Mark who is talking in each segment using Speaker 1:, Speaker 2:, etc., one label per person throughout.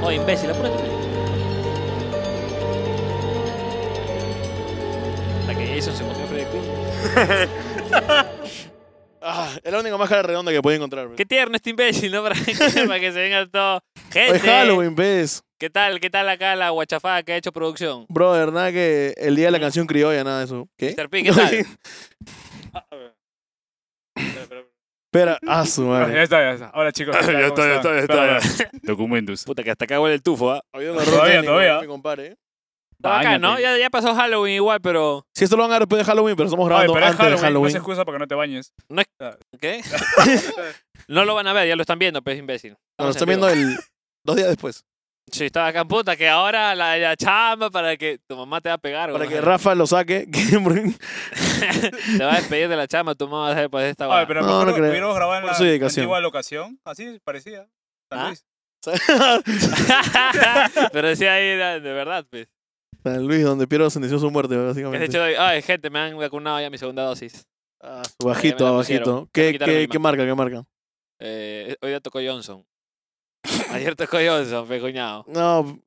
Speaker 1: No, imbécil, apúrate.
Speaker 2: Hasta que Jason se comió Freddy Krueger.
Speaker 3: Ah, es la única máscara redonda que puede encontrar.
Speaker 2: Qué tierno este imbécil, ¿no? Para que, para que se venga todo.
Speaker 3: Hoy es
Speaker 2: Gente,
Speaker 3: Halloween, pez.
Speaker 2: ¿qué tal? ¿Qué tal acá la guachafada que ha hecho producción?
Speaker 3: Brother, nada que el día de la canción criolla, nada de eso. ¿Qué?
Speaker 2: Mr. Mm. P, ¿qué tal?
Speaker 3: Espera, a su
Speaker 4: Ya
Speaker 3: madre.
Speaker 4: está, ya está. Ahora chicos. ¿qué tal?
Speaker 3: Ya
Speaker 4: ¿Cómo
Speaker 3: está, ya
Speaker 4: están?
Speaker 3: está, ya está,
Speaker 5: Documentos.
Speaker 2: Puta, que hasta acá huele el tufo, ¿ah?
Speaker 3: Ha habido un
Speaker 4: Todavía,
Speaker 3: error técnico,
Speaker 4: todavía.
Speaker 3: mi compadre. eh.
Speaker 2: Está bacán, ¿no?
Speaker 5: Báñate.
Speaker 2: Ya, ya pasó Halloween igual, pero...
Speaker 3: Si esto lo van a ver después de Halloween, pero estamos
Speaker 4: Oye,
Speaker 3: grabando
Speaker 4: pero es
Speaker 3: antes
Speaker 4: Halloween,
Speaker 3: de
Speaker 4: No es
Speaker 3: Halloween.
Speaker 4: excusa para que no te bañes.
Speaker 2: ¿Qué? no lo van a ver, ya lo están viendo, pues, imbécil. Estamos
Speaker 3: Nos están
Speaker 2: en vivo.
Speaker 3: viendo el dos días después.
Speaker 2: Sí, estaba acá, puta, que ahora la, la chamba para que tu mamá te va a pegar.
Speaker 3: Para
Speaker 2: güey.
Speaker 3: que Rafa lo saque. Por
Speaker 2: te va a despedir de la chamba, tu mamá va a hacer pues esta
Speaker 4: Oye,
Speaker 2: guay.
Speaker 4: pero
Speaker 3: Ah, No,
Speaker 4: mejor
Speaker 3: no
Speaker 4: lo
Speaker 3: creo.
Speaker 4: hubiéramos grabado en
Speaker 3: Por
Speaker 4: la
Speaker 3: su dedicación.
Speaker 4: antigua locación. Así parecía. San
Speaker 2: ¿Ah?
Speaker 4: Luis.
Speaker 2: pero decía ahí, de de verdad, pues.
Speaker 3: San Luis, donde Piero sentenció su muerte,
Speaker 2: Que de
Speaker 3: básicamente.
Speaker 2: hecho, ay, gente, me han vacunado ya mi segunda dosis.
Speaker 3: Ah, su-
Speaker 2: Ya
Speaker 3: Bajito,
Speaker 2: me
Speaker 3: ah,
Speaker 2: la
Speaker 3: bajito.
Speaker 2: pusieron.
Speaker 3: ¿Qué,
Speaker 2: Me quitaron
Speaker 3: qué,
Speaker 2: mi
Speaker 3: qué marca, qué marca?
Speaker 2: Eh, hoy ya tocó Johnson. Ayer tocó Johnson, fue cuñado.
Speaker 3: No,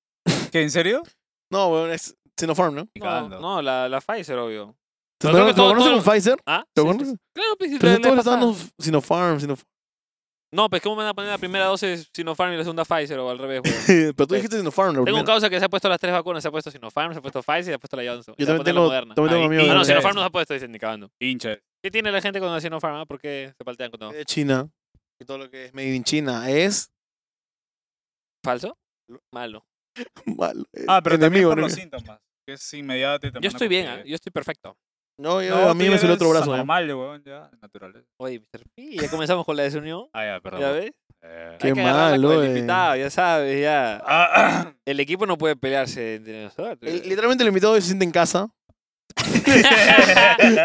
Speaker 4: ¿Qué, en serio?
Speaker 3: no, weón, es Sinopharm, ¿no?
Speaker 2: No, no, la, la Pfizer, obvio.
Speaker 3: ¿Te
Speaker 2: creo que
Speaker 3: lo
Speaker 2: todo-
Speaker 3: conoces
Speaker 2: todo-
Speaker 3: con Pfizer?
Speaker 2: ¿Ah?
Speaker 3: ¿Lo
Speaker 2: sí,
Speaker 3: conoces?
Speaker 2: pues, Claro, pues, si
Speaker 3: Pero
Speaker 2: la- la
Speaker 3: si todos le están
Speaker 2: pasada.
Speaker 3: dando Sinopharm, Sinopharm.
Speaker 2: No, pues, ¿cómo me van a poner la primera dosis Sinopharm y la segunda Pfizer o al revés, güey?
Speaker 3: Pero tú dijiste Sinopharm, la
Speaker 2: Tengo un
Speaker 3: primera.
Speaker 2: causa que se ha puesto las tres vacunas. Se ha puesto Sinopharm, se ha puesto Pfizer y se ha puesto la Johnson.
Speaker 3: Yo
Speaker 2: Y se ha
Speaker 3: también
Speaker 2: puesto la
Speaker 3: tengo-
Speaker 2: Moderna.
Speaker 3: también tengo
Speaker 2: Ahí.
Speaker 3: amigos
Speaker 2: Ah, no,
Speaker 4: de-
Speaker 2: Sinopharm no se ha puesto, dicen, ni cagando.
Speaker 3: Eh,
Speaker 5: Hincha.
Speaker 2: ¿Qué tiene la gente con la Sinopharm? ah? ¿Por qué se paltean con todo?
Speaker 3: De eh, China. Y todo lo que es made in China es
Speaker 2: ¿Falso? Malo.
Speaker 3: malo. eh,
Speaker 4: Ah, pero también
Speaker 3: enemigo,
Speaker 4: por los
Speaker 3: enemigo.
Speaker 4: síntomas. Que es inmediato. y te
Speaker 2: Yo
Speaker 4: mandan
Speaker 2: estoy bien,
Speaker 4: cualquier-
Speaker 2: ah, yo estoy perfecto.
Speaker 3: No, yo,
Speaker 4: No,
Speaker 3: Eh, a
Speaker 4: tú
Speaker 3: mí me
Speaker 4: ya
Speaker 3: salió otro
Speaker 4: eres
Speaker 3: brazo. eh.
Speaker 4: anormal, weón, ya, natural.
Speaker 2: Oye, Mr. P, ya comenzamos con la desunión.
Speaker 5: Ah, ya,
Speaker 2: ¿Ya
Speaker 5: perdón.
Speaker 2: ves?
Speaker 5: Eh,
Speaker 3: Qué
Speaker 2: Hay que agarrarla
Speaker 3: malo,
Speaker 2: con el
Speaker 3: eh.
Speaker 2: invitado, ya sabes, ya.
Speaker 4: Ah,
Speaker 2: El equipo no puede pelearse entre nosotros.
Speaker 3: El- Literalmente el invitado se siente en casa.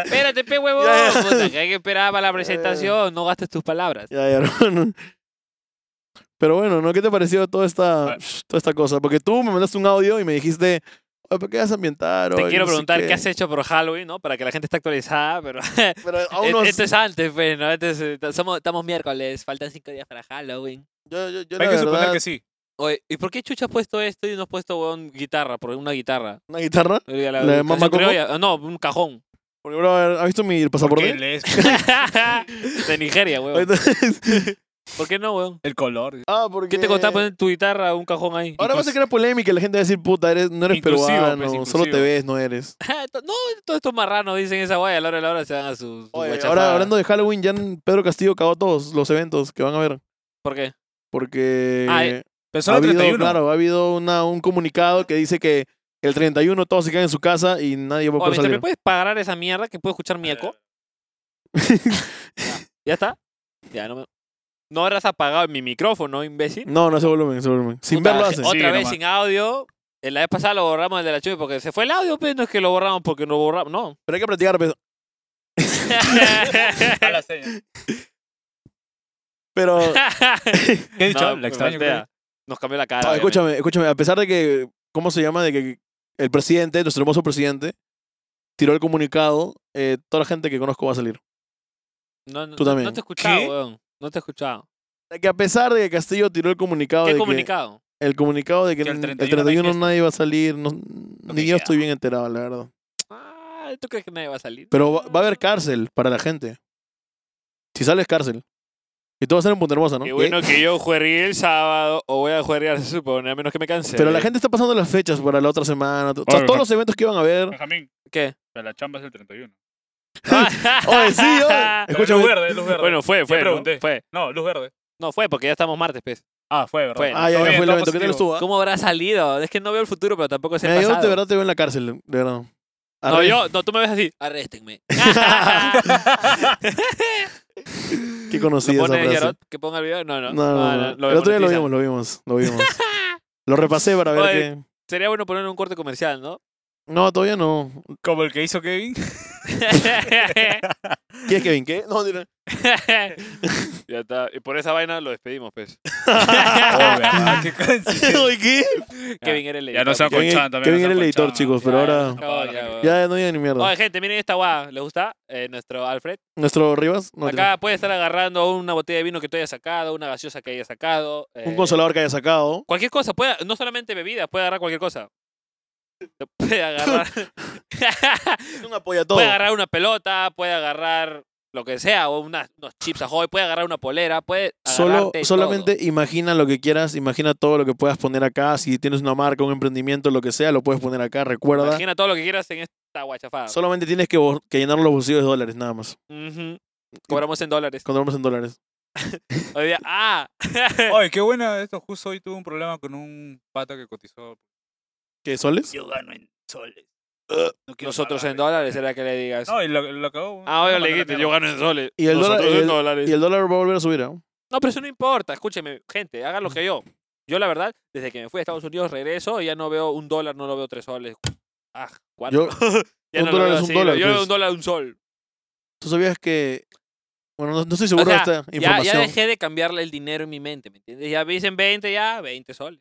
Speaker 2: Espérate, pe huevo.
Speaker 3: Ya, ya.
Speaker 2: Puta, que hay que esperar para la presentación. No gastes tus palabras.
Speaker 3: Ya, ya, hermano. Pero bueno, ¿no? ¿Qué te pareció toda esta, toda esta cosa? Porque tú me mandaste un audio y me dijiste, "Oye, ¿por qué vas a ambientar?
Speaker 2: Te
Speaker 3: hoy?
Speaker 2: quiero
Speaker 3: No sé
Speaker 2: preguntar qué has hecho por Halloween, ¿no? Para que la gente esté actualizada, pero
Speaker 3: Pero aún no-
Speaker 2: esto E-, es antes, pues, ¿no? Este es, eh, somos, estamos miércoles, faltan cinco días para Halloween.
Speaker 3: Yo, yo, yo
Speaker 4: Hay
Speaker 3: la
Speaker 4: que suponer
Speaker 3: verdad-
Speaker 4: que sí.
Speaker 2: Oye, ¿y por qué Chucha has puesto esto y no has puesto weón, guitarra? Por una guitarra.
Speaker 3: ¿Una guitarra?
Speaker 2: Eh, La,
Speaker 3: de
Speaker 2: canción
Speaker 3: Mamá Coco?
Speaker 2: criolla. Ah, No, un cajón.
Speaker 3: Porque, bro, a ver, ¿has visto mi
Speaker 4: Porque
Speaker 3: pasaporte?
Speaker 4: lees
Speaker 2: de Nigeria, weón. ¿Por qué no, weón?
Speaker 4: el color.
Speaker 3: ah, porque...
Speaker 2: ¿Qué te costaba poner tu guitarra un cajón ahí?
Speaker 3: Ahora vas a
Speaker 4: Inclus-
Speaker 3: crear polémica y la gente va a decir, puta, eres, no eres
Speaker 4: Inclusivo, pues,
Speaker 3: peruano, solo te
Speaker 4: inclusivo.
Speaker 3: ves, no eres.
Speaker 2: Ah, no, todos estos marranos dicen esa guay, a la hora de la hora se van a sus su
Speaker 3: Oye,
Speaker 2: guachafada.
Speaker 3: ahora hablando de Halloween, ya Pedro Castillo cagó todos los eventos que van a ver.
Speaker 2: ¿Por qué?
Speaker 3: Porque
Speaker 2: Ah, eh,
Speaker 4: Empezó el
Speaker 3: ha habido,
Speaker 4: 31.
Speaker 3: claro, ha habido una, un comunicado que dice que el 31 todos se quedan en su casa y nadie va a
Speaker 2: Oye,
Speaker 3: poder
Speaker 2: mister, ¿me
Speaker 3: salir.
Speaker 2: puedes parar esa mierda que puedo escuchar mi eco? ¿Ya está? Ya, no me... No habrás apagado mi micrófono, imbécil.
Speaker 3: No, no, ese volumen, ese volumen. Sin
Speaker 2: Puta,
Speaker 3: verlo
Speaker 2: je-
Speaker 3: hace.
Speaker 2: Otra
Speaker 4: Sí,
Speaker 2: vez
Speaker 4: nomás.
Speaker 2: sin audio. En la vez pasada lo borramos el de la chuve porque se fue el audio, pero no es que lo borramos porque no borramos, no.
Speaker 3: Pero hay que platicar, pues. pero-
Speaker 4: A la seña.
Speaker 3: Pero, ah,
Speaker 4: ¿Qué he dicho?
Speaker 2: No,
Speaker 4: la
Speaker 2: me
Speaker 4: extraño.
Speaker 2: voltea. Nos cambió la cara.
Speaker 3: no,
Speaker 2: obviamente.
Speaker 3: escúchame, escúchame, a pesar de que, ¿cómo se llama? De que el presidente, nuestro hermoso presidente, tiró el comunicado, eh, toda la gente que conozco va a salir.
Speaker 2: No, no,
Speaker 3: Tú
Speaker 2: no-
Speaker 3: también.
Speaker 2: No te escuchaba,
Speaker 4: ¿Qué?
Speaker 2: weón. No te escuchaba.
Speaker 3: De Que a pesar de que Castillo tiró el comunicado
Speaker 2: ¿Qué
Speaker 3: de que-
Speaker 2: comunicado?
Speaker 3: el comunicado de que,
Speaker 4: Que el
Speaker 3: el 31,
Speaker 4: 31 no hay fiesta.
Speaker 3: nadie va a salir, no- ni
Speaker 4: ya.
Speaker 3: yo estoy bien enterado, la verdad.
Speaker 2: Ah, ¿Tú crees que nadie va a salir?
Speaker 3: Pero va, va a haber cárcel para la gente. Si sales cárcel. Y todo va a ser en Punta Hermosa, ¿no?
Speaker 2: Qué
Speaker 3: ¿Eh?
Speaker 2: bueno que yo juegue el sábado o voy a jueguear, se supone, a menos que me canse.
Speaker 3: Pero la gente está pasando las fechas para la otra semana. to- o sea,
Speaker 5: Oye,
Speaker 3: todos los eventos que iban a haber.
Speaker 4: Benjamín,
Speaker 2: ¿Qué?
Speaker 5: pero la chamba es el 31.
Speaker 3: Oye, sí, oye.
Speaker 4: Luz
Speaker 3: Escúchame.
Speaker 4: verde, luz verde.
Speaker 2: Bueno, fue, fue. ¿no?
Speaker 4: pregunté.
Speaker 2: Fue.
Speaker 4: no, luz verde.
Speaker 2: No, fue porque ya estamos martes, pues.
Speaker 4: Ah, fue, ¿verdad?
Speaker 2: Fue.
Speaker 3: Ah, ya,
Speaker 4: Todo
Speaker 3: ya
Speaker 4: bien,
Speaker 3: fue el
Speaker 4: todo
Speaker 3: evento. ¿Qué tal
Speaker 4: positivo.
Speaker 3: estuvo? ah?
Speaker 2: ¿Cómo habrá salido? Es que no veo el futuro, pero tampoco sé
Speaker 3: Mira,
Speaker 2: el
Speaker 3: yo de
Speaker 2: pasado.
Speaker 3: verdad te veo en la cárcel, de verdad.
Speaker 2: no,
Speaker 3: Arre-
Speaker 2: yo, no, tú me ves así. Arréstenme.
Speaker 3: Qué
Speaker 2: ¿Lo
Speaker 3: conocida esa
Speaker 2: pone
Speaker 3: frase.
Speaker 2: Yarot que ponga el video? No, no.
Speaker 3: No, no,
Speaker 2: Ah,
Speaker 3: no,
Speaker 2: no,
Speaker 3: El otro día lo
Speaker 2: demonetiza.
Speaker 3: vimos, lo vimos, lo vimos. lo repasé para ver
Speaker 2: Oye.
Speaker 3: qué.
Speaker 2: Sería bueno poner un corte comercial, ¿no?
Speaker 3: No, todavía no.
Speaker 4: Como el que hizo Kevin.
Speaker 3: ¿Quieres Kevin? ¿Qué? No, no, no.
Speaker 2: ya está. Y por esa vaina lo despedimos, pues.
Speaker 4: Oh, ¿verdad? Qué coincidencia.
Speaker 3: ¿Oye, qué?
Speaker 2: Kevin era el
Speaker 5: Ya no
Speaker 2: editor.
Speaker 5: sean
Speaker 3: Kevin-
Speaker 5: colchán también.
Speaker 3: Kevin
Speaker 5: no
Speaker 3: era
Speaker 5: sean
Speaker 3: el editor,
Speaker 5: colchán.
Speaker 3: chicos, pero
Speaker 2: Ya,
Speaker 3: ahora
Speaker 2: no, ya, weón.
Speaker 3: ya no digan ni mierda.
Speaker 2: Oye, gente, miren esta guada. ¿Les gusta? Eh, nuestro Alfred.
Speaker 3: Nuestro Rivas, no,
Speaker 2: Acá puede estar agarrando una botella de vino que tú hayas sacado, una gaseosa que hayas sacado.
Speaker 3: un
Speaker 2: eh,
Speaker 3: consolador que haya sacado.
Speaker 2: Cualquier cosa, puede, no solamente bebidas, puede agarrar cualquier cosa. Puede agarrar,
Speaker 3: Un apoyo a todo.
Speaker 2: puede agarrar una pelota, puede agarrar lo que sea, o unas- unos chips ahoy, puede agarrar una polera, puede
Speaker 3: Solo,
Speaker 2: agarrarte
Speaker 3: solamente imagina lo que quieras, imagina todo lo que puedas poner acá. Si tienes una marca, un emprendimiento, lo que sea, lo puedes poner acá,
Speaker 2: todo.
Speaker 3: recuerda.
Speaker 2: Imagina todo lo que quieras en esta guachafada.
Speaker 3: Solamente tienes que, bor- que llenar los bolsillos de dólares, nada más.
Speaker 2: Ujú. Cobramos en dólares.
Speaker 3: Contamos en dólares.
Speaker 2: Hoy día- ah,
Speaker 4: Oye, qué buena esto. Justo hoy tuve un problema con un pata que cotizó.
Speaker 3: ¿Qué, soles?
Speaker 4: Yo gano en soles. No quiero
Speaker 2: nosotros
Speaker 4: pagar,
Speaker 2: en dólares era que le digas.
Speaker 4: No, y lo, lo acabó.
Speaker 2: ah,
Speaker 4: ahora
Speaker 2: ahora le dijiste, yo gano en soles.
Speaker 3: Y el dólar-
Speaker 2: Nosotros
Speaker 3: y
Speaker 2: en
Speaker 3: el-
Speaker 2: dólares.
Speaker 3: Y el dólar va a volver a subir, ¿ah?
Speaker 2: No, pero eso no importa. Escúcheme, gente, hagan lo que yo. Yo, la verdad, desde que me fui a Estados Unidos, regreso y ya no veo un dólar, no lo veo tres soles. Ah, cuatro.
Speaker 3: Yo-
Speaker 2: Ya
Speaker 3: un
Speaker 2: no lo
Speaker 3: dólar
Speaker 2: veo
Speaker 3: es un
Speaker 2: así,
Speaker 3: dólar,
Speaker 2: Yo veo
Speaker 3: pues.
Speaker 2: un dólar, un sol.
Speaker 3: ¿Tú sabías que.? Bueno, no, no estoy
Speaker 2: O
Speaker 3: seguro
Speaker 2: sea,
Speaker 3: de esta
Speaker 2: ya- ya,
Speaker 3: información.
Speaker 2: dejé de cambiarle el dinero en mi mente, ¿me entiendes? Ya me dicen 20, ya, 20 soles.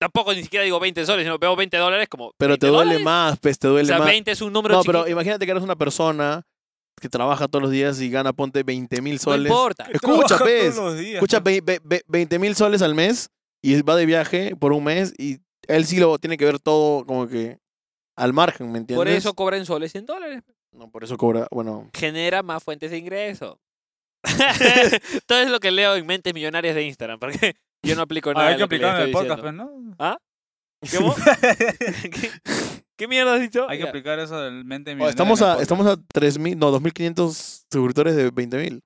Speaker 2: Tampoco ni siquiera digo 20 soles, sino veo 20 dólares como.
Speaker 3: Pero
Speaker 2: 20
Speaker 3: te duele
Speaker 2: dólares.
Speaker 3: más, pues te duele
Speaker 2: O sea,
Speaker 3: más.
Speaker 2: 20 es un número
Speaker 3: No,
Speaker 2: chiquito.
Speaker 3: pero imagínate que eres una persona que trabaja todos los días y gana, ponte 20 mil soles.
Speaker 2: No importa.
Speaker 3: Escucha, pez.
Speaker 4: Todos los días.
Speaker 3: Escucha, 20 mil soles al mes y va de viaje por un mes y él sí lo tiene que ver todo como que al margen, ¿me entiendes?
Speaker 2: Por eso cobran soles en dólares.
Speaker 3: No, por eso cobra, bueno. oh,
Speaker 2: genera más fuentes de ingreso. Todo es lo que leo en Mentes Millonarias de Instagram, porque yo no aplico nada.
Speaker 4: Ah, hay
Speaker 2: de
Speaker 4: que
Speaker 2: lo
Speaker 4: aplicarlo
Speaker 2: les
Speaker 4: en el
Speaker 2: estoy
Speaker 4: podcast, pues,
Speaker 2: diciendo.
Speaker 4: ¿no?
Speaker 2: ¿Cómo? ¿Qué, qué mierda has dicho?
Speaker 4: Hay que
Speaker 2: Ya.
Speaker 4: aplicar eso del mente
Speaker 3: Oh,
Speaker 4: millonaria
Speaker 3: estamos,
Speaker 4: en el
Speaker 3: a,
Speaker 4: podcast.
Speaker 3: estamos a 3.000, no, 2.500 suscriptores de 20 mil.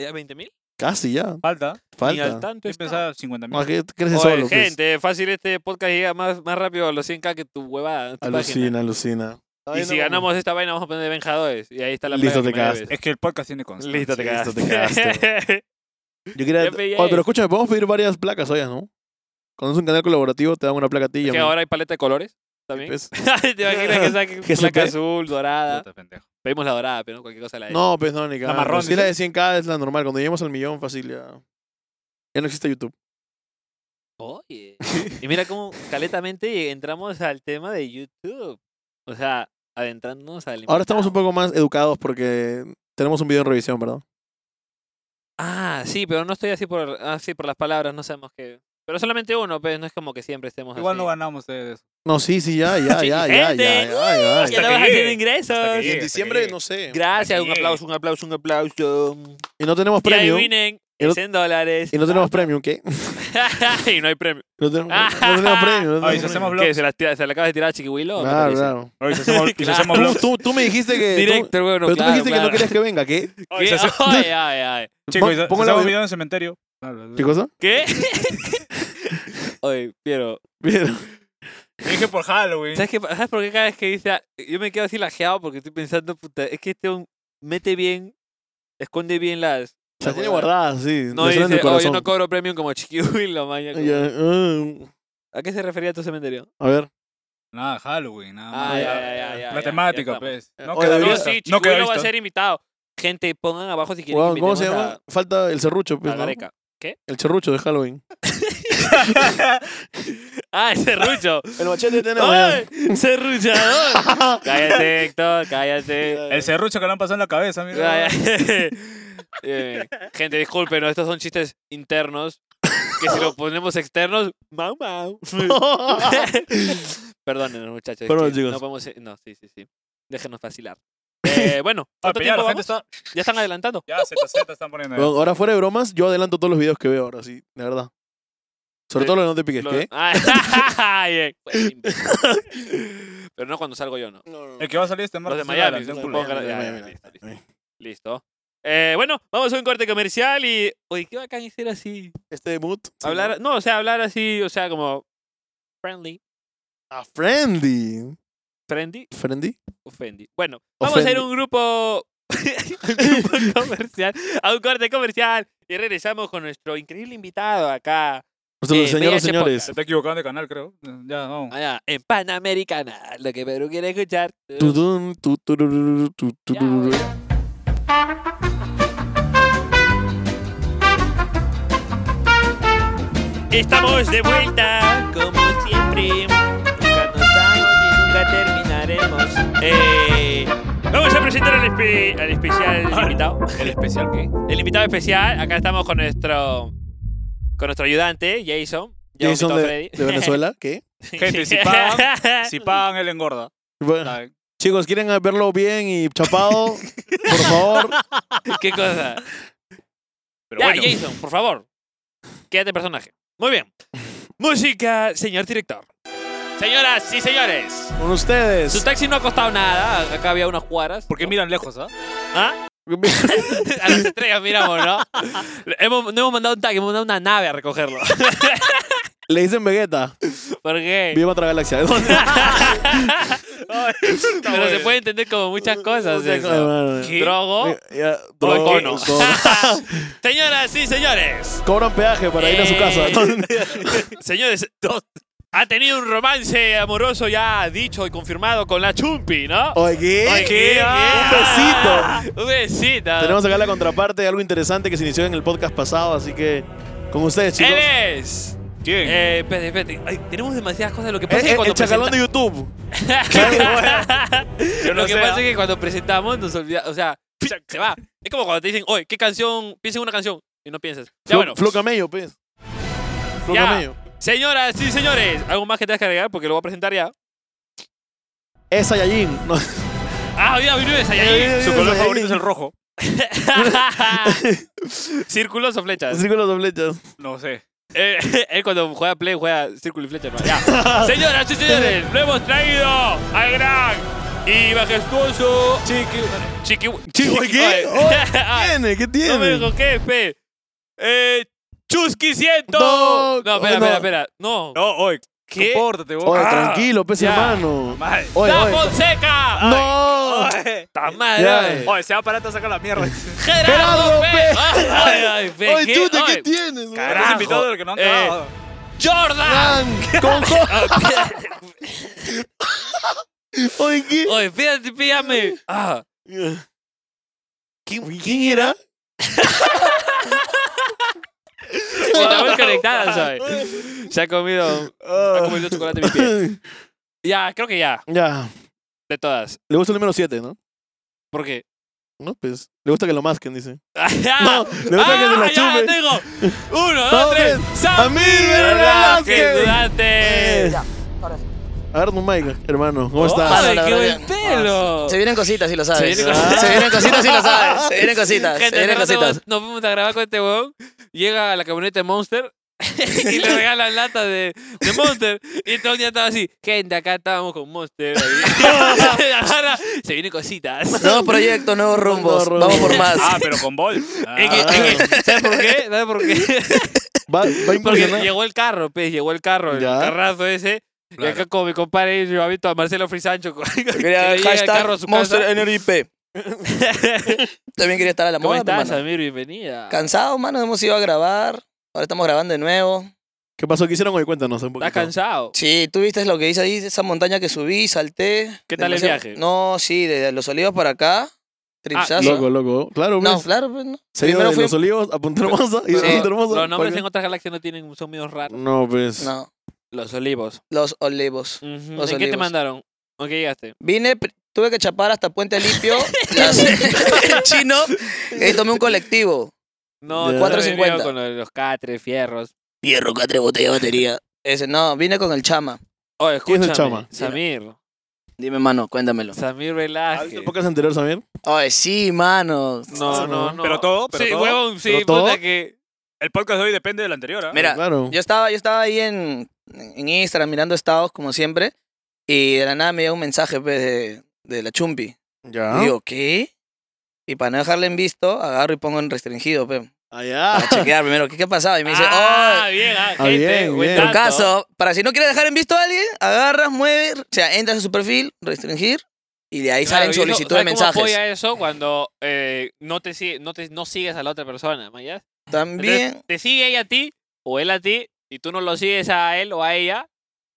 Speaker 2: ¿Ya 20 mil?
Speaker 3: Casi ya,
Speaker 4: Falta.
Speaker 2: Ni al
Speaker 3: falta.
Speaker 2: tanto
Speaker 4: Yo
Speaker 2: está.
Speaker 4: pensaba 50 mil.
Speaker 3: Más que crece
Speaker 2: Oye,
Speaker 3: solo. pues.
Speaker 2: gente, fácil este podcast llega más, más rápido a los 100k que tu huevada. en tu página.
Speaker 3: Alucina, alucina.
Speaker 2: Y si ganamos esta vaina vamos a poner de Benjadores. Y ahí está la prueba
Speaker 3: Listo,
Speaker 2: que
Speaker 3: te
Speaker 2: me
Speaker 3: cagaste.
Speaker 2: debes.
Speaker 4: Es que el podcast tiene constancia.
Speaker 2: Listo, te
Speaker 3: Listo,
Speaker 2: cagaste.
Speaker 3: te Yo quería.
Speaker 2: Ya pegué.
Speaker 3: Oye, pero escúchame, podemos pedir varias placas hoy, ¿no? Cuando es un canal colaborativo, te dan una placa a ti. y
Speaker 2: Es
Speaker 3: a
Speaker 2: que
Speaker 3: mí,
Speaker 2: ahora hay paleta de colores también.
Speaker 3: pues.
Speaker 2: ¿Te imaginas que Ah. saquen
Speaker 3: Que se
Speaker 2: placa
Speaker 3: pe-
Speaker 2: azul, dorada?
Speaker 5: Puta, pendejo.
Speaker 2: Pedimos la dorada, pero no cualquier cosa la de
Speaker 3: No, pues no, ni cagando.
Speaker 4: marrón,
Speaker 3: Si la de 100k es la normal. Cuando lleguemos al millón, fácil ya. Ya no existe YouTube.
Speaker 2: Oye. Y mira cómo caletamente entramos al tema de YouTube. O sea, adentrándonos al.
Speaker 3: Ahora estamos un
Speaker 2: invitado.
Speaker 3: poco más educados porque tenemos un video en revisión, ¿verdad?
Speaker 2: Ah, sí, pero no estoy así por, así por las palabras, no sabemos qué. Pero solamente uno, pues no es como que siempre estemos
Speaker 4: Igual no
Speaker 2: así.
Speaker 4: ganamos ustedes eso.
Speaker 3: No, sí, sí, ya, ya,
Speaker 2: Sí,
Speaker 3: ya, ya, ya,
Speaker 2: gente.
Speaker 3: ya, ya,
Speaker 2: Ah, Ya
Speaker 3: ya.
Speaker 4: que
Speaker 2: estamos haciendo
Speaker 4: llegue, hasta
Speaker 2: ingresos.
Speaker 4: que
Speaker 3: Y en
Speaker 4: llegue.
Speaker 3: diciembre, no sé.
Speaker 2: Gracias,
Speaker 5: Hasta
Speaker 2: un
Speaker 5: que
Speaker 2: aplauso, un aplauso, un aplauso.
Speaker 3: Y no tenemos
Speaker 2: Y ahí
Speaker 3: premium.
Speaker 2: vienen
Speaker 3: Y no-
Speaker 2: 100 dólares.
Speaker 3: Y no tenemos premium, ¿qué?
Speaker 2: y no hay premio.
Speaker 3: No tenemos, no tenemos premium. No
Speaker 4: Ay,
Speaker 3: tenemos
Speaker 4: si hacemos
Speaker 3: premium.
Speaker 2: ¿Qué? ¿Se la, tira- se la acabas de tirar a Chiquihuilo? ¿Qué
Speaker 3: Claro,
Speaker 2: te parece?
Speaker 3: claro.
Speaker 5: Oye, si hacemos, y si
Speaker 2: Claro.
Speaker 5: hacemos
Speaker 3: Tú,
Speaker 5: blogs.
Speaker 3: tú- tú me dijiste que. tú-
Speaker 2: Directo, bueno,
Speaker 3: pero tú
Speaker 2: claro,
Speaker 3: me dijiste que no
Speaker 2: claro.
Speaker 3: querías que venga, ¿qué?
Speaker 5: Oye,
Speaker 2: ¿Qué?
Speaker 5: si hace-
Speaker 2: Ay, ay, ay.
Speaker 4: Chicos, si
Speaker 3: pongo
Speaker 4: hacemos
Speaker 3: la
Speaker 4: video
Speaker 3: vi-
Speaker 4: en el cementerio.
Speaker 3: ¿Qué cosa?
Speaker 2: ¿Qué? Oye, Piero,
Speaker 3: Bien.
Speaker 4: Dije por Halloween.
Speaker 2: ¿sabes, qué, pa- ¿sabes por qué cada vez que dice, ah, yo me quedo así lajeado porque estoy pensando, puta, es que este un- mete bien, esconde bien las...
Speaker 3: Las tiene
Speaker 2: huevadas.
Speaker 3: guardadas, sí.
Speaker 2: No
Speaker 3: le suena en
Speaker 2: dice, oh,
Speaker 3: el
Speaker 2: yo
Speaker 3: corazón.
Speaker 2: no cobro premium como Chiquihuil, lo maña. como-
Speaker 3: Ya, ah,
Speaker 2: ¿A qué se refería tu cementerio?
Speaker 3: a ver.
Speaker 4: Nada, Halloween, nada más.
Speaker 2: Ah,
Speaker 4: Ya.
Speaker 2: ya, ya, ya, ya,
Speaker 4: La
Speaker 2: ya,
Speaker 4: temática,
Speaker 2: ya
Speaker 4: pues. No
Speaker 3: Oye,
Speaker 4: queda
Speaker 3: debería-
Speaker 2: No,
Speaker 4: visto.
Speaker 2: sí,
Speaker 4: No queda
Speaker 2: Chiquihuil va a
Speaker 4: visto.
Speaker 2: ser invitado. Gente, pongan abajo si quieren
Speaker 3: Huevón,
Speaker 2: que
Speaker 3: ¿Cómo se
Speaker 2: invitemos
Speaker 3: llama? Falta el serrucho,
Speaker 2: A,
Speaker 3: pues,
Speaker 2: a
Speaker 3: ¿no?
Speaker 2: Gareca.
Speaker 3: El serrucho de Halloween.
Speaker 2: Ah, el serrucho.
Speaker 3: El machete tiene.
Speaker 2: ¡Ay, serruchador! cállate, Héctor, cállate.
Speaker 4: El serrucho que le han pasado en la cabeza, mira.
Speaker 2: Ya, ya. Eh, gente, disculpen, ¿no? estos son chistes internos. Que si los ponemos externos, mau mau. Perdónenos, muchachos. es
Speaker 3: Perdón,
Speaker 2: que
Speaker 3: chicos.
Speaker 2: No podemos. No, sí, sí, sí. Déjenos vacilar. Eh, bueno,
Speaker 4: Ah,
Speaker 2: ¿cuánto
Speaker 4: pero ya, la
Speaker 2: tiempo
Speaker 4: gente
Speaker 2: vamos?
Speaker 4: está.
Speaker 2: Ya están adelantando.
Speaker 4: Ya, ZZ están poniendo. ahí.
Speaker 3: Huevón, ahora, fuera de bromas, yo adelanto todos los videos que veo ahora, sí, de verdad. Sobre
Speaker 2: Eh,
Speaker 3: todo lo de no te piques,
Speaker 2: Lo-
Speaker 3: ¿qué?
Speaker 2: Ah, bien, pues, imbécil. Pero no cuando salgo yo, no.
Speaker 3: No, no, no.
Speaker 4: El que va a salir este
Speaker 2: Los
Speaker 4: martes.
Speaker 2: de
Speaker 4: es el
Speaker 2: Miami.
Speaker 4: Alan,
Speaker 2: ¿no?
Speaker 4: ten
Speaker 2: Supongo
Speaker 4: culo.
Speaker 2: que- ya, ya,
Speaker 3: Miami,
Speaker 2: listo, listo. Listo. Eh, bueno, vamos a un corte comercial y. Oye, qué bacán es ser así.
Speaker 3: Este mood. sí,
Speaker 2: Hablar, no, o sea, hablar así, o sea, como friendly,
Speaker 3: ¿no? A Friendly.
Speaker 2: friendly,
Speaker 3: ¿Friendly?
Speaker 2: offendi. Bueno, vamos a ir a un grupo, un grupo comercial, a un corte comercial y regresamos con nuestro increíble invitado acá,
Speaker 3: Nuestros
Speaker 2: Eh,
Speaker 3: señores,
Speaker 2: VH
Speaker 4: Se
Speaker 3: señores.
Speaker 4: está equivocando de canal, creo. Ya, vamos.
Speaker 2: allá, en Panamericana, lo que Perú quiere escuchar.
Speaker 3: Tudun, tu, turururu, tu,
Speaker 2: Ya,
Speaker 3: turururu.
Speaker 2: bueno. Estamos de vuelta, como siempre. Nunca nos damos y nunca terminaremos. Eh, vamos a presentar al, espe- al especial invitado.
Speaker 4: ¿El especial qué?
Speaker 2: El invitado especial, acá estamos con nuestro con nuestro ayudante, Jason. Ya
Speaker 3: Jason
Speaker 2: vomitó
Speaker 3: de,
Speaker 2: Freddy.
Speaker 3: de Venezuela, ¿qué?
Speaker 4: Gente, si pagan, Si pagan, él engorda.
Speaker 3: Bueno,
Speaker 4: ¿saben?
Speaker 3: chicos, ¿quieren verlo bien y chapado? Por favor.
Speaker 2: ¿Qué cosa?
Speaker 5: Pero
Speaker 2: Ya,
Speaker 5: bueno,
Speaker 2: Jason, por favor. Quédate personaje. Muy bien. Música, señor director. Señoras y señores.
Speaker 3: Con ustedes.
Speaker 2: Su taxi no ha costado nada. Acá había unas cuadras.
Speaker 4: Porque miran lejos, ¿ah?
Speaker 2: ¿Ah? A las estrellas miramos, ¿no? Hemos- no hemos mandado un taxi, hemos mandado una nave a recogerlo.
Speaker 3: Le dicen Vegeta.
Speaker 2: ¿Por qué?
Speaker 3: Viva otra galaxia.
Speaker 2: Pero se puede entender como muchas cosas. eso.
Speaker 3: ¿Qué?
Speaker 2: Drogo. o cono. Señoras y señores. Eh,
Speaker 3: Cobran peaje para ir a su ¿eh? casa.
Speaker 2: Señores, ha tenido un romance amoroso ya dicho y confirmado con la Chumpi, ¿no?
Speaker 3: Oye, ¿qué?
Speaker 2: Ay,
Speaker 3: ¿Qué? Un besito.
Speaker 2: Un besito.
Speaker 3: Tenemos acá la contraparte de algo interesante que se inició en el podcast pasado, así que con ustedes, chicos.
Speaker 2: Él es.
Speaker 4: ¿Quién?
Speaker 2: Eh, espérate, espérate. Ay, tenemos demasiadas cosas. Lo que
Speaker 3: Eh,
Speaker 2: pasa es
Speaker 3: eh,
Speaker 2: que cuando
Speaker 3: el chacalón de
Speaker 2: presenta-
Speaker 3: YouTube.
Speaker 4: Yo no
Speaker 2: Lo que
Speaker 4: sé,
Speaker 2: pasa
Speaker 4: ¿ah?
Speaker 2: es que cuando presentamos nos olvidamos. O sea, se va. Es como cuando te dicen, oye, ¿qué canción? Piensa en una canción. Y no piensas. Ya
Speaker 3: Flo-
Speaker 2: bueno.
Speaker 3: Flo Camello, pues. Flo
Speaker 2: Ya.
Speaker 3: Camello.
Speaker 2: Señoras y señores, ¿algo más que tengas que agregar? Porque lo voy a presentar ya.
Speaker 3: Es Saiyajin. No.
Speaker 2: Ah, mira, vino de
Speaker 3: Eh,
Speaker 2: Saiyajin.
Speaker 4: Su color favorito es el rojo.
Speaker 2: Círculos o flechas.
Speaker 3: Círculos de flechas.
Speaker 4: No sé.
Speaker 2: Eh, él cuando juega Play juega círculo y flecha, ¿no? Ya. Señoras y señores, lo hemos traído al gran y majestuoso
Speaker 4: Chiqui.
Speaker 2: Chiqui...
Speaker 3: Chico, ¿qué? Oh, ¿Qué
Speaker 2: Ay,
Speaker 3: tiene? ¿Qué
Speaker 2: Ah. no me
Speaker 3: tiene?
Speaker 2: dijo qué, fe. Eh, Chusquisiento.
Speaker 3: No,
Speaker 2: no, espera,
Speaker 3: no.
Speaker 2: espera, espera. No.
Speaker 4: No, oye.
Speaker 2: ¿Qué?
Speaker 4: Compórtate, vos.
Speaker 3: Oye,
Speaker 4: Ah,
Speaker 3: tranquilo, pues,
Speaker 2: ya.
Speaker 3: hermano.
Speaker 4: madre.
Speaker 3: Oye,
Speaker 2: ¡La
Speaker 3: oye.
Speaker 2: Fonseca!
Speaker 3: ¡No!
Speaker 4: Oye.
Speaker 2: ¡Ta
Speaker 3: Ya,
Speaker 2: madre!
Speaker 3: eh.
Speaker 4: Oye, se va a parar a sacar la mierda.
Speaker 2: ¡Gerardo
Speaker 3: Gerardo
Speaker 2: Fe!
Speaker 3: Fe.
Speaker 2: ¡Ay, ay, ay, Fe!
Speaker 3: ¡Oye,
Speaker 2: ¿qué?
Speaker 3: chute,
Speaker 2: Ay,
Speaker 3: ¿qué tienes? güey?
Speaker 4: Carajo. invitado de lo que no
Speaker 2: Eh,
Speaker 4: han cagado.
Speaker 2: ¡Jordan!
Speaker 3: Frank, con jo- Oye, ¿qué?
Speaker 2: Oye, fíjate, fíjame. Ah,
Speaker 3: ¿Quién, quién era?
Speaker 2: estamos conectadas, ¿sabes? Se ha comido
Speaker 3: Ah.
Speaker 2: Ha comido chocolate en mi Ya, creo que ya,
Speaker 3: Ya.
Speaker 2: de todas.
Speaker 3: Le gusta el número 7, ¿no?
Speaker 2: ¿Por qué?
Speaker 3: No, pues. Le gusta que lo masquen, dice.
Speaker 2: ¡Ah!
Speaker 3: le gusta que se
Speaker 2: ya
Speaker 3: la
Speaker 2: Ah,
Speaker 3: chupe.
Speaker 2: tengo! ¡Uno, dos,
Speaker 3: Dos,
Speaker 2: tres!
Speaker 3: tres.
Speaker 2: ¡Samir
Speaker 3: ¡Amir Velázquez!
Speaker 2: Velázquez Durante!
Speaker 3: Eh, A ver, no, Mike, hermano.
Speaker 2: Oh.
Speaker 3: ¿Cómo estás?
Speaker 2: ¡Ay,
Speaker 1: Hola, Ah,
Speaker 2: qué
Speaker 1: hola,
Speaker 2: buen
Speaker 1: bien.
Speaker 2: pelo!
Speaker 1: Se vienen cositas si lo sabes.
Speaker 2: Se
Speaker 1: Se
Speaker 2: vienen
Speaker 1: vienen
Speaker 2: cositas.
Speaker 1: cositas, si lo sabes. Se vienen cositas.
Speaker 2: Gente,
Speaker 1: se vienen
Speaker 2: nosotros
Speaker 1: cositas.
Speaker 2: nos vamos a grabar con este huevón. Llega a la camioneta de Monster y le regalan lata de, de Monster. Y todo el día estaba así. Gente, acá estábamos con Monster. Y agarra, se vienen cositas.
Speaker 1: Nuevos proyectos, nuevos rumbos.
Speaker 3: rumbos.
Speaker 1: Vamos por más.
Speaker 5: Ah, pero con Bol.
Speaker 2: Es que- es que- ¿Sabes por qué? ¿Sabes por qué?
Speaker 3: Va, va a
Speaker 2: Porque
Speaker 3: incursionar.
Speaker 2: llegó el carro, pues, llegó el carro,
Speaker 3: Ya.
Speaker 2: el carrazo ese. Y acá como mi compadre, yo habito a Marcelo Frisancho. que le llega el carro a su
Speaker 1: Monster
Speaker 2: casa.
Speaker 1: Energy P. También quería estar a la
Speaker 2: ¿Cómo
Speaker 1: moda,
Speaker 2: estás,
Speaker 1: hermano.
Speaker 2: Samir? Bienvenida.
Speaker 1: Cansado, mano. Hemos ido a grabar. Ahora estamos grabando de nuevo.
Speaker 3: ¿Qué pasó? ¿Qué hicieron hoy? Cuéntanos un poquito.
Speaker 2: ¿Estás cansado?
Speaker 1: Sí, tú viste lo que hice ahí, esa montaña que subí, salté.
Speaker 2: ¿Qué tal el
Speaker 1: Demasiado-
Speaker 2: viaje? Ah,
Speaker 1: No, sí, desde Los Olivos para acá. Tripsazo.
Speaker 3: Loco, loco. Claro,
Speaker 1: no,
Speaker 3: pues.
Speaker 1: claro, pues no.
Speaker 3: Se ha ido
Speaker 1: primero
Speaker 3: de
Speaker 1: fui-
Speaker 3: los olivos a Punta Hermosa y de
Speaker 1: Pero-
Speaker 3: Punta Hermosa.
Speaker 2: Los nombres
Speaker 3: ¿Para
Speaker 2: en otras galaxias no tienen, son medios
Speaker 3: qué?
Speaker 2: raros.
Speaker 3: No, pues.
Speaker 1: No,
Speaker 2: Los olivos.
Speaker 1: Los Olivos.
Speaker 2: Ujú. ¿En
Speaker 1: Los
Speaker 2: qué te
Speaker 1: olivos.
Speaker 2: mandaron? ¿O qué llegaste?
Speaker 1: Vine, pr- tuve que chapar hasta Puente Limpio, las- el chino, y tomé un colectivo.
Speaker 2: No,
Speaker 3: Ya.
Speaker 2: tú te has
Speaker 1: 4.50.
Speaker 2: venido con lo de los catres, fierros.
Speaker 1: Pierro, catre, botella, batería. Ese, no, vine con el chama.
Speaker 2: Oh,
Speaker 3: ¿Quién es
Speaker 2: escúchame.
Speaker 3: el chama?
Speaker 2: Samir.
Speaker 1: Dime, mano, cuéntamelo.
Speaker 4: Ah,
Speaker 2: Samir
Speaker 3: ¿Has visto
Speaker 2: Velázquez.
Speaker 3: el podcast anterior, Samir?
Speaker 1: Ay, sí, mano.
Speaker 2: No, no, no.
Speaker 4: Pero todo, pero
Speaker 2: sí,
Speaker 4: todo.
Speaker 2: huevón, sí,
Speaker 3: ¿Pero
Speaker 2: puta
Speaker 3: todo?
Speaker 2: que...
Speaker 4: El podcast de hoy depende del anterior, ¿ah?
Speaker 1: Mira,
Speaker 3: Claro.
Speaker 1: yo estaba, yo estaba ahí en, en Instagram mirando estados, como siempre, y de la nada me llegó un mensaje pues, de, de la chumpi.
Speaker 3: Ya.
Speaker 1: Digo, ¿qué? Y para no dejarle en visto, agarro y pongo en restringido, pe,
Speaker 3: Allá.
Speaker 1: para chequear primero, ¿qué, qué pasaba? Y me dice, ¡ay!
Speaker 2: ah, bien, ah,
Speaker 3: Ah,
Speaker 2: gente,
Speaker 3: bien,
Speaker 2: buen
Speaker 3: bien.
Speaker 1: Pero
Speaker 2: dato.
Speaker 1: caso, para si no quieres dejar en visto a alguien, agarras, mueves, o sea, entras a su perfil, restringir, y de ahí
Speaker 2: Claro,
Speaker 1: salen
Speaker 2: y eso-
Speaker 1: solicitud de
Speaker 2: ¿sabes cómo
Speaker 1: mensajes.
Speaker 2: apoya eso cuando eh, no, te, sigue- no, te, no sigues a la otra persona, ¿mayas? Entonces,
Speaker 1: También,
Speaker 2: Te sigue ella a ti o él a ti y tú no lo sigues a él o a ella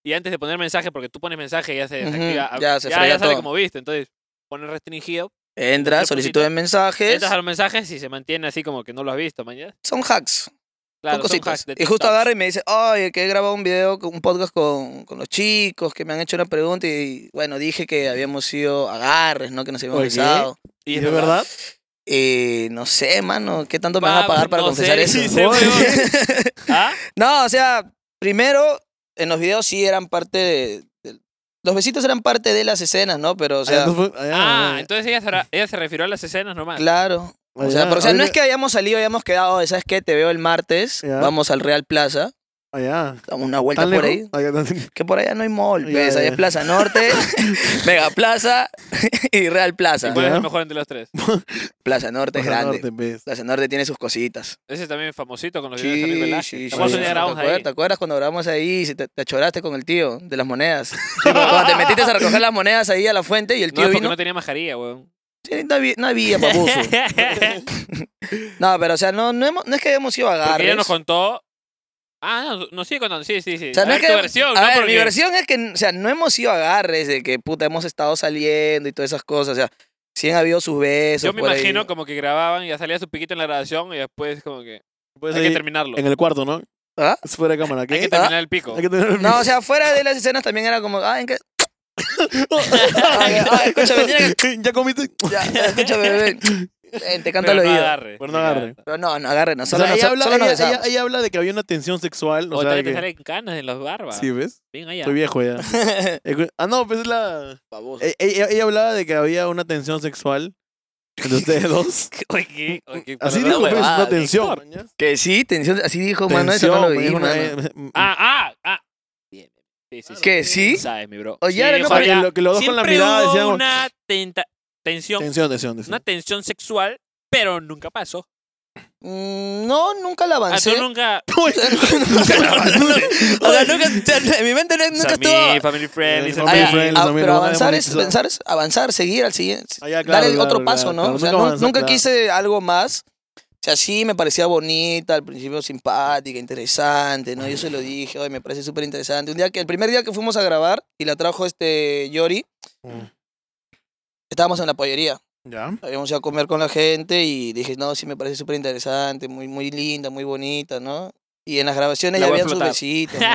Speaker 2: y antes de poner mensaje, porque tú pones mensaje ya se
Speaker 1: Ujú,
Speaker 2: desactiva.
Speaker 1: ya se
Speaker 2: ya,
Speaker 1: frena
Speaker 2: sale
Speaker 1: todo.
Speaker 2: como viste, entonces pones restringido,
Speaker 1: entras, solicitud de mensajes.
Speaker 2: entras a los mensajes y se mantiene así como que no lo has visto, ¿mayas?
Speaker 1: Son hacks.
Speaker 2: Claro,
Speaker 1: son
Speaker 2: son
Speaker 1: cositas.
Speaker 2: hacks de
Speaker 1: y justo
Speaker 2: TikTok.
Speaker 1: agarra y me dice, oye, que he grabado un video, con- un podcast con, con los chicos, que me han hecho una pregunta y bueno, dije que habíamos sido agarres, ¿no? Que nos habíamos
Speaker 3: Oye.
Speaker 1: besado.
Speaker 2: Y
Speaker 3: ¿Y es verdad?
Speaker 1: Eh, no sé, mano, ¿qué tanto me van a
Speaker 2: Pa-
Speaker 1: pagar para
Speaker 2: no
Speaker 1: confesar
Speaker 2: sé,
Speaker 1: eso?
Speaker 2: sí, sé, weón. ¿Ah?
Speaker 1: No, o sea, primero, en los videos sí eran parte de... de- los besitos eran parte de las escenas, ¿no? Pero, o
Speaker 3: Allá
Speaker 1: sea,
Speaker 3: no fue- allá no,
Speaker 2: Ah,
Speaker 3: allá-
Speaker 2: entonces ella, se- ella se refirió a las escenas nomás.
Speaker 1: claro. O sea,
Speaker 3: allá-
Speaker 1: pero, o sea, no
Speaker 3: Ah, ahorita-
Speaker 1: es que hayamos salido, hayamos quedado, "Oye, ¿sabes qué? Te veo el martes,
Speaker 3: Ya.
Speaker 1: vamos al Real Plaza,
Speaker 3: eh, Allá.
Speaker 1: damos una vuelta
Speaker 3: ¿Tan
Speaker 1: por
Speaker 3: lejos?
Speaker 1: ahí.
Speaker 3: Allá, tan-
Speaker 1: Que por allá no hay
Speaker 3: Ya,
Speaker 1: mall, ¿ves?
Speaker 3: ya,
Speaker 1: Ahí
Speaker 3: ya.
Speaker 1: es Plaza Norte, Mega Plaza y Real Plaza.
Speaker 2: ¿Y cuál es
Speaker 3: Ya.
Speaker 2: el mejor entre los tres?
Speaker 1: Plaza Norte es
Speaker 3: Baja
Speaker 1: grande.
Speaker 3: norte, pues.
Speaker 1: Plaza Norte tiene sus cositas.
Speaker 2: Ese también es famosito con los videos de Javier
Speaker 1: Sí,
Speaker 2: Velázquez.
Speaker 1: sí, sí.
Speaker 2: ¿Te acuerdas un día
Speaker 1: ¿Te
Speaker 2: grabamos
Speaker 1: acuerdas,
Speaker 2: ahí?
Speaker 1: te acuerdas cuando grabamos ahí y se te, te achoraste con el tío de las monedas? cuando te metiste a recoger las monedas ahí a la fuente y el
Speaker 2: No,
Speaker 1: tío
Speaker 2: es porque
Speaker 1: vino.
Speaker 2: no tenía majaría, weón.
Speaker 1: Sí, no, había, no había, baboso. no, pero o sea, no, no, hemos- no es que hayamos ido a
Speaker 2: Porque ella
Speaker 1: agarres.
Speaker 2: nos contó... Ah, no, nos sigue contando. Sí, sí, sí.
Speaker 1: O sea,
Speaker 2: a
Speaker 1: no
Speaker 2: ver
Speaker 1: es que,
Speaker 2: tu versión,
Speaker 1: a
Speaker 2: ¿no?
Speaker 1: ver,
Speaker 2: Porque-
Speaker 1: mi versión es que, o sea, no hemos ido a agarres de que, puta, hemos estado saliendo y todas esas cosas. O sea, sí han habido sus besos
Speaker 2: Yo me
Speaker 1: por ahí.
Speaker 2: imagino como que grababan y ya salía su piquito en la grabación y después como que
Speaker 3: Puedes
Speaker 2: hay que
Speaker 3: Pues ahí
Speaker 2: terminarlo.
Speaker 3: en el cuarto, ¿no?
Speaker 1: ¿Ah?
Speaker 3: Es fuera de cámara. ¿Qué?
Speaker 2: Hay que terminar el pico.
Speaker 3: Hay que tener el-
Speaker 1: No, o sea, fuera de las escenas también era como, ah, ¿en qué? Ay, ay, escúchame, tiene
Speaker 3: ya comiste.
Speaker 1: Ya, escúchame, ven. Ven, te canta
Speaker 2: Pero
Speaker 1: el
Speaker 2: no
Speaker 1: oído.
Speaker 2: agarre.
Speaker 3: Pero no agarre.
Speaker 1: Pero no, no agarre, no,
Speaker 3: O
Speaker 1: solo,
Speaker 3: sea,
Speaker 1: nos,
Speaker 3: ella, habla,
Speaker 1: solo nos
Speaker 3: ella- ella-
Speaker 1: besamos.
Speaker 3: ella habla de que había una tensión sexual. O
Speaker 2: O
Speaker 3: sea,
Speaker 2: también
Speaker 3: que-
Speaker 2: te salen canas en los barbas.
Speaker 3: Sí, ¿ves?
Speaker 2: Bien allá.
Speaker 3: Estoy viejo ya. Escu- Ah, no, pues es la...
Speaker 1: Baboso.
Speaker 3: e- Ella, ella hablaba de que había una tensión sexual entre ustedes dos.
Speaker 2: Oye, qué- oye, qué
Speaker 3: Así
Speaker 2: perdón,
Speaker 3: dijo, pues,
Speaker 2: weón.
Speaker 1: huevada,
Speaker 3: una tensión.
Speaker 1: Que sí, tensión, así dijo, mano, eso no
Speaker 3: Tensión, eh.
Speaker 1: lo
Speaker 3: me
Speaker 1: vi,
Speaker 3: dijo una- e-,
Speaker 1: mano.
Speaker 2: Ah, ah, ah. Bien, bien. Sí, sí, sí.
Speaker 1: ¿Que sí?
Speaker 2: Sabes, mi bro.
Speaker 1: Oye, ahora no,
Speaker 2: dijo,
Speaker 1: porque
Speaker 2: había-
Speaker 3: lo- que los dos con la
Speaker 2: siempre
Speaker 3: mirada
Speaker 2: hubo
Speaker 3: decían-
Speaker 2: una tenta- tensión,
Speaker 3: Tensión, tensión, tensión.
Speaker 2: una tensión sexual, pero nunca pasó.
Speaker 1: Mm, No, nunca la
Speaker 2: Ah, tú
Speaker 1: avancé.
Speaker 2: nunca...
Speaker 1: O sea, nunca la avancé. O sea, nunca, o sea, en mi mente no- nunca
Speaker 2: Sammy,
Speaker 1: estuvo...
Speaker 2: Family Friendly,
Speaker 3: Eh, Family
Speaker 1: Ah, ya,
Speaker 2: Sammy.
Speaker 3: Friendly.
Speaker 1: ah,
Speaker 3: también,
Speaker 1: pero
Speaker 3: no, no
Speaker 1: avanzar es,
Speaker 3: monetizar.
Speaker 1: pensar es avanzar, seguir al siguiente.
Speaker 3: Ah, ya,
Speaker 1: dar el
Speaker 3: claro,
Speaker 1: otro
Speaker 3: claro,
Speaker 1: paso,
Speaker 3: claro,
Speaker 1: ¿no? O
Speaker 3: nunca
Speaker 1: sea, nu- nunca,
Speaker 3: avanzas, claro.
Speaker 1: quise algo más. O sea, sí me parecía bonita, al principio simpática, interesante, ¿no? Yo se lo dije, "Oye, me parece súper interesante. Un día que, el primer día que fuimos a grabar y la trajo este Yori,
Speaker 3: Mm.
Speaker 1: estábamos en la pollería.
Speaker 3: Ya.
Speaker 1: Habíamos ido a comer con la gente y dije, no, sí me parece súper interesante, muy, muy linda, muy bonita, ¿no? Y en las grabaciones
Speaker 2: La
Speaker 1: ya
Speaker 2: voy a
Speaker 1: habían sus
Speaker 2: flotar.
Speaker 1: besitos, ¿no?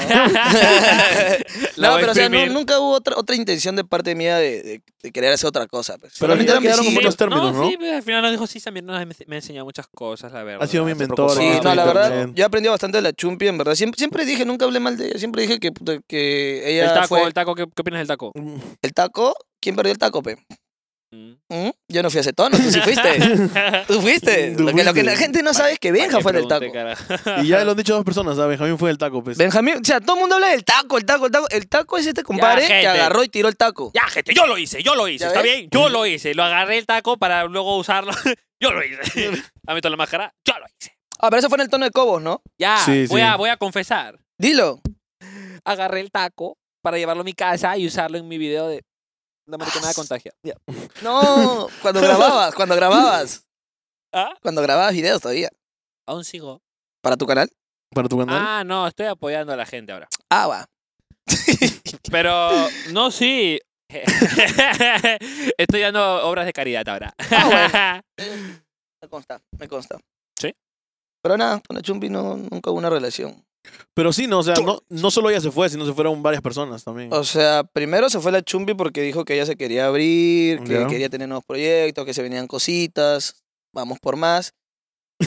Speaker 2: La voy
Speaker 1: No,
Speaker 2: a
Speaker 1: pero o sea, nu-
Speaker 2: exprimir.
Speaker 1: nunca hubo otra, otra intención de parte mía de, de- de querer hacer otra cosa. Pues.
Speaker 3: Pero al
Speaker 1: Solamente
Speaker 3: final
Speaker 1: eran
Speaker 3: quedaron como
Speaker 1: besitos.
Speaker 3: unos términos, ¿no?
Speaker 2: Sí, pero al final nos dijo, sí, Samir nos ha- me, me ha enseñado muchas cosas, la verdad.
Speaker 3: Ha sido mi
Speaker 2: Se
Speaker 3: mentor,
Speaker 2: preocupó.
Speaker 1: Sí,
Speaker 3: Ah,
Speaker 1: no, la
Speaker 3: sí,
Speaker 1: verdad,
Speaker 3: también.
Speaker 1: yo he aprendido bastante de la Chumpi, en verdad. Siempre, siempre dije, nunca hablé mal de ella. Siempre dije que, puta, que ella
Speaker 2: El taco,
Speaker 1: fue...
Speaker 2: el taco, ¿qué, qué opinas del taco?
Speaker 3: Mm.
Speaker 1: ¿El taco? ¿Quién perdió el taco, pe?
Speaker 2: Mm.
Speaker 1: ¿Mm? Yo no fui a ese tono, tú sí fuiste. Tú fuiste.
Speaker 3: Tú
Speaker 1: Lo que, lo que la
Speaker 3: fuiste.
Speaker 1: gente no sabe es que
Speaker 2: ¿Para
Speaker 1: Benja
Speaker 2: qué
Speaker 1: fue del taco.
Speaker 2: pregunté, carajo?
Speaker 3: Y ya lo han dicho dos personas, ¿sabes? Benjamín fue el taco, pues.
Speaker 1: Benjamín, o sea, todo el mundo habla del taco, el taco, el taco. El taco es este compadre
Speaker 2: gente.
Speaker 1: que agarró y tiró el taco.
Speaker 2: Ya, gente, yo lo hice, yo lo hice,
Speaker 1: ¿Ya
Speaker 2: ¿está
Speaker 1: ves?
Speaker 2: bien? Yo lo hice, lo agarré el taco para luego usarlo. yo lo hice. ¿Ha visto la máscara? Yo lo hice.
Speaker 1: Ah, pero eso fue en el tono de Cobos, ¿no?
Speaker 2: Ya,
Speaker 3: Sí,
Speaker 2: voy,
Speaker 3: sí.
Speaker 2: A, voy a confesar.
Speaker 1: Dilo.
Speaker 2: Agarré el taco para llevarlo a mi casa y usarlo en mi video de La Mariconada Contagia. Ya.
Speaker 1: No, cuando grababas, cuando grababas.
Speaker 2: ¿Ah?
Speaker 1: Cuando grababas videos todavía.
Speaker 2: Aún sigo.
Speaker 1: ¿Para tu canal?
Speaker 3: Para tu canal.
Speaker 2: Ah, no, estoy apoyando a la gente ahora.
Speaker 1: Ah, va.
Speaker 2: Pero, no, sí. estoy dando obras de caridad ahora.
Speaker 1: Ah, Me consta, me consta.
Speaker 2: ¿Sí?
Speaker 1: Pero nada, con la Chumpi no, nunca hubo una relación.
Speaker 3: Pero sí, no, o sea, no, no solo ella se fue, sino se fueron varias personas también.
Speaker 2: Oh.
Speaker 1: O sea, primero se fue la Chumpi porque dijo que ella se quería abrir, que
Speaker 3: Ya.
Speaker 1: quería tener nuevos proyectos, que se venían cositas, vamos por más.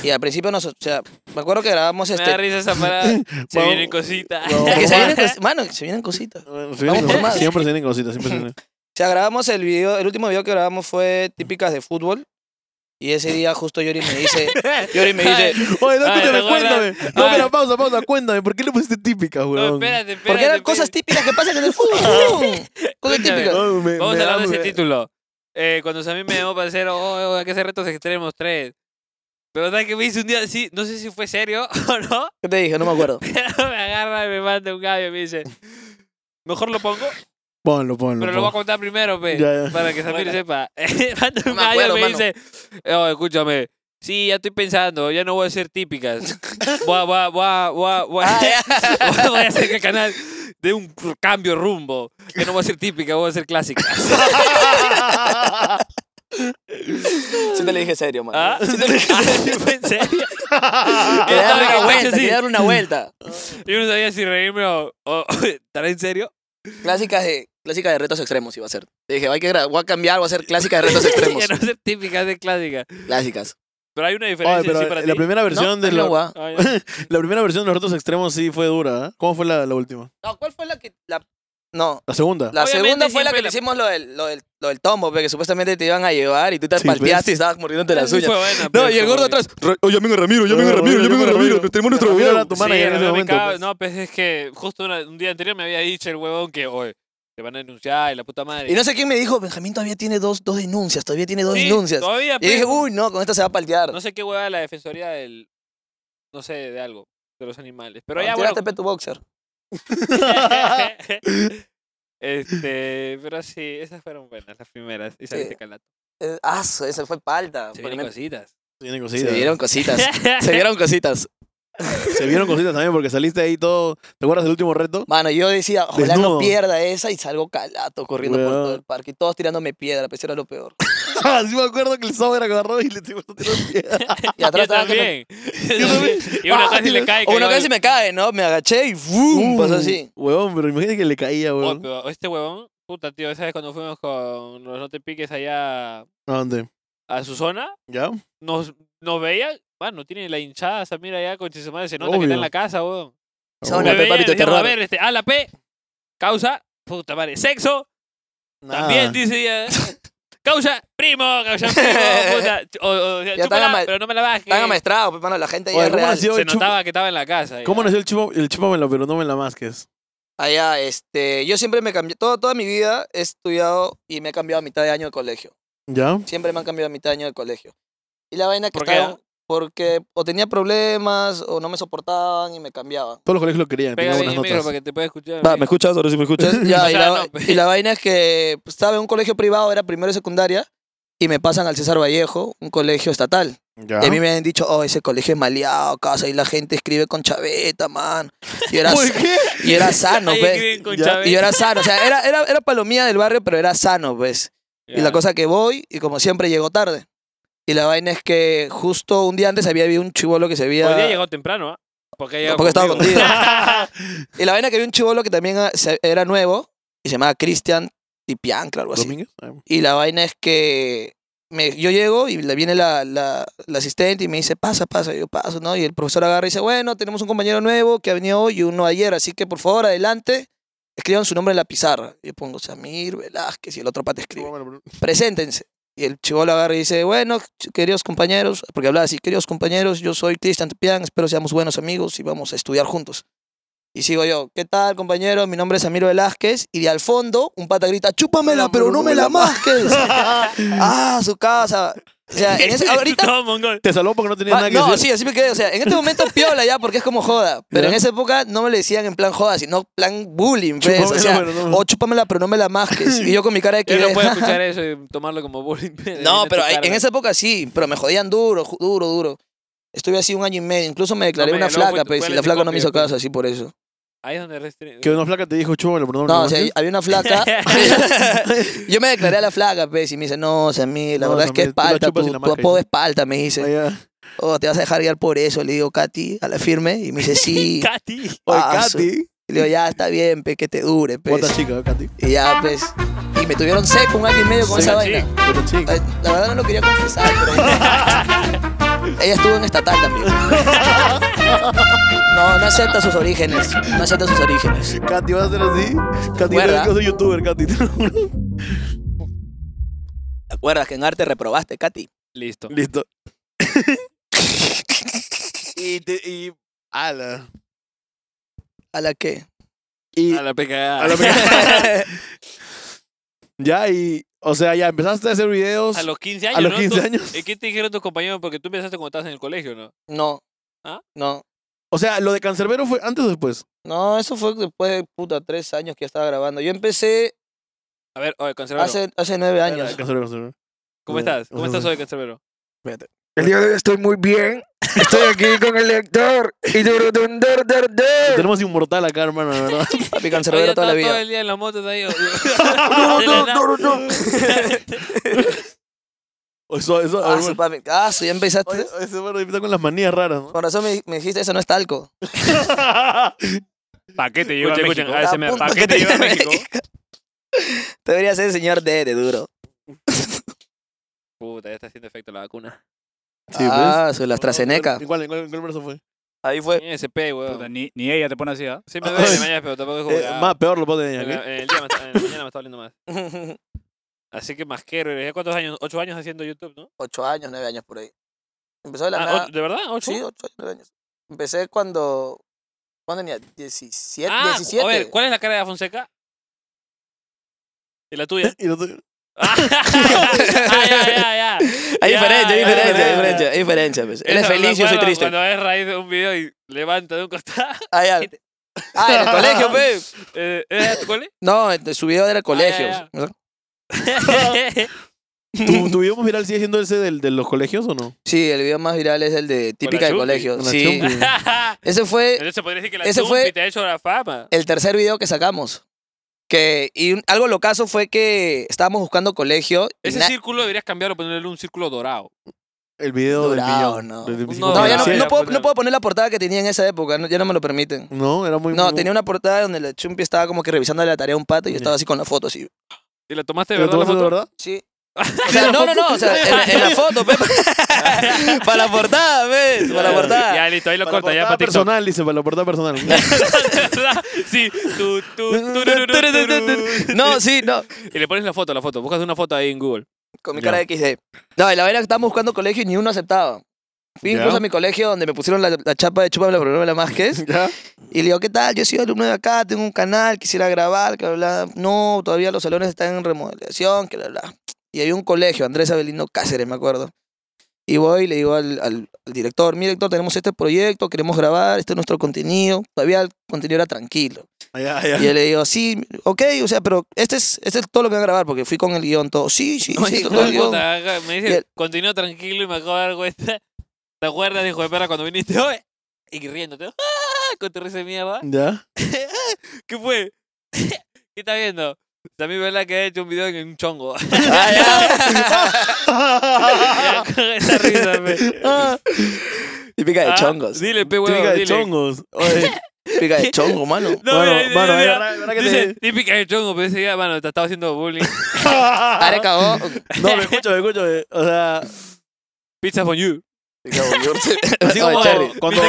Speaker 1: Y al principio nos, o sea, me acuerdo que grabamos
Speaker 2: Me da
Speaker 1: este...
Speaker 2: risa esa parada. Se
Speaker 3: Vamos-
Speaker 2: vienen cositas.
Speaker 3: vamos
Speaker 1: Es que se
Speaker 3: por
Speaker 1: vienen cosi- Mano, se vienen cositas.
Speaker 3: Bueno, se vienen
Speaker 1: Vamos por
Speaker 3: cositas,
Speaker 1: más.
Speaker 3: siempre se vienen cositas, siempre se vienen.
Speaker 1: O sea, grabamos el video, el último video que grabamos fue típicas de fútbol. Y ese día justo Yori me dice, Yori me dice,
Speaker 3: Oye,
Speaker 2: Ay,
Speaker 3: no, escúchame,
Speaker 2: te
Speaker 3: cuéntame.
Speaker 2: acuerdas.
Speaker 3: No,
Speaker 2: Ay.
Speaker 3: espera, pausa, pausa, cuéntame. ¿Por qué le pusiste típica,
Speaker 2: No,
Speaker 3: weón?
Speaker 2: espérate, espérate.
Speaker 1: porque eran cosas
Speaker 2: espérate.
Speaker 1: típicas que pasan en el fútbol. Cosas
Speaker 2: Escúchame.
Speaker 1: típicas.
Speaker 3: Ay, me-
Speaker 2: Vamos
Speaker 3: me
Speaker 2: a hablar de
Speaker 3: da-
Speaker 2: ese
Speaker 3: me-
Speaker 2: título. Eh, cuando Samir me llamó para hacer, oh, oh, hay que hacer retos extremos 3. Pero ¿sabes que me hice un día así? No sé si fue serio o no,
Speaker 1: ¿Qué te dije? No me acuerdo.
Speaker 2: pero me agarra y me manda un gallo y me dice, mejor lo pongo,
Speaker 3: Ponlo, ponlo.
Speaker 2: pero lo voy a
Speaker 3: ponlo.
Speaker 2: contar primero, pe,
Speaker 3: Ya, ya.
Speaker 2: para que Samir
Speaker 1: Bueno.
Speaker 2: sepa. manda
Speaker 1: No
Speaker 2: un
Speaker 1: me
Speaker 2: gallo
Speaker 1: acuerdo,
Speaker 2: y me
Speaker 1: mano.
Speaker 2: dice, oh, escúchame, sí, ya estoy pensando, ya no voy a ser típicas. Voy a, voy a, voy a, voy a- voy a-
Speaker 1: Ah, ya.
Speaker 2: voy a hacer que el canal dé un cambio de rumbo, que no voy a ser típica, voy a ser clásica.
Speaker 1: Sí te lo dije serio, mano.
Speaker 2: ¿Ah?
Speaker 1: Sí te lo dije
Speaker 2: Ah,
Speaker 1: serio.
Speaker 2: yo pensé. Yo
Speaker 1: Quería
Speaker 2: estaba
Speaker 1: darle
Speaker 2: en el
Speaker 1: una
Speaker 2: tacho
Speaker 1: vuelta,
Speaker 2: así.
Speaker 1: quería darle una vuelta.
Speaker 2: Yo no sabía si reírme o, o estar en serio.
Speaker 1: Clásicas de, clásica de retos extremos iba a ser. Te dije, "Hay que gra- voy a cambiar, voy a hacer clásica de retos extremos.
Speaker 2: ya no ser típica de clásica.
Speaker 1: Clásicas.
Speaker 2: Pero hay una
Speaker 3: Oye,
Speaker 2: diferencia
Speaker 3: pero
Speaker 2: sí, para
Speaker 3: la
Speaker 2: ti.
Speaker 3: primera versión
Speaker 1: no,
Speaker 3: de
Speaker 1: ay, no,
Speaker 3: lo-
Speaker 1: guau.
Speaker 2: Ah, ya.
Speaker 3: la primera versión de los retos extremos sí fue dura, ¿eh? ¿Cómo fue la, la última?
Speaker 1: No, ¿cuál fue la que...? La... No,
Speaker 3: La segunda.
Speaker 1: la
Speaker 2: Obviamente
Speaker 1: segunda fue la
Speaker 2: siempre la-
Speaker 1: que le hicimos lo del, lo, del, lo del tombo, porque supuestamente te iban a llevar y tú te
Speaker 3: Sí,
Speaker 1: palteaste
Speaker 3: pues.
Speaker 1: y estabas mordiéndote las
Speaker 2: Sí
Speaker 1: uñas.
Speaker 2: fue buena,
Speaker 1: No,
Speaker 2: pero
Speaker 1: y el
Speaker 2: fue
Speaker 1: gordo
Speaker 2: buena.
Speaker 1: atrás. "Ra- Oye, amigo Ramiro, llamen a Ramiro, llamen a Ramiro, que tenemos nuestro
Speaker 3: Ramiro
Speaker 1: video.
Speaker 3: era tu manager en
Speaker 2: Sí, no,
Speaker 3: ese
Speaker 2: me
Speaker 3: momento.
Speaker 2: cago-
Speaker 3: pues.
Speaker 2: No, pues es que justo una- un día anterior me había dicho el huevón que, oye, te van a denunciar y la puta madre.
Speaker 1: Y no sé quién me dijo, Benjamín todavía tiene dos, dos denuncias, todavía tiene dos
Speaker 2: Sí,
Speaker 1: denuncias.
Speaker 2: Todavía,
Speaker 1: Y dije,
Speaker 2: pero-
Speaker 1: uy, no, con esta se va a paltear.
Speaker 2: no sé qué hueva la defensoría del. No sé, de algo, de los animales. Pero
Speaker 1: No,
Speaker 2: ya, bueno.
Speaker 1: tírate pe tu boxer.
Speaker 2: este, pero sí, esas fueron buenas, las primeras. Y saliste
Speaker 1: Sí.
Speaker 2: calato.
Speaker 1: Eh, Ah, eso ese fue palta.
Speaker 2: Se
Speaker 1: Porque
Speaker 2: vienen
Speaker 1: me-
Speaker 2: cositas.
Speaker 3: Tiene
Speaker 1: se
Speaker 3: cositas.
Speaker 1: vieron cositas. se vieron cositas.
Speaker 3: Se vieron cositas también porque saliste ahí todo. ¿Te acuerdas del último reto?
Speaker 1: Mano, yo decía, ojalá
Speaker 3: Desnudo.
Speaker 1: no pierda esa y salgo calato corriendo por
Speaker 3: Weón.
Speaker 1: todo el parque y todos tirándome piedra, pero eso era lo peor.
Speaker 3: Ah, sí me acuerdo que el Sauer agarró y le tiró el pie.
Speaker 1: Y atrás
Speaker 2: Yo
Speaker 1: estaba que me-
Speaker 2: también. Yo también. Y uno
Speaker 3: Ah,
Speaker 2: casi le cae.
Speaker 1: O
Speaker 2: cayó
Speaker 1: Uno
Speaker 2: al-
Speaker 1: casi me cae, ¿no? Me agaché y ¡boom! Pasó
Speaker 2: Uh,
Speaker 1: así.
Speaker 3: Huevón, pero imagínate que le caía,
Speaker 2: Oh,
Speaker 3: huevón.
Speaker 2: pero este huevón, puta, tío, esa vez cuando fuimos con los No Te Piques allá
Speaker 3: ¿A dónde?
Speaker 2: a su zona,
Speaker 3: ¿Ya?
Speaker 2: nos, nos veía. Mano, tiene la hinchada Samir allá con Chisimar, se nota que
Speaker 3: Obvio.
Speaker 2: está en la casa, huevón.
Speaker 1: Son
Speaker 2: Me
Speaker 1: una
Speaker 2: veía,
Speaker 1: pepa
Speaker 2: le decíamos, a
Speaker 1: terror.
Speaker 2: ver, este, a la P, causa, puta madre, sexo,
Speaker 3: Nada.
Speaker 1: Ah.
Speaker 2: también dice ella. Causa, primo, causa, primo, puta, o, o sea,
Speaker 1: Ya están
Speaker 2: chúpala,
Speaker 1: ama-
Speaker 2: pero no me la bajes.
Speaker 1: Están amaestrados, pues, mano, la gente
Speaker 3: Oye,
Speaker 1: ya es
Speaker 3: ¿cómo
Speaker 1: real.
Speaker 3: nació?
Speaker 2: Se
Speaker 3: el chupa-
Speaker 2: notaba que estaba en la casa.
Speaker 3: ¿Cómo
Speaker 2: ya.
Speaker 3: nació el chupa? El chúpamela, pero no me la masques.
Speaker 1: Allá, este, yo siempre me cambié, todo, toda mi vida he estudiado y me he cambiado a mitad de año de colegio.
Speaker 3: ¿Ya?
Speaker 1: Siempre me han cambiado a mitad de año de colegio. Y la vaina que
Speaker 2: ¿Por qué,
Speaker 1: estaba-
Speaker 2: ah?
Speaker 1: porque o tenía problemas o no me soportaban y me cambiaban.
Speaker 3: Todos los colegios lo querían, tenía
Speaker 2: Pégale
Speaker 3: buenas
Speaker 2: el micro
Speaker 3: notas.
Speaker 2: para que te pueda escuchar.
Speaker 1: Va, ¿me escuchas? Ahora sí me escuchas.
Speaker 2: O
Speaker 1: Ya, y,
Speaker 2: sea,
Speaker 1: la,
Speaker 2: no, pues.
Speaker 1: y la vaina es que pues, estaba en un colegio privado, era primero y secundaria, y me pasan al César Vallejo, un colegio estatal.
Speaker 3: ¿Ya?
Speaker 1: Y a mí me han dicho, oh, ese colegio es maleado, casa, y la gente escribe con chaveta, man. Y era,
Speaker 3: ¿Por qué?
Speaker 1: y era sano,
Speaker 2: Ahí
Speaker 1: pues.
Speaker 2: escriben con
Speaker 3: Ya,
Speaker 2: Chávez.
Speaker 1: Y yo era sano, o sea, era, era, era palomía del barrio, pero era sano, pues. Y la
Speaker 2: Ya.
Speaker 1: cosa que voy, y como siempre, llego tarde. Y la vaina es que justo un día antes había habido un chivolo que se había...
Speaker 2: Hoy día llegó temprano, ¿ah? Porque, llegó
Speaker 1: porque estaba
Speaker 2: conmigo.
Speaker 1: Y la vaina que había un chivolo que también ah, se- era nuevo, y se llamaba Cristian Tipiancla, algo así.
Speaker 3: ¿Domínguez? Ah,
Speaker 1: Y la vaina es que me- yo llego y le viene la, la- la asistente y me dice, pasa, pasa, y yo paso, ¿no? Y el profesor agarra y dice, bueno, tenemos un compañero nuevo que ha venido hoy y uno ayer, así que por favor, adelante, escriban su nombre en la pizarra. Y yo pongo Samir Velázquez y el otro pata escribe,
Speaker 3: chúpamela, bro.
Speaker 1: preséntense. Y el chivolo agarra y dice, bueno, ch- queridos compañeros, porque hablaba así, queridos compañeros, yo soy Cristian Tepian, espero seamos buenos amigos y vamos a estudiar juntos. Y sigo yo, ¿qué tal, compañero? Mi nombre es Samir Velázquez. Y de al fondo, un pata grita, chúpamela, pero no me la masques. Ah, su casa. O sea, en ese- ahorita.
Speaker 2: Todo mongol.
Speaker 3: Te salvó porque no tenías
Speaker 1: Ah,
Speaker 3: nada que
Speaker 1: no,
Speaker 3: decir.
Speaker 1: sí, así me quedé. O sea, en este momento piola ya porque es como joda. Pero
Speaker 3: Ya.
Speaker 1: en esa época no me le decían en plan joda, sino plan bullying. pues, o
Speaker 3: Chúpamela,
Speaker 1: sea,
Speaker 3: pero no me-
Speaker 1: o chúpamela, pero no me la masques. Y yo con mi cara de que.
Speaker 2: Él no puede escuchar eso y tomarlo como bullying.
Speaker 1: Eh, No, pero eh, en
Speaker 2: ese
Speaker 1: esa época sí, pero me jodían duro, ju- duro, duro. Estuve así un año y medio. Incluso me declaré
Speaker 2: No,
Speaker 1: una
Speaker 2: medio, luego
Speaker 1: flaca,
Speaker 2: fue-
Speaker 1: pero
Speaker 2: fue
Speaker 1: la flaca no me hizo
Speaker 2: electrocopio,
Speaker 1: caso, así por eso.
Speaker 2: Ahí es donde restringe.
Speaker 3: Que una flaca te dijo, chúpamela, pero no me la
Speaker 1: No, o sea,
Speaker 3: masques.
Speaker 1: había una flaca. yo me declaré a la flaca, pues, y me dice, no, o sea, a mí, la
Speaker 3: No,
Speaker 1: verdad es que
Speaker 3: Samir,
Speaker 1: es
Speaker 3: tú la
Speaker 1: palta,
Speaker 3: chupas y
Speaker 1: tu,
Speaker 3: la
Speaker 1: tu
Speaker 3: marcas,
Speaker 1: apodo
Speaker 3: dice.
Speaker 1: es palta, me dice.
Speaker 3: Ah, ya.
Speaker 1: Oh, te vas a dejar guiar por eso, le digo Katy a la firme. Y me dice, sí.
Speaker 2: Katy.
Speaker 3: Oye,
Speaker 1: Ah, su-
Speaker 3: Katy.
Speaker 1: y le digo, ya está bien, pe, que te dure, pe.
Speaker 3: Otra chica, Katy.
Speaker 1: Y ya, pues. Y me tuvieron seco un año y medio con esa
Speaker 2: Sí,
Speaker 1: vaina.
Speaker 3: Otra chica.
Speaker 1: Eh, La verdad no lo quería confesar, pero. Ella estuvo en estatal también. No, no acepta sus orígenes. No acepta sus orígenes.
Speaker 3: Katy, vas a hacer así. Katy,
Speaker 1: Guarda.
Speaker 3: yo soy youtuber, Katy. te lo juro.
Speaker 1: ¿Te acuerdas que en arte reprobaste, Katy?
Speaker 2: Listo.
Speaker 3: Listo. y te. Y. Ala.
Speaker 1: ¿A la qué?
Speaker 3: Y.
Speaker 2: A la PKA.
Speaker 3: A la pega- ya, y. O sea, ya empezaste a hacer videos.
Speaker 2: A los 15 años.
Speaker 3: a los
Speaker 2: ¿no?
Speaker 3: 15
Speaker 2: Tú-
Speaker 3: años.
Speaker 2: ¿Y qué te dijeron tus compañeros? Porque tú empezaste cuando estabas en el colegio, ¿no?
Speaker 1: No.
Speaker 2: ¿Ah?
Speaker 1: No.
Speaker 3: O sea, lo de Cancerbero fue antes o después.
Speaker 1: No, eso fue después de puta tres años que ya estaba grabando. Yo empecé
Speaker 2: A ver, oye, Cancerbero.
Speaker 1: hace, hace nueve años.
Speaker 3: Cancerbero, Cancerbero.
Speaker 2: ¿Cómo estás? ¿Cómo estás hoy, Cancerbero?
Speaker 6: El día de hoy estoy muy bien. Estoy aquí con el lector. Y dur, dun, dur, dur, dur.
Speaker 3: Tenemos inmortal acá, hermano, la verdad.
Speaker 1: Papi
Speaker 2: Oye,
Speaker 1: cancerbero toda la
Speaker 2: estaba todo
Speaker 1: vida.
Speaker 2: el día en la moto de ahí.
Speaker 6: Dur, dur, dur, dur.
Speaker 3: Eso, eso,
Speaker 1: Ah,
Speaker 3: oye,
Speaker 1: su papi. Ah, su, ya empezaste.
Speaker 3: oye, ese barro empieza con las manías raras, ¿no?
Speaker 1: Por razón me, me dijiste, eso no es talco. Ah,
Speaker 5: Paquete llegó a
Speaker 2: Escuchen, escuchen,
Speaker 5: México.
Speaker 1: La
Speaker 5: ASMR.
Speaker 1: puta
Speaker 5: Paquete
Speaker 1: que
Speaker 5: llegó a
Speaker 1: te-
Speaker 5: México.
Speaker 1: Debería ser el señor D de duro.
Speaker 2: Puta, ya está haciendo efecto la vacuna.
Speaker 3: Sí, pues.
Speaker 1: ah, su, la AstraZeneca.
Speaker 3: ¿En cuál, en cuál, en cuál brazo fue?
Speaker 1: Ahí fue.
Speaker 2: ISP,
Speaker 4: Puta,
Speaker 2: weón.
Speaker 4: ni, ni ella te pone así, ¿ah?
Speaker 2: Sí me duele
Speaker 3: Ay.
Speaker 2: en la mañana, pero tampoco es como...
Speaker 3: Eh,
Speaker 2: que, ah,
Speaker 3: más peor lo pone de
Speaker 2: en
Speaker 3: aquí.
Speaker 2: la- en el día me está- en la mañana me está doliendo más. Así que masquero, ¿ya cuántos años? ¿Ocho años haciendo YouTube, no?
Speaker 1: Ocho años, nueve años por ahí. Empezó de la
Speaker 2: Ah,
Speaker 1: nada.
Speaker 2: o- ¿De verdad? ¿Ocho?
Speaker 1: Sí, ocho años, nueve años. Empecé cuando... ¿Cuándo tenía? 17,
Speaker 2: ah, a
Speaker 1: 17.
Speaker 2: ver, ¿cuál es la cara de Fonseca? ¿Y la tuya?
Speaker 3: Y lo tuyo-
Speaker 2: ah, ya, ya, ya.
Speaker 1: Hay
Speaker 2: Ya,
Speaker 1: diferencia, hay
Speaker 2: ya, ya.
Speaker 1: diferencia, hay diferencia, hay diferencia. pues. Él es
Speaker 2: Eso, me
Speaker 1: feliz, yo soy
Speaker 2: acuerdo
Speaker 1: triste.
Speaker 2: Cuando ves raíz de un video y levanta de un costado.
Speaker 1: Ah, ya. Ah, en el colegio, pe.
Speaker 2: pues. Eh, ¿Era de tu cole?
Speaker 1: No, este, su video era el colegio.
Speaker 2: Ah, ya,
Speaker 3: ¿Tu, tu video más viral sigue siendo ese del, de los colegios o no?
Speaker 1: Sí, el video más viral es el de típica del
Speaker 2: chumpi,
Speaker 1: colegio.
Speaker 3: con la
Speaker 1: Sí.
Speaker 3: chumpi.
Speaker 1: Ese fue
Speaker 2: Entonces podría decir que la
Speaker 1: Ese
Speaker 2: Ese
Speaker 1: fue- Eh,
Speaker 2: te ha hecho la fama.
Speaker 1: el tercer video que sacamos. Que, y un- algo locazo fue que estábamos buscando colegio. y
Speaker 2: Ese
Speaker 1: na-
Speaker 2: círculo deberías cambiarlo, ponerle un círculo dorado.
Speaker 3: El video
Speaker 1: Dorado,
Speaker 3: del millón.
Speaker 1: no.
Speaker 3: del
Speaker 2: No,
Speaker 3: principio
Speaker 1: no,
Speaker 3: de
Speaker 1: ya
Speaker 3: la
Speaker 1: no,
Speaker 3: serie.
Speaker 1: no puedo, no puedo poner la portada que tenía en esa época, no- ya no me lo permiten.
Speaker 3: No, era muy...
Speaker 1: No,
Speaker 3: muy-
Speaker 1: tenía una portada donde la Chumpi estaba como que revisando la tarea a un pato y yo
Speaker 3: Ya.
Speaker 1: estaba así con la foto, así.
Speaker 2: ¿Y la tomaste de
Speaker 3: ¿Pero
Speaker 2: verdad?
Speaker 3: tú
Speaker 2: la
Speaker 3: vas a hacer de
Speaker 2: foto?
Speaker 3: verdad?
Speaker 1: Sí. O sea, no, no, no, o sea, en, en la foto, pe, para la portada, ¿ves? Para la
Speaker 2: Ya,
Speaker 1: portada.
Speaker 2: Ya, listo, ahí lo
Speaker 3: Para la
Speaker 2: corta, ya
Speaker 3: portada
Speaker 2: para TikTok.
Speaker 3: personal, dice, para la portada personal.
Speaker 2: sí, tú, tú, tururú, tururú.
Speaker 1: No, sí, no.
Speaker 2: Y le pones la foto, la foto. Buscas una foto ahí en Google.
Speaker 1: Con mi
Speaker 3: Ya.
Speaker 1: cara de XD. No, y la verdad que estábamos buscando colegio y ni uno aceptaba. Fui
Speaker 3: Ya.
Speaker 1: incluso a mi colegio donde me pusieron la, la chapa de chupa la problema más que es.
Speaker 3: ¿Ya?
Speaker 1: Y le digo, ¿qué tal? Yo soy alumno de acá, tengo un canal, quisiera grabar, que bla, bla. No, todavía los salones están en remodelación, que bla, bla. Y había un colegio, Andrés Avelino Cáceres, me acuerdo. Y voy y le digo al, al- al director, mi director, tenemos este proyecto, queremos grabar, este es nuestro contenido. Todavía el contenido era tranquilo.
Speaker 3: Ya, ya.
Speaker 1: Y yo le digo, sí, ok, o sea, pero este es, este es todo lo que van a grabar, porque fui con el guión todo. Sí, sí, sí, todo el guión.
Speaker 2: Puta, acá me
Speaker 1: Y
Speaker 2: dice,
Speaker 1: el-
Speaker 2: continúa tranquilo y me acabo de dar cuenta. ¿Te acuerdas, hijo de perra, cuando viniste hoy? Y riéndote. ¡Ah! Con tu risa de mierda.
Speaker 3: ¿Ya?
Speaker 2: ¿Qué fue? ¿Qué estás viendo? También verdad que he hecho un video en un chongo. Con esa risa, pe.
Speaker 1: Típica de
Speaker 2: Ah,
Speaker 1: chongos.
Speaker 2: Dile, pe,
Speaker 3: Típica
Speaker 2: huevón,
Speaker 3: de
Speaker 2: dile.
Speaker 3: chongos. Oye,
Speaker 1: Típica de chongo, mano.
Speaker 2: No,
Speaker 3: mano,
Speaker 2: mira, mira,
Speaker 3: mano, ahí,
Speaker 2: mira.
Speaker 3: ¿verdad- verdad que
Speaker 2: Dice,
Speaker 3: te-
Speaker 2: típica de chongo, pero ese día, mano, te estaba haciendo bullying. Ah.
Speaker 1: Are cagó.
Speaker 3: No, me escucho, me escucho. eh. O sea,
Speaker 2: Pizza for you.
Speaker 3: así como
Speaker 1: Cherry.
Speaker 3: cuando...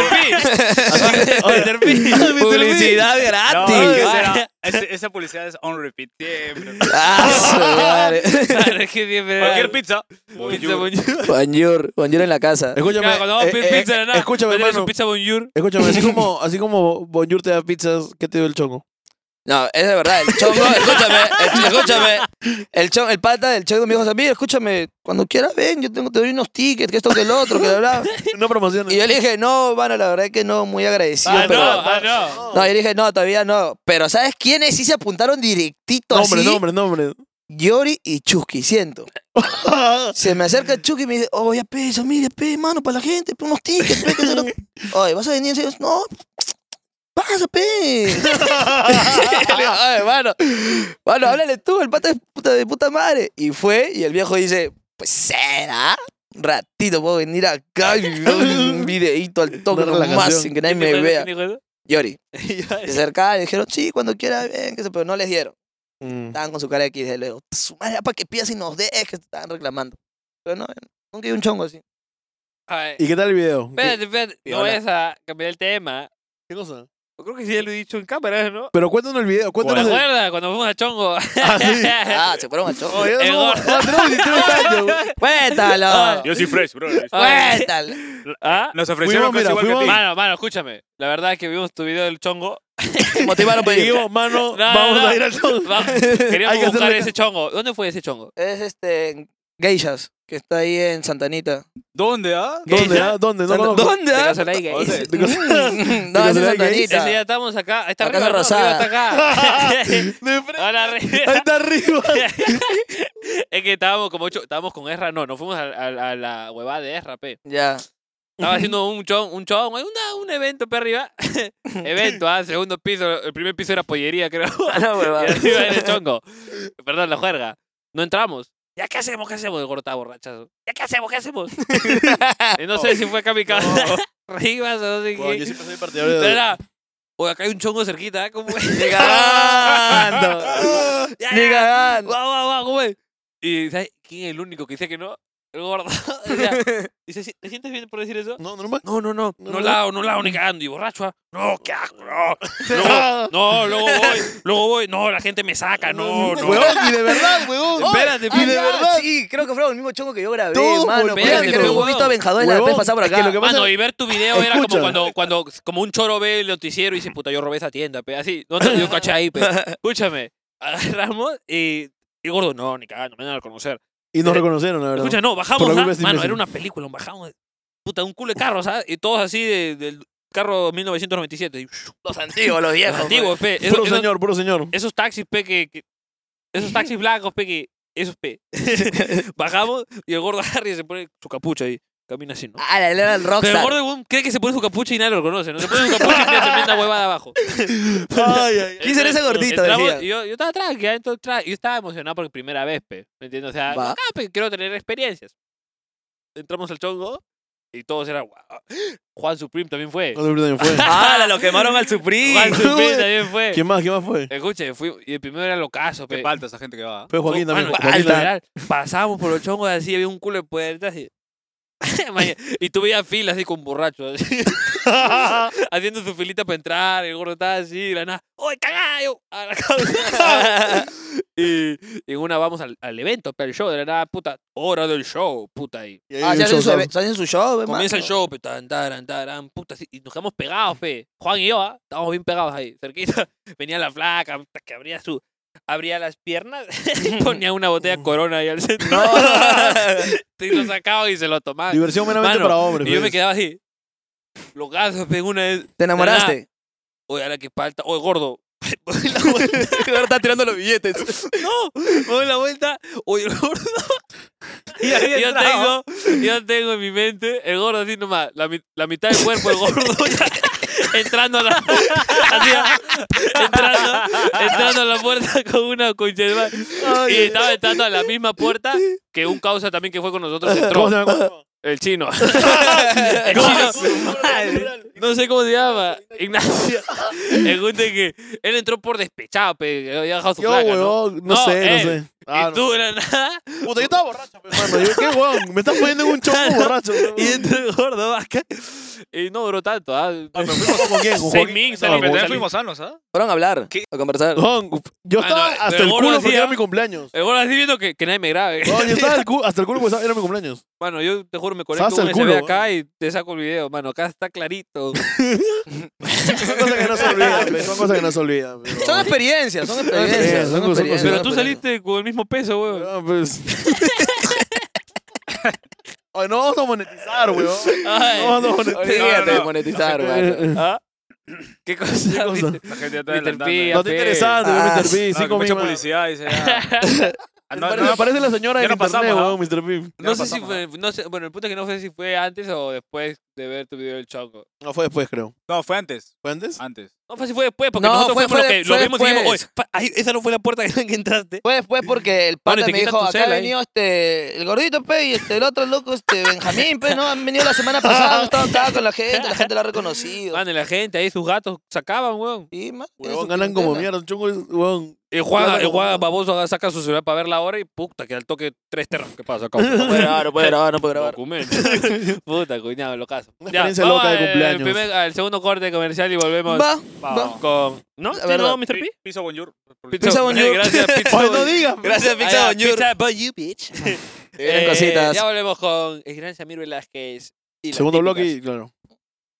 Speaker 2: Mr. P. Mr. P.
Speaker 3: Pues,
Speaker 1: Publicidad
Speaker 4: No,
Speaker 1: gratis.
Speaker 4: ese
Speaker 2: Ah.
Speaker 4: era- ese- esa publicidad es on repeat siempre.
Speaker 1: Ah, su madre.
Speaker 2: Claro, es que siempre da-
Speaker 4: Cualquier pizza.
Speaker 2: Pizza
Speaker 4: Bonjour.
Speaker 2: bonjour.
Speaker 1: Banjur, Banjur en la casa.
Speaker 3: Escúchame,
Speaker 2: Claro, cuando vamos a
Speaker 3: eh,
Speaker 2: pedir
Speaker 3: eh,
Speaker 2: pizza de la nada,
Speaker 3: escúchame,
Speaker 2: me traes
Speaker 3: hermano.
Speaker 2: un pizza bonjour.
Speaker 3: Escúchame, así como, así como Bonjour te da pizzas, ¿qué te dio el chongo?
Speaker 1: No, es de verdad, el chongo, escúchame, el- escúchame. El, chon- el pata del chongo me dijo, mí, escúchame, cuando quieras ven, yo tengo, te doy unos tickets, que esto, que el otro, que la bla.
Speaker 3: No promociones.
Speaker 1: Y yo le dije, no, bueno, la verdad es que no, muy agradecido,
Speaker 2: Ah,
Speaker 1: pero...
Speaker 2: no, ah, no.
Speaker 1: No, yo le dije, no, todavía no. Pero ¿sabes quiénes sí se apuntaron directito
Speaker 3: Nombre,
Speaker 1: así?
Speaker 3: nombre, nombre.
Speaker 1: Yori y Chucky, siento. Se me acerca Chucky y me dice, oh, ya pesa, mira, pe, mano, para la gente, pe, unos tickets, pe, que se lo... Oye, ¿vas a venir en serio? No, pasa, pe. Le digo, Oye, mano, mano, háblale tú, el pata es puta, de puta madre. Y fue, y el viejo dice, pues será. Un ratito puedo venir acá y un videíto al toque
Speaker 3: Una relajación.
Speaker 1: nomás sin que nadie me
Speaker 2: ¿Quién
Speaker 1: vea.
Speaker 2: dijo eso?
Speaker 1: Yori.
Speaker 2: ¿Quién dijo
Speaker 1: Se
Speaker 2: eso?
Speaker 1: acercaban y dijeron, sí, cuando quiera, ven, que se-", pero no les dieron.
Speaker 3: Mm.
Speaker 1: Estaban con su cara de XD. Le digo, su madre, para que pidas y nos des, que estaban reclamando. Pero no, nunca hay un chongo así.
Speaker 2: Ay,
Speaker 3: ¿Y qué tal el video?
Speaker 2: Espérate, espérate. No
Speaker 3: Viola.
Speaker 2: vayas a cambiar el tema.
Speaker 3: ¿Qué cosa?
Speaker 2: Yo creo que sí ya lo he dicho en cámara, ¿no?
Speaker 3: Pero cuéntanos el video,
Speaker 2: ¿Te
Speaker 3: cuéntanos el...
Speaker 2: acuerdas cuando fuimos a Chongo?
Speaker 3: Ah, sí.
Speaker 1: Ah, se fueron al chongo.
Speaker 3: Oye,
Speaker 2: El
Speaker 3: somos-
Speaker 2: gordo.
Speaker 3: ah, tenemos 23 años.
Speaker 1: Cuéntalo.
Speaker 5: Yo soy fresh, bro.
Speaker 2: Ay.
Speaker 1: Cuéntalo.
Speaker 2: ¿Ah?
Speaker 4: Nos ofrecieron
Speaker 3: Fuimos,
Speaker 4: casi
Speaker 3: mira,
Speaker 4: igual
Speaker 3: fuimos-
Speaker 4: que a ti.
Speaker 2: Mano, mano, escúchame. La verdad es que vimos tu video del Chongo.
Speaker 1: Motivaron para ir.
Speaker 3: Dijimos, mano,
Speaker 2: No, no,
Speaker 3: vamos
Speaker 2: no.
Speaker 3: a ir al chongo.
Speaker 2: Vamos, Queríamos
Speaker 3: Hay que
Speaker 2: buscar
Speaker 3: hacerle-
Speaker 2: ese Chongo. ¿Dónde fue ese Chongo?
Speaker 1: Es este, en Geishas, que está ahí en Santanita.
Speaker 4: ¿Dónde, ah?
Speaker 3: ¿Dónde, ah? ¿Dónde? No conozco.
Speaker 1: ¿Dónde?
Speaker 2: De
Speaker 1: ah?
Speaker 2: casualidad hay gays.
Speaker 1: Mm, No, es en
Speaker 3: casualidad hay gays?
Speaker 2: Ese día
Speaker 1: Santanita.
Speaker 2: estamos acá. Está
Speaker 1: La Casa
Speaker 2: arriba, ¿no?
Speaker 1: Rosada.
Speaker 2: Arriba está acá.
Speaker 3: De frente.
Speaker 2: Hola,
Speaker 3: Ahí
Speaker 2: arriba.
Speaker 3: está arriba.
Speaker 2: Es que estábamos como ocho, estábamos con Ezra, no, nos fuimos a, a- a la huevada de Ezra, pe.
Speaker 1: Ya.
Speaker 2: Estaba haciendo un chon, un chon, una- un evento pe arriba. evento, ah, segundo piso, el primer piso era pollería, creo.
Speaker 1: Ah, No,
Speaker 2: y arriba era el chongo. Perdón, la juerga. No entramos. ¿Ya qué hacemos? ¿Qué hacemos? El gordo estaba borrachazo. ¿Ya qué hacemos? ¿Qué hacemos? y no sé si fue acá mi casa. Rivas o no sé
Speaker 3: Weón, yo
Speaker 2: qué.
Speaker 3: siempre soy partidario de...
Speaker 2: Era, o acá hay un chongo cerquita, ¿eh? ¿cómo es?
Speaker 1: Ni cagando.
Speaker 2: Ya,
Speaker 1: Ni
Speaker 2: ya.
Speaker 1: cagando.
Speaker 2: Guau, guau, guau, ¿cómo es? Y ¿sabes quién es el único que dice que no? El gordo. O sea, dice, "¿Sí- ¿Te sientes bien por decir eso?
Speaker 3: No, normal.
Speaker 2: No, no, no. No
Speaker 3: no.
Speaker 2: lao, no lao, ni cagando. Y borracho, ¿ah? No, qué asco, no. Luego, no, luego voy, luego voy. No, la gente me saca, no, no.
Speaker 3: Weón, y de verdad, weón.
Speaker 2: Espérate,
Speaker 3: y de
Speaker 1: Ah, ya,
Speaker 3: verdad.
Speaker 1: Sí, creo que fue el mismo chongo que yo grabé,
Speaker 3: Tú,
Speaker 1: mano.
Speaker 3: pues,
Speaker 1: Espérate,
Speaker 2: espérate,
Speaker 1: que luego
Speaker 2: huevón.
Speaker 1: he visto a Benjadola la vez
Speaker 3: Huevón,
Speaker 1: pasada por
Speaker 3: es que
Speaker 1: acá.
Speaker 3: lo que pasa-
Speaker 2: Mano, y ver tu video era como
Speaker 3: Escucha.
Speaker 2: cuando, cuando como un choro ve el noticiero y dice, puta, yo robé esa tienda, pe, así. No te yo caché ahí, pe. Escúchame, agarramos y, y gordo, no, ni cagando, me van a reconocer.
Speaker 3: Y nos reconocieron, la verdad.
Speaker 2: Escucha, no,
Speaker 3: Por
Speaker 2: bajamos,
Speaker 3: la
Speaker 2: ¿ah?
Speaker 3: culpa de Steam
Speaker 2: mano,
Speaker 3: Messenger.
Speaker 2: era una película, bajamos, puta, un culo de carros, ¿sabes? Y todos así de- del carro 1997. Y,
Speaker 1: Los antiguos, los viejos.
Speaker 2: antiguos, pe. Eso-
Speaker 3: puro
Speaker 2: eso-
Speaker 3: señor, puro señor.
Speaker 2: esos taxis, pe, que, que- Esos taxis blancos, pe, que... Esos, pe. Bajamos y el gordo Harry se pone su capucha y camina así, ¿no?
Speaker 1: Ah, la era el
Speaker 2: Pero el
Speaker 1: rockstar.
Speaker 2: gordo weón, cree que se pone su capucha y nadie lo reconoce, ¿no? Se pone su capucha y tiene tremenda huevada abajo.
Speaker 3: Ay, ay, ay.
Speaker 1: ¿Quién será ese gordito?
Speaker 2: Entramos
Speaker 1: Decía.
Speaker 2: y yo, yo estaba tranquila, entonces tra- yo estaba emocionado por primera vez, pe. ¿Me entiendes? O sea,
Speaker 1: Va.
Speaker 2: acá, pe, quiero tener experiencias. Entramos al chongo y todos eran, "Guau". Juan Supreme también fue.
Speaker 3: ¿Cuánto tiempo fue?
Speaker 1: Ah, la- lo quemaron al Supreme.
Speaker 2: Juan Supreme también fue.
Speaker 3: ¿Quién más? ¿Quién más fue?
Speaker 2: Escuche, fui, y el primero era Locazo,
Speaker 4: Qué
Speaker 2: pe.
Speaker 4: falta esa gente que va. ¿ah?
Speaker 3: Fue Joaquín también.
Speaker 2: Mano,
Speaker 3: Joaquín también.
Speaker 2: literal, pasábamos por los chongos así, había un culo de puertas y... Maña- y tú veías filas así con borrachos, así, haciendo su filita para entrar, el gordo estaba así, de la nada, ¡Oye, cagayo! A la causa. y, y en una vamos al, al evento, pero el show, de la nada, puta, hora del show, puta, y
Speaker 3: Y ahí
Speaker 1: Ah,
Speaker 3: el
Speaker 1: ya hacen
Speaker 3: show,
Speaker 1: su,
Speaker 3: ¿sabes?
Speaker 1: eve- hacen su show, hermano.
Speaker 2: comienza el show, pe, tan, taran, taran, puta, así, y nos quedamos pegados, pe. Juan y yo, ah, estábamos bien pegados ahí, cerquita. Venía la flaca, puta, que abría su... Abría las piernas y ponía una botella de corona ahí al centro. y lo sacaban y se lo tomaban.
Speaker 3: Diversión meramente
Speaker 2: Mano,
Speaker 3: para hombres.
Speaker 2: Y yo me
Speaker 3: pues.
Speaker 2: quedaba así. Los gatos, pegó una vez.
Speaker 1: ¿Te enamoraste?
Speaker 2: Oye, a la que falta. Oye, gordo. Me doy la vuelta.
Speaker 1: Ahora está tirando los billetes.
Speaker 2: No, me doy la vuelta. Oye, el gordo. yo, tengo, yo tengo en mi mente el gordo así nomás. La, mi- la mitad del cuerpo, el gordo. ya entrando a la así, ah, entrando, entrando a la puerta con una concha de madre. Y estaba entrando a la misma puerta que un causa también que fue con nosotros
Speaker 3: ¿Cómo
Speaker 2: entró.
Speaker 3: se llama? ¿Cómo
Speaker 2: El chino. el chino.
Speaker 3: se llama?
Speaker 2: No sé cómo se llama. Ignacio. El punto es que él entró por despechado, pe. Había dejado su
Speaker 3: Yo,
Speaker 2: flaca, ¿no?
Speaker 3: weón, no
Speaker 2: No,
Speaker 3: sé, no
Speaker 2: él.
Speaker 3: sé. Ah,
Speaker 2: y
Speaker 3: no.
Speaker 2: tú, de la nada.
Speaker 3: Puta, yo estaba borracho, pero, mano. Yo, qué weón, me estás poniendo en un chongo borracho.
Speaker 2: Y entró el gordo vaca. Y no duró tanto, ¿ah?
Speaker 3: pero fuimos con quién, con
Speaker 2: Seis
Speaker 3: Joaquín.
Speaker 2: mil,
Speaker 3: No,
Speaker 5: Pero
Speaker 4: pues,
Speaker 2: salimos,
Speaker 3: con-
Speaker 5: también
Speaker 2: salimos.
Speaker 5: fuimos sanos, ¿ah?
Speaker 1: Fueron a hablar,
Speaker 5: ¿Qué?
Speaker 1: a conversar.
Speaker 3: Weón, yo
Speaker 2: Mano,
Speaker 3: estaba hasta
Speaker 2: pero
Speaker 3: el
Speaker 2: gordo
Speaker 3: culo porque
Speaker 2: hacía-
Speaker 3: era mi cumpleaños.
Speaker 2: El gordo así viendo que, que nadie me grabe.
Speaker 3: Weón, yo estaba al cu- hasta el culo porque estaba- era mi cumpleaños.
Speaker 2: Mano, yo te juro, me conecto
Speaker 3: Estás
Speaker 2: un
Speaker 3: al
Speaker 2: USB
Speaker 3: culo,
Speaker 2: acá y te saco el video, mano. Acá está clarito.
Speaker 3: Son cosas que no se olvidan, pe, son cosas que no se olvidan. pero-
Speaker 1: Son experiencias, son experiencias.
Speaker 3: experiencias, son
Speaker 1: son
Speaker 3: cosas-
Speaker 1: experiencias,
Speaker 2: Pero
Speaker 1: son
Speaker 2: tú
Speaker 1: experiencias.
Speaker 2: saliste con el mismo peso, weón.
Speaker 3: Ah, pues. Ay, no vamos a monetizar, weón.
Speaker 2: Ay.
Speaker 3: No vamos a monetizar.
Speaker 1: Oye,
Speaker 5: No,
Speaker 1: te
Speaker 5: no.
Speaker 1: monetizar,
Speaker 3: Eh,
Speaker 1: mano.
Speaker 3: eh.
Speaker 2: ¿Ah? ¿Qué cosa?
Speaker 3: ¿Qué cosa?
Speaker 2: Mr.
Speaker 5: La gente ya
Speaker 2: Mr.
Speaker 5: está adelantando.
Speaker 2: P,
Speaker 5: ¿eh?
Speaker 3: No te
Speaker 2: pe.
Speaker 3: interesante,
Speaker 1: Ah,
Speaker 3: weón, Mr. P.
Speaker 5: Ah, que
Speaker 3: Sí, comí
Speaker 5: mucha
Speaker 3: más.
Speaker 5: publicidad, dice. ah. Ah, no,
Speaker 3: Parece-
Speaker 5: no, no,
Speaker 3: Parece la señora
Speaker 5: ya
Speaker 3: del
Speaker 5: no
Speaker 3: internet,
Speaker 5: pasamos, ¿ah?
Speaker 3: weón, Mr. P.
Speaker 2: No sé si
Speaker 5: pasamos,
Speaker 2: fue, no sé, bueno, el punto es que no sé si fue antes o después de ver tu video del chongo.
Speaker 3: No, fue después, creo.
Speaker 4: No, fue antes.
Speaker 3: ¿Fue antes?
Speaker 4: Antes.
Speaker 2: No fue si fue después, porque
Speaker 1: No,
Speaker 2: nosotros
Speaker 1: fue-
Speaker 2: fuimos los
Speaker 1: fue-
Speaker 2: que
Speaker 1: fue
Speaker 2: lo vimos y dijimos,
Speaker 1: después.
Speaker 2: oye, pa- ahí- esa no fue la puerta que entraste.
Speaker 1: Fue después porque el
Speaker 2: Mano, y
Speaker 1: pata
Speaker 2: te
Speaker 1: me
Speaker 2: quitas
Speaker 1: dijo,
Speaker 2: tu
Speaker 1: acá
Speaker 2: cel
Speaker 1: ha
Speaker 2: ahí".
Speaker 1: venido este, el gordito, pe, y este, el otro loco, este, Benjamín, pe, no, han venido la semana pasada, han estado acá con la gente, la gente lo ha reconocido.
Speaker 2: Mano, y la gente ahí, sus gatos sacaban, weón.
Speaker 1: Y, man, tiene
Speaker 3: Weón,
Speaker 1: su
Speaker 3: ganan como
Speaker 1: clientela.
Speaker 3: mierda. Un chongo, es- weón.
Speaker 2: El Juan,
Speaker 3: Claro,
Speaker 2: el Juan
Speaker 3: weón.
Speaker 2: baboso acá saca su celular para ver la hora y puta, que al toque tres terras. ¿Qué pasa, cabrón?
Speaker 1: No puede grabar, no puede grabar, no puede grabar.
Speaker 2: Documento. Puta, cuñado, lo caso.
Speaker 3: Una experiencia loca de cumpleaños.
Speaker 2: Primer, al segundo corte comercial y volvemos
Speaker 1: Va,
Speaker 5: Vamos.
Speaker 2: con. ¿No?
Speaker 1: La
Speaker 2: ¿Sí,
Speaker 1: verdad.
Speaker 2: ¿No, Mr. P?
Speaker 5: Piso Bonjour.
Speaker 1: Pizza Bonjour.
Speaker 2: Gracias, Pizza
Speaker 3: Ay, no
Speaker 2: Bonjour.
Speaker 3: digas.
Speaker 1: gracias,
Speaker 2: Ah,
Speaker 1: Pizza
Speaker 2: ya,
Speaker 1: Bonjour.
Speaker 2: Pizza Bonjour, bitch.
Speaker 1: Vienen
Speaker 2: Eh,
Speaker 1: cositas.
Speaker 2: Ya volvemos con el gran Samir Velázquez. y las
Speaker 3: Segundo bloque,
Speaker 2: típicas.
Speaker 3: y claro.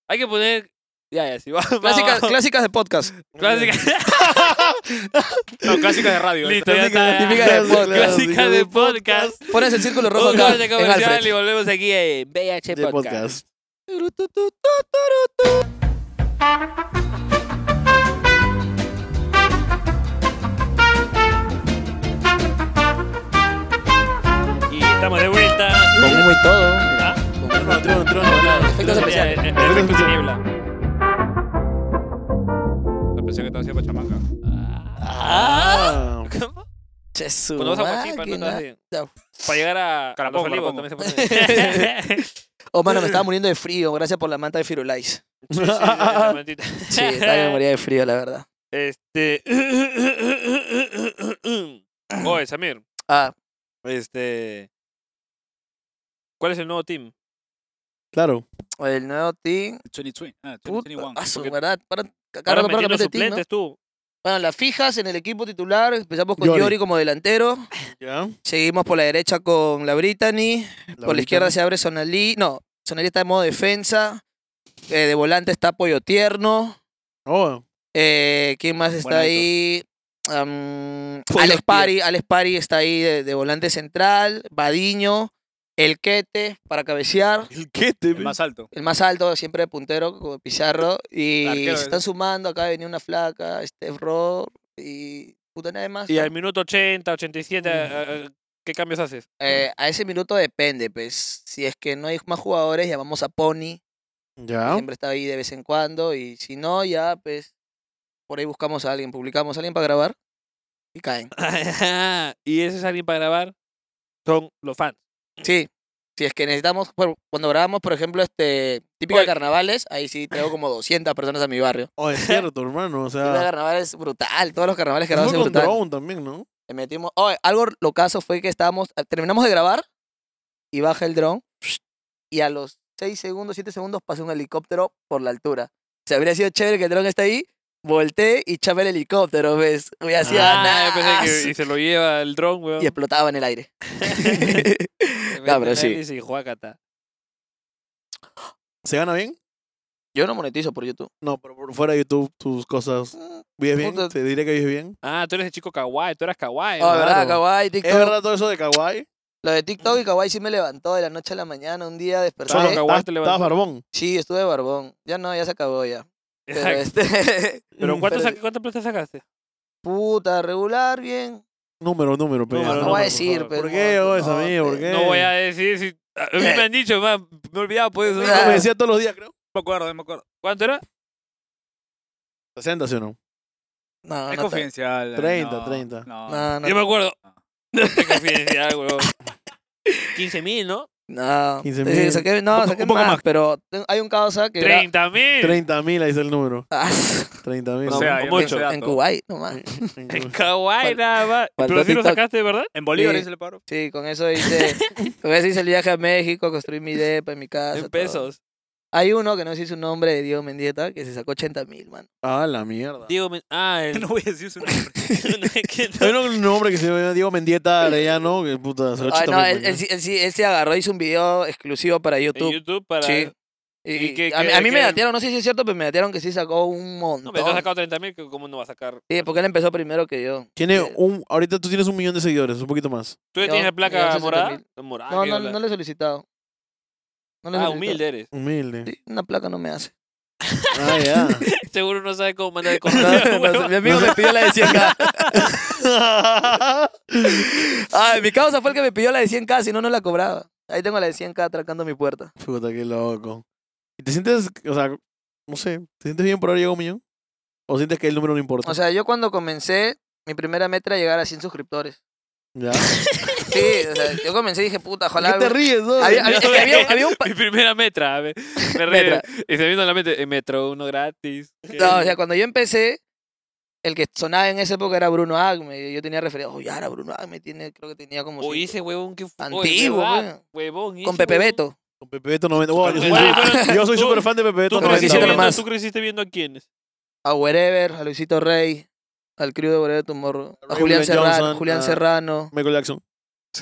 Speaker 2: Hay que poner. Ya, ya, sí, va. va,
Speaker 1: Clásicas,
Speaker 2: va.
Speaker 1: clásicas de podcast.
Speaker 2: Clásica.
Speaker 5: No, clásicas
Speaker 4: ¿eh?
Speaker 5: de radio.
Speaker 2: Listo, ya está.
Speaker 1: típica de podcast.
Speaker 2: Clásica de podcast.
Speaker 1: Pones el círculo rojo
Speaker 2: Un
Speaker 1: acá,
Speaker 2: corte
Speaker 1: en
Speaker 2: comercial y
Speaker 1: Alfred.
Speaker 2: volvemos aquí en BH
Speaker 3: De
Speaker 2: Podcast.
Speaker 3: podcast.
Speaker 2: Y estamos de vuelta.
Speaker 1: Con humo y todo.
Speaker 2: ¿Ah?
Speaker 3: Trono, trono, trono.
Speaker 1: Efectos especiales.
Speaker 2: Eh, eh, Efectos de
Speaker 3: especiales.
Speaker 2: niebla.
Speaker 5: Pensé que estaba haciendo Pachamaca.
Speaker 2: Ah.
Speaker 3: Ah.
Speaker 2: ¿Cómo?
Speaker 1: Chesu,
Speaker 2: Cuando vas a Huachipa, no te
Speaker 1: máquina.
Speaker 2: vas bien. Para llegar a, a los
Speaker 5: Carapongo,
Speaker 2: olivos
Speaker 5: Carapongo.
Speaker 2: también se pone.
Speaker 1: Oh, mano, me estaba muriendo de frío. Gracias por la manta de Firulais.
Speaker 2: la mantita.
Speaker 1: Sí, estaba que me moría de frío, la verdad.
Speaker 2: Este. Oye, Samir.
Speaker 1: Ah,
Speaker 2: Este. ¿Cuál es el nuevo team?
Speaker 3: Claro.
Speaker 1: el nuevo team.
Speaker 4: 22. Ah,
Speaker 1: Puta,
Speaker 4: 21.
Speaker 1: ah, su,
Speaker 2: porque-
Speaker 1: ¿verdad? Para, cada
Speaker 2: Ahora
Speaker 1: rato para
Speaker 2: metiendo
Speaker 1: cambiar de team, ¿no?
Speaker 2: suplentes tú.
Speaker 1: Bueno, las fijas en el equipo titular. Empezamos con
Speaker 3: Yori.
Speaker 1: Yori como delantero.
Speaker 3: ¿Ya?
Speaker 1: Seguimos por la derecha con la Brittany. por la izquierda
Speaker 3: hacia
Speaker 1: se abre Sonalí. No, Sonalí está en modo defensa. Eh, de volante está Pollo Tierno.
Speaker 3: Oh,
Speaker 1: Eh, ¿Quién más está
Speaker 5: Buenavito.
Speaker 1: ahí? Am,
Speaker 3: Pollo
Speaker 1: Alex
Speaker 3: Tierno.
Speaker 1: Pari. Alex Pari está ahí de, de volante central. Badiño. El Quete para cabecear.
Speaker 3: el que te...
Speaker 4: El más alto.
Speaker 1: El más alto, siempre de puntero, como Pizarro. Y
Speaker 4: Arquero,
Speaker 1: se
Speaker 4: ese.
Speaker 1: están sumando. Acá venía una flaca, Steph Rohr y puta nadie más.
Speaker 2: Y al minuto 80, 87, eh, eh, ¿qué cambios haces?
Speaker 1: Eh, a ese minuto depende, pues. Si es que no hay más jugadores, llamamos a Pony.
Speaker 3: ¿Ya?
Speaker 1: Siempre está ahí de vez en cuando. Y si no, ya, pues. Por ahí buscamos a alguien, publicamos a alguien para grabar. Y caen.
Speaker 2: y ese es alguien para grabar. Son los fans.
Speaker 1: Sí. Si es que necesitamos. por- Cuando grabamos, por ejemplo, este. Típica de
Speaker 2: Oye.
Speaker 1: carnavales, ahí sí tengo como 200 personas a mi barrio.
Speaker 3: Oh, es cierto, hermano. O
Speaker 1: Típica de
Speaker 3: sea...
Speaker 1: carnaval es brutal. Todos los carnavales que
Speaker 3: Fue
Speaker 1: grabamos es
Speaker 3: con
Speaker 1: brutal.
Speaker 3: drone también, ¿no?
Speaker 1: Le metimos. Oh, algo locazo fue que estábamos. eh, Terminamos de grabar y baja el dron. Y a los 6 segundos, 7 segundos pasó un helicóptero por la altura. O sea, habría sido chévere que el dron está ahí. Volteé y chapé el helicóptero, ¿ves? Hubiera sido
Speaker 2: Ah, yo
Speaker 1: nada.
Speaker 2: pensé que- y se lo lleva el dron, weón.
Speaker 1: Y explotaba en el aire.
Speaker 2: No,
Speaker 1: pero sí.
Speaker 2: Y juácata.
Speaker 3: ¿Se gana bien?
Speaker 1: Yo no monetizo por YouTube.
Speaker 3: No, pero por fuera de YouTube, tus cosas.
Speaker 1: Oh,
Speaker 3: ¿Vives bien?
Speaker 1: Puta.
Speaker 3: Te diré que vives bien.
Speaker 2: Ah, tú eres el chico kawaii, tú eras kawaii.
Speaker 1: Ah,
Speaker 2: ¿no?
Speaker 1: verdad,
Speaker 3: claro.
Speaker 1: Kawaii,
Speaker 3: ¿Es
Speaker 1: TikTok.
Speaker 3: verdad todo eso de Kawaii?
Speaker 1: Lo de TikTok y Kawaii sí me levantó de la noche a la mañana, un día desperté.
Speaker 2: Solo Kawaii
Speaker 3: ¿Estás
Speaker 2: te
Speaker 3: estás
Speaker 2: levantó.
Speaker 3: barbón?
Speaker 1: Sí, estuve barbón. Ya no, ya se acabó ya. Pero
Speaker 2: Exacto.
Speaker 1: este.
Speaker 2: Pero ¿cuánto
Speaker 1: pero- Eh.
Speaker 2: saca- ¿cuántas plata sacaste?
Speaker 1: Puta, regular, bien.
Speaker 3: Número, número, pero.
Speaker 2: Número,
Speaker 1: no,
Speaker 2: no,
Speaker 1: no voy
Speaker 2: por
Speaker 1: a decir,
Speaker 2: favor.
Speaker 1: pero.
Speaker 3: ¿Por qué,
Speaker 1: no,
Speaker 3: oh, esa
Speaker 1: no,
Speaker 3: mía? ¿Por
Speaker 1: pe-
Speaker 3: qué?
Speaker 2: No voy a decir si. A mí me han dicho, man, me olvidaba, pues. ¿no?
Speaker 1: Ah.
Speaker 3: Me decía todos los días, creo.
Speaker 4: No me acuerdo, no me acuerdo.
Speaker 2: ¿Cuánto era?
Speaker 3: 60, ¿sí o no?
Speaker 1: No,
Speaker 4: es
Speaker 1: no, te-
Speaker 4: confidencial. eh,
Speaker 3: 30,
Speaker 4: no,
Speaker 3: 30.
Speaker 4: No.
Speaker 1: no, no,
Speaker 2: Yo me acuerdo.
Speaker 4: Ah.
Speaker 2: Qué confidencial, weón. 15 mil, ¿no?
Speaker 1: no.
Speaker 3: 15.000.
Speaker 1: Sí, saqué- no,
Speaker 4: Un poco-
Speaker 1: saqué
Speaker 4: un poco
Speaker 1: más,
Speaker 4: más.
Speaker 1: pero ten- hay un caso que era-
Speaker 2: 30 mil.
Speaker 3: 30 mil, ahí está el número.
Speaker 1: Ah,
Speaker 3: 30 mil.
Speaker 4: O sea,
Speaker 2: como
Speaker 4: yo no
Speaker 2: ocho.
Speaker 4: sé
Speaker 1: en
Speaker 4: dato.
Speaker 1: Kuwait, nomás.
Speaker 2: Kawaii, nada más.
Speaker 1: faltó
Speaker 2: Pero sí lo
Speaker 1: TikTok.
Speaker 2: sacaste, ¿verdad?
Speaker 4: En Bolívar
Speaker 1: Sí.
Speaker 4: es el paro.
Speaker 1: Sí, con eso hice, con eso hice el viaje a México, construí mi depa en mi casa.
Speaker 2: En
Speaker 1: todo.
Speaker 2: pesos.
Speaker 1: Hay uno que no sé su nombre, de Diego Mendieta, que se sacó 80 mil, man.
Speaker 3: Ah, la mierda.
Speaker 2: Diego, Men- ah, el.
Speaker 4: No voy a decir su nombre.
Speaker 2: ¿Qué
Speaker 3: Hay
Speaker 2: tal?
Speaker 3: un nombre que se llama Diego Mendieta Arellano, que puta, se lo
Speaker 1: Ah,
Speaker 3: chita
Speaker 1: no,
Speaker 3: muy
Speaker 1: él,
Speaker 3: bien.
Speaker 1: él sí- él sí- él se agarró, hizo un video exclusivo para
Speaker 2: En
Speaker 1: YouTube.
Speaker 2: YouTube para.
Speaker 1: Sí. Y,
Speaker 2: ¿Y qué-
Speaker 1: a, mí-
Speaker 2: qué-
Speaker 1: a mí me
Speaker 2: qué-
Speaker 1: datearon, no sé si es cierto, pero me datearon que sí sacó un
Speaker 2: No,
Speaker 1: montón.
Speaker 2: pero te has sacado 30 mil, ¿cómo no vas a sacar?
Speaker 1: Sí, porque él empezó primero que yo.
Speaker 3: Tiene
Speaker 1: Eh,
Speaker 3: un, ahorita tú tienes un millón de seguidores, un poquito más.
Speaker 2: ¿Tú ya
Speaker 1: Yo-
Speaker 2: tienes la
Speaker 1: yo
Speaker 2: placa
Speaker 1: 60.000.
Speaker 2: morada? Morada.
Speaker 1: No,
Speaker 2: Ah, ¿qué
Speaker 1: no,
Speaker 2: habla?
Speaker 1: no lo he solicitado. No lo he
Speaker 2: Ah,
Speaker 1: solicitado.
Speaker 2: humilde eres.
Speaker 3: Humilde.
Speaker 1: Sí, una placa no me hace.
Speaker 3: Ah, ya.
Speaker 2: Seguro no sabe cómo mandar el
Speaker 1: No,
Speaker 2: correo.
Speaker 1: no,
Speaker 2: huevón.
Speaker 1: mi amigo me pidió la de 100k. Ah, mi causa fue el que me pidió la de 100k, si no, no la cobraba. Ahí tengo la de 100k atracando mi puerta.
Speaker 3: Puta, qué loco. ¿Y te sientes, o sea, no sé, ¿te sientes bien por haber llegado a un millón? ¿O sientes que el número no importa?
Speaker 1: O sea, yo cuando comencé, mi primera meta era llegar a 100 suscriptores.
Speaker 3: ya.
Speaker 1: Sí, o sea, yo comencé y dije, puta,
Speaker 3: ¿Por
Speaker 1: ojalá.
Speaker 3: qué te ríes, no?
Speaker 1: Había- había- es que había- había un pa-
Speaker 2: Mi primera metra. Me, me reí.
Speaker 1: Metra.
Speaker 2: Y se me vino a la mente, eh, metro uno gratis. ¿qué?
Speaker 1: No, o sea, cuando yo empecé, el que sonaba en esa época era Bruno Agme. y Yo tenía referido, oye, ahora Bruno Agme tiene, creo que tenía como.
Speaker 2: Oye,
Speaker 1: cinco-
Speaker 2: ese huevón que fue.
Speaker 1: Antiguo,
Speaker 2: huevón.
Speaker 1: con
Speaker 2: ese
Speaker 1: Pepe
Speaker 2: huevón.
Speaker 1: Beto.
Speaker 3: Con Pepe Beto 90. Wow, yo soy,
Speaker 2: Güey,
Speaker 3: súper- yo soy
Speaker 2: tú-
Speaker 3: súper fan de Pepe Beto
Speaker 2: ¿Tú
Speaker 1: no,
Speaker 2: creciste,
Speaker 1: no,
Speaker 3: 90.
Speaker 1: no.
Speaker 2: viendo,
Speaker 1: Más.
Speaker 2: ¿Tú creciste viendo a quiénes?
Speaker 1: a Wherever, a Luisito Rey, al crew de Wherever Tomorrow, a
Speaker 3: Ray
Speaker 1: Julián
Speaker 3: William
Speaker 1: Serrano,
Speaker 3: Johnson,
Speaker 1: Julián
Speaker 3: ah,
Speaker 1: Serrano.
Speaker 3: Michael Jackson.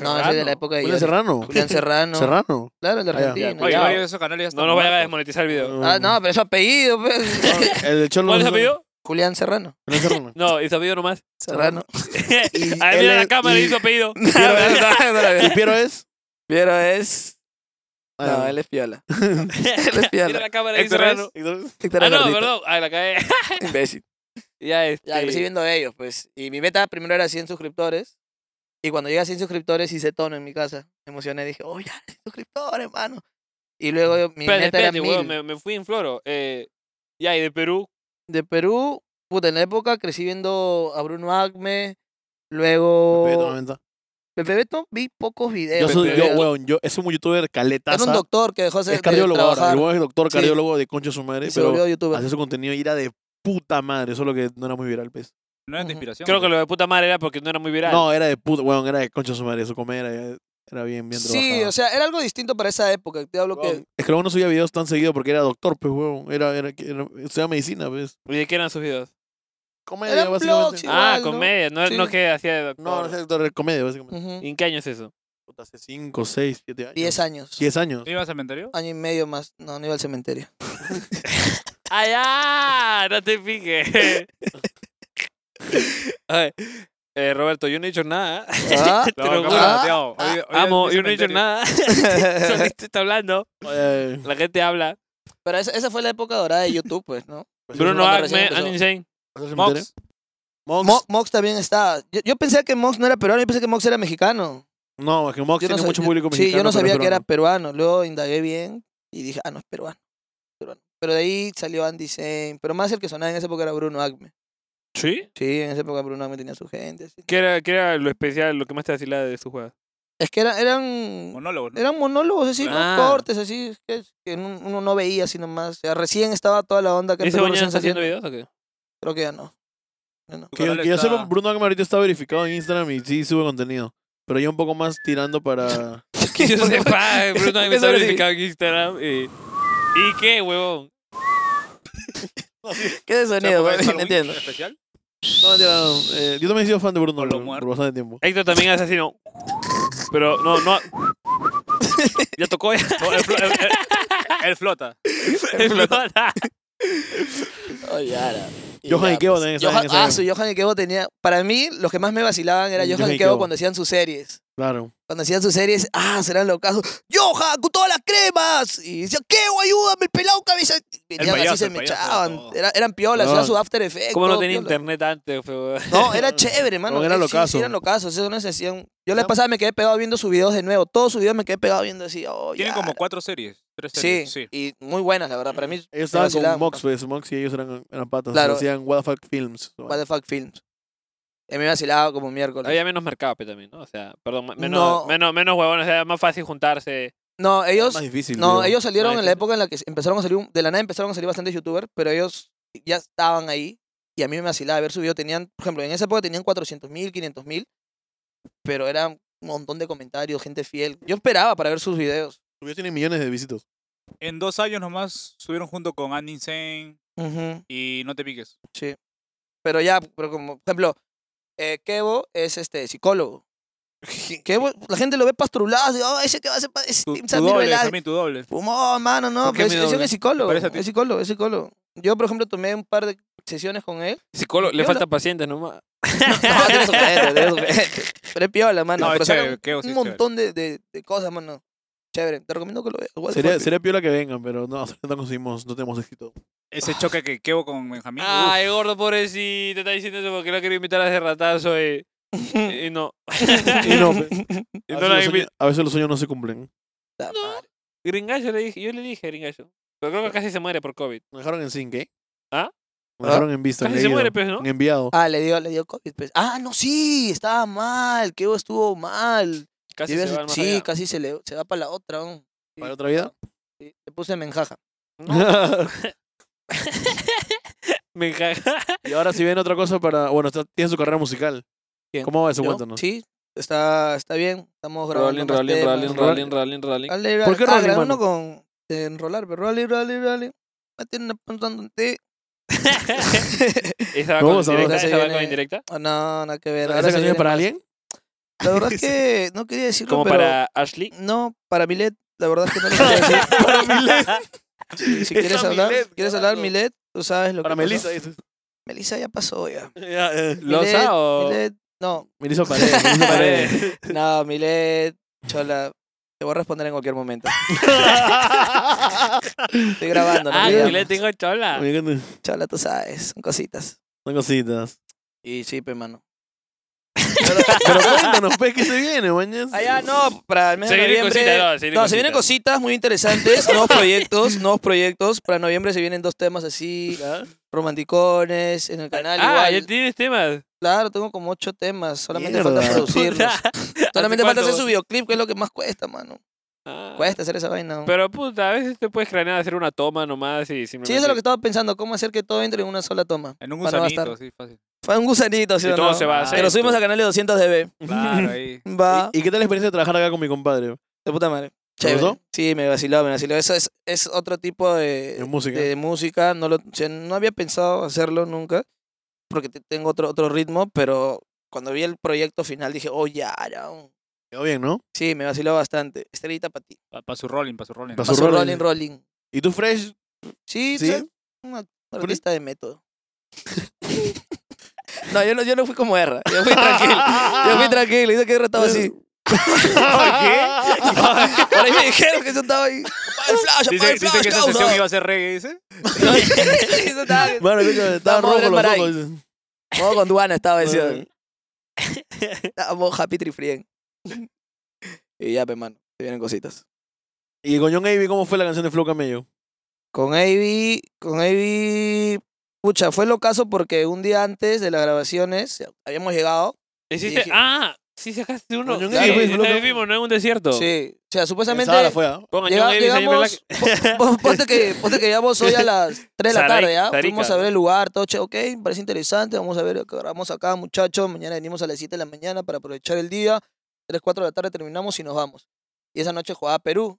Speaker 1: No, ese es de la época de
Speaker 3: Julián
Speaker 1: Yori.
Speaker 3: Serrano.
Speaker 1: Julián Serrano.
Speaker 3: Serrano.
Speaker 1: Claro, el de
Speaker 3: Ah, ya. Mm.
Speaker 1: Argentina.
Speaker 2: Oye,
Speaker 4: Oye,
Speaker 1: ya.
Speaker 4: varios de esos canales ya están
Speaker 2: No nos vayan a
Speaker 4: muertos.
Speaker 2: desmonetizar el video.
Speaker 1: Ah, no, pero es su apellido, pues.
Speaker 3: El de Cholo.
Speaker 2: ¿Cuál es
Speaker 3: no
Speaker 2: su
Speaker 3: sé.
Speaker 2: apellido?
Speaker 1: Julián Serrano.
Speaker 3: Julián Serrano.
Speaker 2: No, y su apellido nomás.
Speaker 1: Serrano.
Speaker 2: A ver,
Speaker 3: él
Speaker 2: mira la
Speaker 3: es-
Speaker 2: cámara y
Speaker 3: y-
Speaker 2: hizo apellido.
Speaker 1: No, no, no, no,
Speaker 3: ¿Y
Speaker 1: no.
Speaker 3: Piero es?
Speaker 1: Piero es.
Speaker 3: Ah,
Speaker 1: No,
Speaker 3: ya.
Speaker 1: él es piola. Él Este es
Speaker 2: Mira
Speaker 1: piola.
Speaker 2: la cámara y hizo
Speaker 4: Héctor Reyes.
Speaker 2: raro.
Speaker 1: Héctor
Speaker 2: Ah, no,
Speaker 1: Gordito.
Speaker 2: perdón. Ah, la cagué.
Speaker 1: Imbécil.
Speaker 2: Ya, este.
Speaker 1: Ya, crecí viendo a ellos, pues. Y mi meta primero era 100 suscriptores. Y cuando llegué a 100 suscriptores hice tono en mi casa. Me emocioné, dije, oh, ya, 100 suscriptores, hermano. Y luego yo- mi
Speaker 2: Espérate,
Speaker 1: meta era
Speaker 2: espérate,
Speaker 1: mil.
Speaker 2: huevón. Me, me fui en floro. Eh, ya, y de Perú.
Speaker 1: de Perú, puta, en la época crecí viendo a Bruno Acme,
Speaker 3: Pepe
Speaker 1: Luego,
Speaker 3: Tormenta.
Speaker 1: Pepe Beto, vi pocos videos.
Speaker 3: Yo, soy,
Speaker 1: pero
Speaker 3: yo,
Speaker 1: era-
Speaker 3: weón, yo, es un youtuber
Speaker 1: era un
Speaker 3: caletaza.
Speaker 1: doctor que dejó de,
Speaker 3: Es
Speaker 1: de
Speaker 3: cardiólogo ahora.
Speaker 1: trabajar
Speaker 3: El weón es doctor
Speaker 1: Sí.
Speaker 3: cardiólogo de concha de su madre,
Speaker 1: y se
Speaker 3: pero
Speaker 1: volvió youtuber.
Speaker 3: hacía su contenido y era de puta madre, solo que no era muy viral, pues.
Speaker 4: No era
Speaker 1: Ujú.
Speaker 4: de inspiración.
Speaker 2: Creo que
Speaker 4: pues.
Speaker 2: lo de puta madre era porque no era muy viral.
Speaker 3: No, era de puta, weón, era de concha de su madre, su comer era, era bien, bien
Speaker 1: Sí,
Speaker 3: trabajado.
Speaker 1: o sea, era algo distinto para esa época. Te hablo que
Speaker 3: Weón, Es que luego no subía videos tan seguido porque era doctor, pues, weón. Era, era, era, estudiaba medicina, pues.
Speaker 2: ¿Y de qué eran sus videos?
Speaker 3: Comedia,
Speaker 1: Eran
Speaker 3: básicamente.
Speaker 1: blogs,
Speaker 2: ah,
Speaker 1: Igual, ¿no?
Speaker 2: comedia. No,
Speaker 1: Sí.
Speaker 2: no que hacía de doctor.
Speaker 3: No, no era doctor, era comedia, básicamente.
Speaker 1: ujú,
Speaker 2: ¿Y en qué año es eso?
Speaker 3: Puta, hace 5, 6, 7 años.
Speaker 1: 10 Mm. años.
Speaker 3: 10 años.
Speaker 4: ¿Iba al cementerio?
Speaker 1: Año y medio más. No, no iba al cementerio.
Speaker 2: ¡Ay, ah! No te piques. A ver, eh, Roberto, yo no he dicho nada.
Speaker 1: Ah,
Speaker 2: Te
Speaker 5: No,
Speaker 2: lo
Speaker 5: cámara,
Speaker 2: juro.
Speaker 1: ah,
Speaker 5: Santiago, hoy- hoy
Speaker 2: Amo,
Speaker 5: es
Speaker 2: yo no he dicho
Speaker 5: cementerio.
Speaker 2: nada. Solo te está hablando.
Speaker 3: Eh,
Speaker 2: La gente habla.
Speaker 1: Pero esa, esa fue la época dorada de YouTube, pues, ¿no?
Speaker 3: pues,
Speaker 2: Bruno
Speaker 1: cuando recién
Speaker 2: Acme,
Speaker 1: empezó.
Speaker 2: Andy Insane.
Speaker 3: ¿vas al cementerio?
Speaker 5: Mox,
Speaker 3: Mox.
Speaker 1: Mo- Mox también estaba. Yo, yo pensé que Mox no era peruano, yo pensé que Mox era mexicano.
Speaker 3: No, es que Mox
Speaker 1: Yo no
Speaker 3: tiene
Speaker 1: sab-
Speaker 3: mucho
Speaker 1: yo-
Speaker 3: público mexicano.
Speaker 1: Sí, yo no
Speaker 3: pero
Speaker 1: sabía que era
Speaker 3: peruano.
Speaker 1: peruano. Luego indagué bien y dije, ah, no, es peruano. peruano. Pero de ahí salió Andy Zane. Pero más el que sonaba en esa época era Bruno Acme.
Speaker 2: ¿Sí?
Speaker 1: Sí, en esa época Bruno Acme tenía su gente. así.
Speaker 2: ¿Qué era, qué era lo especial, lo que más te vacilaba de sus juegos?
Speaker 1: Es que era- eran
Speaker 4: Monólogos, ¿no?
Speaker 1: eran monólogos así, ¿no?
Speaker 2: Ah.
Speaker 1: cortes así, que, que uno uno no veía así nomás. O sea, rrecién estaba toda la onda que
Speaker 2: ¿Ese
Speaker 1: Perú
Speaker 2: güey ya
Speaker 1: recién
Speaker 2: no está haciendo
Speaker 1: haciendo.
Speaker 2: videos o qué?
Speaker 1: Creo que ya no.
Speaker 4: Tu
Speaker 3: Que, yo-
Speaker 4: canal
Speaker 3: que yo
Speaker 4: está-
Speaker 3: sepa, Bruno Acme ahorita está verificado en Instagram y sí sube contenido. Pero ya un poco más tirando para.
Speaker 2: Que yo sepa, eh, Bruno Acme está
Speaker 1: Eso sí.
Speaker 2: verificado en Instagram. ¿Y, ¿Y qué, huevón?
Speaker 1: ¿Qué de
Speaker 5: ¿sabes
Speaker 1: sonido,
Speaker 5: por
Speaker 3: pues,
Speaker 5: qué es
Speaker 1: güey? No
Speaker 5: Halloween
Speaker 1: entiendo.
Speaker 5: especial?
Speaker 3: No, mentira, no, eh, yo también he sido fan de Bruno
Speaker 4: Por lo
Speaker 3: por,
Speaker 4: muerto.
Speaker 3: por bastante tiempo.
Speaker 2: Héctor también es asesino. Pero no, no. Ya tocó ya.
Speaker 5: No, él, flo- él- él- él flota.
Speaker 2: Explota.
Speaker 1: Ay, ara. Y
Speaker 3: Johan
Speaker 1: Oh, ya,
Speaker 3: Ikebo
Speaker 1: pues.
Speaker 3: también estaba en
Speaker 1: Johan-
Speaker 3: esa
Speaker 1: Ah, su Johan Ikebo tenía... Para mí, los que más me vacilaban era
Speaker 3: Mm,
Speaker 1: Johan
Speaker 3: Johan
Speaker 1: Ikebo
Speaker 3: Ikebo.
Speaker 1: cuando hacían sus series.
Speaker 3: Claro.
Speaker 1: Cuando hacían sus series, ah, serán locazos. ¡Johan, con todas las cremas! Y decían, ¿qué, güey? Ayúdame, el pelado cabeza. Venían así,
Speaker 5: payaso,
Speaker 1: se
Speaker 5: el
Speaker 1: me
Speaker 5: payaso,
Speaker 1: echaban.
Speaker 5: todo.
Speaker 1: Era- eran piolas, era
Speaker 3: Weón.
Speaker 1: su After Effects.
Speaker 2: ¿Cómo no
Speaker 1: todo
Speaker 2: tenía
Speaker 1: piola.
Speaker 2: internet antes, fe, huevón?
Speaker 1: No, era chévere, mano.
Speaker 3: Pero era
Speaker 1: Eh, sí,
Speaker 3: locazo.
Speaker 1: Sí, eran locazos. Eso no se hacían. Yo la vez
Speaker 3: Ya.
Speaker 1: pasada me quedé pegado viendo sus videos de nuevo. Todos sus videos me quedé pegado viendo así. Oh,
Speaker 4: Tienen
Speaker 1: ya.
Speaker 4: como cuatro series. Tres
Speaker 1: Sí,
Speaker 4: series. Sí.
Speaker 1: y muy buenas, la verdad. Para mí,
Speaker 3: Ellos
Speaker 1: me
Speaker 3: estaban
Speaker 1: vacilaban
Speaker 3: con Mox,
Speaker 1: mucho.
Speaker 3: pues. Mox y ellos eran, eran patas.
Speaker 1: Claro.
Speaker 3: Hacían What the Fuck Films.
Speaker 1: What the fuck Films. A mí me vacilaba como miércoles.
Speaker 2: Había menos mercado pe, también, ¿no? O sea, perdón, me- menos,
Speaker 1: No.
Speaker 2: menos, menos huevones, era más fácil juntarse.
Speaker 1: No, ellos,
Speaker 3: Más difícil.
Speaker 1: no,
Speaker 3: creo.
Speaker 1: ellos salieron
Speaker 2: Más
Speaker 1: en la época en la que empezaron a salir. un- De la nada empezaron a salir bastantes youtubers, pero ellos ya estaban ahí. Y a mí me vacilaba ver su video. Tenían, por ejemplo, en esa época tenían 400 mil, 500 mil. Pero era un montón de comentarios, gente fiel. Yo esperaba para ver sus videos.
Speaker 3: Ellos tienen millones de visitas.
Speaker 4: En dos años nomás subieron junto con Andy Insane
Speaker 1: Ujú.
Speaker 4: y No Te Piques.
Speaker 1: Sí. Pero ya, pero como, por ejemplo, eh, Kevo es este psicólogo. Kevo, la gente lo ve pasturulado, así, oh, ese que va a ser pa- ese
Speaker 4: Tu,
Speaker 1: Tim
Speaker 4: tu
Speaker 1: Samir
Speaker 4: doble,
Speaker 1: Velázquez".
Speaker 4: también tu doble.
Speaker 1: Fumó, mano, no,
Speaker 2: ¿Por qué
Speaker 1: pero
Speaker 2: mi
Speaker 1: ese ese
Speaker 2: doble?
Speaker 1: es psicólogo,
Speaker 4: Parece a ti.
Speaker 1: es psicólogo, es psicólogo. Yo, por ejemplo, tomé un par de sesiones con él.
Speaker 2: Psicólogo, le
Speaker 1: Yo
Speaker 2: faltan pacientes nomás.
Speaker 1: No, tiene su gente, tiene su gente. pero es piola, mano.
Speaker 4: No,
Speaker 1: pero
Speaker 4: es
Speaker 1: saca
Speaker 4: chévere. Keo sí
Speaker 1: un
Speaker 4: es chévere.
Speaker 1: montón de, de- de cosas, mano. Chévere, te recomiendo que lo veas. What the
Speaker 3: Sería,
Speaker 1: fuck,
Speaker 3: sería piola que vengan, pero no, no conseguimos, no tenemos éxito.
Speaker 4: Ese choque que Keo con Benjamín. uf.
Speaker 1: Ah, eh,
Speaker 2: Ay, gordo, pobrecito, está diciendo eso porque lo quería invitar a ese ratazo y,
Speaker 1: dude.
Speaker 2: y no.
Speaker 3: Y no, pues,
Speaker 2: Y
Speaker 3: a,
Speaker 2: no
Speaker 3: veces
Speaker 2: la
Speaker 3: los
Speaker 2: invi-
Speaker 3: sueños, a veces los sueños no se cumplen.
Speaker 1: Puta madre.
Speaker 2: Gringallo le dije, yo le dije gringallo. Pero creo que casi se muere por COVID.
Speaker 3: Nos dejaron en zinc, ¿eh?
Speaker 2: ¿Ah?
Speaker 3: Nos dejaron en vista, en
Speaker 2: Casi se
Speaker 3: leído,
Speaker 2: muere, pues, ¿no?
Speaker 3: en enviado.
Speaker 1: Ah, le dio, le dio COVID. pues. Ah, no, sí, estaba mal. Kevo estuvo mal.
Speaker 2: Casi
Speaker 1: Yo
Speaker 2: se
Speaker 1: iba a
Speaker 2: va al
Speaker 1: decir,
Speaker 2: más
Speaker 1: sí,
Speaker 2: allá.
Speaker 1: casi se, le, se va para la otra. ¿no?
Speaker 3: ¿Para otra vida?
Speaker 1: Sí, le puse menjaja.
Speaker 2: Me encaja.
Speaker 3: Y ahora si viene otra cosa para... Bueno, está- tiene su carrera musical.
Speaker 1: ¿Quién?
Speaker 3: ¿Cómo va eso?
Speaker 1: ¿Yo?
Speaker 3: Cuéntanos.
Speaker 1: Sí, está, está bien. Estamos grabando.
Speaker 2: Rolling,
Speaker 1: más
Speaker 2: rolling,
Speaker 1: temas.
Speaker 2: rolling, rolling, rolling, rolling.
Speaker 1: Dale, dale.
Speaker 3: ¿Por qué
Speaker 1: Ah,
Speaker 3: rolling,
Speaker 1: grabé
Speaker 3: mano?
Speaker 1: uno con eh, enrolar, pero rolling, rolling, rolling. Me tienen apuntando en ti.
Speaker 2: ¿Esa va
Speaker 3: No,
Speaker 2: con
Speaker 3: esa va-
Speaker 2: indirecta?
Speaker 1: esa
Speaker 2: ¿Esa va
Speaker 1: viene-
Speaker 2: con indirecta?
Speaker 1: Ah, no, nada que ver.
Speaker 3: ¿Esa
Speaker 1: ahora se
Speaker 3: canción es
Speaker 1: viene
Speaker 3: para
Speaker 1: más.
Speaker 3: alguien?
Speaker 1: La verdad es que no quería decirlo,
Speaker 2: Como
Speaker 1: pero...
Speaker 2: para Ashley.
Speaker 1: No, para Milet. La verdad es que no lo quería decir. para Milet. Si,
Speaker 3: Esa
Speaker 1: quieres hablar,
Speaker 3: Milet,
Speaker 1: quieres hablar
Speaker 3: carajo.
Speaker 1: Milet, tú sabes lo
Speaker 3: Para
Speaker 1: que pasó.
Speaker 3: Melissa, dices. eh,
Speaker 1: Melissa ya pasó ya. Milet,
Speaker 2: ¿Losa o...?
Speaker 1: Milet, no,
Speaker 3: Melissa Paredes. Melissa Paredes.
Speaker 2: Paredes.
Speaker 1: no, Milet, chola, te voy a responder en cualquier momento. Estoy grabando, no
Speaker 2: Ah,
Speaker 1: te
Speaker 2: yo
Speaker 1: llamas.
Speaker 2: le tengo chola.
Speaker 3: Me encanta.
Speaker 1: Chola, tú sabes, son cositas.
Speaker 3: Son cositas.
Speaker 1: Y sí, pe, mano.
Speaker 3: Pero cuéntanos, pues, ¿qué se viene, mañas?
Speaker 1: Ah, ya, no, para el mes
Speaker 2: Se
Speaker 1: de
Speaker 2: vienen
Speaker 1: noviembre...
Speaker 2: cositas, no, se
Speaker 1: No, se vienen cositas muy interesantes, nuevos proyectos, nuevos proyectos. Para noviembre se vienen dos temas así, romanticones, en el canal
Speaker 2: Ah,
Speaker 1: igual.
Speaker 2: ya tienes temas.
Speaker 1: Claro, tengo como ocho temas. Solamente falta
Speaker 3: Mierda.
Speaker 1: producirlos. Solamente falta hacer
Speaker 2: cuánto?
Speaker 1: su videoclip, que es lo que más cuesta, mano.
Speaker 2: Ah,
Speaker 1: Cuesta hacer esa vaina. ¿no?
Speaker 2: Pero puta, a veces te puedes cranear hacer una toma nomás y
Speaker 1: Sí,
Speaker 2: simplemente.
Speaker 1: eso es lo que estaba pensando, cómo hacer que todo entre en una sola toma.
Speaker 4: En un
Speaker 1: Para no
Speaker 4: gusanito,
Speaker 1: gastar.
Speaker 4: sí, fácil.
Speaker 1: Fue un gusanito, ¿sí
Speaker 2: Y
Speaker 1: o
Speaker 2: todo
Speaker 1: no?
Speaker 2: se va a
Speaker 1: Que lo
Speaker 2: hacer,
Speaker 1: subimos
Speaker 2: tú.
Speaker 1: al canal de 200 dB.
Speaker 4: Claro, ahí.
Speaker 1: Va.
Speaker 3: ¿Y, y qué tal la experiencia de trabajar acá con mi compadre?
Speaker 1: De puta madre.
Speaker 3: ¿Te
Speaker 1: Chévere.
Speaker 3: gustó?
Speaker 1: Sí, me vaciló, me vaciló. Eso es, es otro tipo de,
Speaker 3: En música.
Speaker 1: de música. No, lo, o sea, no había pensado hacerlo nunca, porque te- tengo otro, otro ritmo, pero cuando vi el proyecto final dije, oh, ya, ya. un-
Speaker 3: Quedó bien, ¿no?
Speaker 1: Sí, me vaciló bastante. Estrellita para ti.
Speaker 4: Para su rolling, para su rolling.
Speaker 3: Pa'
Speaker 1: Pasó
Speaker 3: su rolling.
Speaker 1: rolling, rolling.
Speaker 3: ¿Y tú, Fresh?
Speaker 1: Sí,
Speaker 3: ¿Sí?
Speaker 1: sí. Una artista de método. no, yo no, yo no fui como R. Yo fui tranquilo. Yo fui tranquilo. Dice que R estaba así. Por ahí me dijeron que yo estaba ahí. "Apaga El flash, apaga
Speaker 5: Dice,
Speaker 1: el
Speaker 5: dice
Speaker 1: flash,
Speaker 5: que esa
Speaker 1: causa".
Speaker 5: sesión iba a ser reggae, dice.
Speaker 1: No, eso estaba-
Speaker 3: Bueno, escucha, estaban
Speaker 1: Vamos,
Speaker 3: rojos los
Speaker 1: Maray.
Speaker 3: ojos. dice. Eh,
Speaker 1: Modo con Duana estaba diciendo.
Speaker 3: Bueno,
Speaker 1: Estábamos happy trifrien. Y ya, pe, mano. Se vienen cositas.
Speaker 3: ¿Y con John Avey cómo fue la canción de Flow Camello?
Speaker 1: Con Avi, con Avi, pucha, fue lo caso porque un día antes de las grabaciones habíamos llegado.
Speaker 2: Hiciste.
Speaker 1: Dije-
Speaker 2: Ah, sí sacaste uno.
Speaker 3: Con John
Speaker 2: Sí,
Speaker 1: Elvis,
Speaker 2: sí,
Speaker 3: loco.
Speaker 2: ahí mismo, no en un desierto.
Speaker 1: Sí. O sea, supuestamente
Speaker 3: Esa la fue, ¿ah?
Speaker 2: Pongan
Speaker 1: llega-
Speaker 2: John Elvis ahí en verdad
Speaker 1: llegamos, po- po- ponte que, ponte que llegamos hoy a las 3 de la
Speaker 2: Sarai-
Speaker 1: tarde, ¿ya?
Speaker 2: Sarica.
Speaker 1: Fuimos a ver el lugar, todo che, ok, parece interesante, vamos a ver lo que grabamos acá, muchachos, mañana venimos a las 7 de la mañana para aprovechar el día, 3, 4 de la tarde terminamos y nos vamos. Y esa noche jugaba Perú,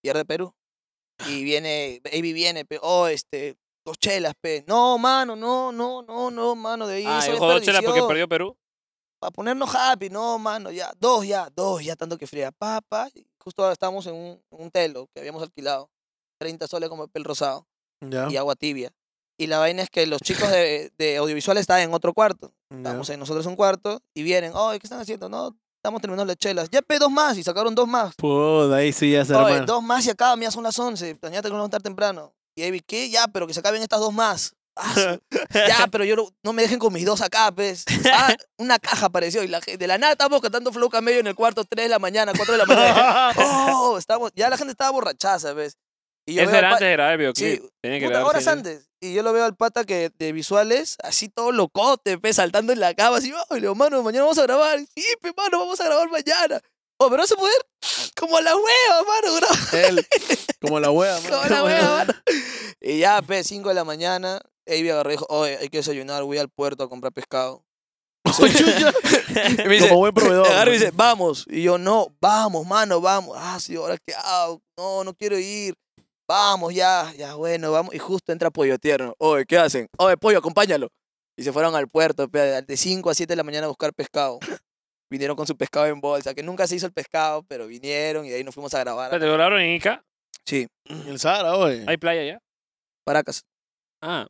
Speaker 1: pierde Perú. Y viene, Baby viene, pe, oh, este, dos chelas, pe. No, mano, no, no, no, no, mano, de ahí
Speaker 2: Ah,
Speaker 1: soy
Speaker 2: y jodó chela porque
Speaker 1: perdición.
Speaker 2: perdió Perú.
Speaker 1: Para ponernos happy, no, mano, ya, dos ya, dos ya, tanto que fría. Papá, justo ahora estábamos en un, un telo que habíamos alquilado, 30 soles como papel rosado
Speaker 3: Ya.
Speaker 1: y agua tibia. Y la vaina es que los chicos de, de audiovisual estaban en otro cuarto.
Speaker 3: ya.
Speaker 1: Estábamos en nosotros un cuarto y vienen, oh, ¿qué están haciendo? No, estamos terminando las chelas. Ya pe dos más y sacaron dos más.
Speaker 3: Puta, ahí sí ya se
Speaker 1: Oye,
Speaker 3: hermano.
Speaker 1: dos más y acá, mira, son las 11. Mañana tengo que levantar temprano. Y David, ¿qué? Ya, pero que se acaben estas dos más. Ah, su- ya, pero yo no, no me dejen con mis dos acá, pues. Ah, una caja apareció y la gente, de la nada estamos cantando Flow Camello en el cuarto, 3 de la mañana, 4 de la mañana. Oh, estamos, ya la gente estaba borrachaza, pues. Y yo
Speaker 2: Ese
Speaker 1: veo al
Speaker 2: era
Speaker 1: pa-
Speaker 2: antes de grabar el videoclip.
Speaker 1: Sí,
Speaker 2: Tenía que
Speaker 1: puta,
Speaker 2: grabar.
Speaker 1: horas antes. Y yo lo veo al pata que de visuales, así todo locote, pe, saltando en la cama, así, oh, y le digo, mano, mañana vamos a grabar. Sí, pe, mano, vamos a grabar mañana. Oh, pero vas a poder, como la hueva, mano, graba.
Speaker 3: Él, como la wea, mano.
Speaker 1: Como la wea, mano. Y ya, pe, 5 de la mañana, Avi agarró y dijo, oye, hay que desayunar, voy al puerto a comprar pescado. y me dice,
Speaker 3: Como buen proveedor.
Speaker 1: agarra y dice, vamos. Y yo, no, vamos, mano, vamos. Ah, sí, ahora qué hago. No, no quiero ir. Vamos, ya, ya, bueno, vamos. Y justo entra Pollo Tierno. Oye, ¿qué hacen? Oye, Pollo, acompáñalo. Y se fueron al puerto, pe, de 5 a 7 de la mañana a buscar pescado. Vinieron con su pescado en bolsa, que nunca se hizo el pescado, pero vinieron y de ahí nos fuimos a
Speaker 2: Te
Speaker 1: grabar.
Speaker 2: lo grabaron en Ica.
Speaker 1: Sí,
Speaker 3: En "Mm, El Sahara, oye.
Speaker 2: Hay playa ya.
Speaker 1: Paracas.
Speaker 2: Ah,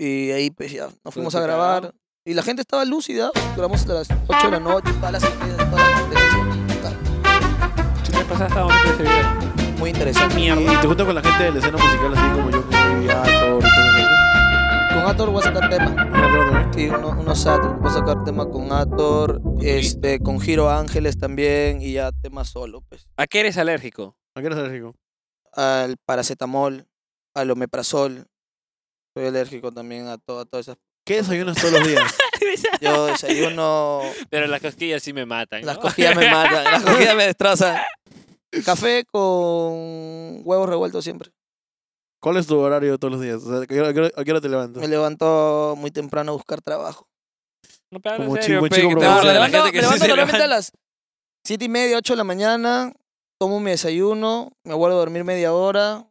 Speaker 1: Y ahí pues ya, nos fuimos
Speaker 3: te
Speaker 1: a grabar.
Speaker 3: cagaron.
Speaker 1: Y la gente estaba lúcida. Grabamos a las 8 de la noche, todas las estrellas, todas las conferencias. Está
Speaker 2: ¿qué pasaba hasta momento ese video?
Speaker 1: Muy interesante.
Speaker 3: Y te juntas con la gente de la escena musical, así como yo, como Viviator y todo eso.
Speaker 1: Con Ator voy a sacar tema.
Speaker 3: Una broma, ¿no?
Speaker 1: Sí, uno, unos sad. Voy a sacar tema con Ator, este, con Giro Ángeles también y ya tema solo, pues.
Speaker 2: ¿A qué eres alérgico?
Speaker 3: ¿A qué eres alérgico?
Speaker 1: Al paracetamol, al omeprazol. Soy alérgico también a todo- a todas esas.
Speaker 3: ¿Qué desayunas todos los días?
Speaker 1: Yo desayuno
Speaker 2: Pero las cosquillas sí me matan.
Speaker 1: Las
Speaker 2: ¿no?
Speaker 1: cosquillas me matan, las cosquillas me destrozan. Café con huevos revueltos siempre.
Speaker 3: ¿Cuál es tu horario todos los días? O sea, ¿a qué hora- a qué hora- a qué hora te levantas?
Speaker 1: Me levanto muy temprano a buscar trabajo.
Speaker 2: No, pero
Speaker 3: Como
Speaker 2: en
Speaker 3: chico-
Speaker 2: serio,
Speaker 3: buen
Speaker 2: pe,
Speaker 3: chico
Speaker 2: que te
Speaker 1: Me
Speaker 3: Pero
Speaker 2: burlas de
Speaker 3: promedio.
Speaker 2: la
Speaker 1: levanto,
Speaker 2: gente
Speaker 1: me
Speaker 2: que sí
Speaker 1: levanto
Speaker 2: se
Speaker 1: normalmente a
Speaker 2: levanta.
Speaker 1: las 7 y media, 8 de la mañana, tomo mi desayuno, me vuelvo a dormir media hora,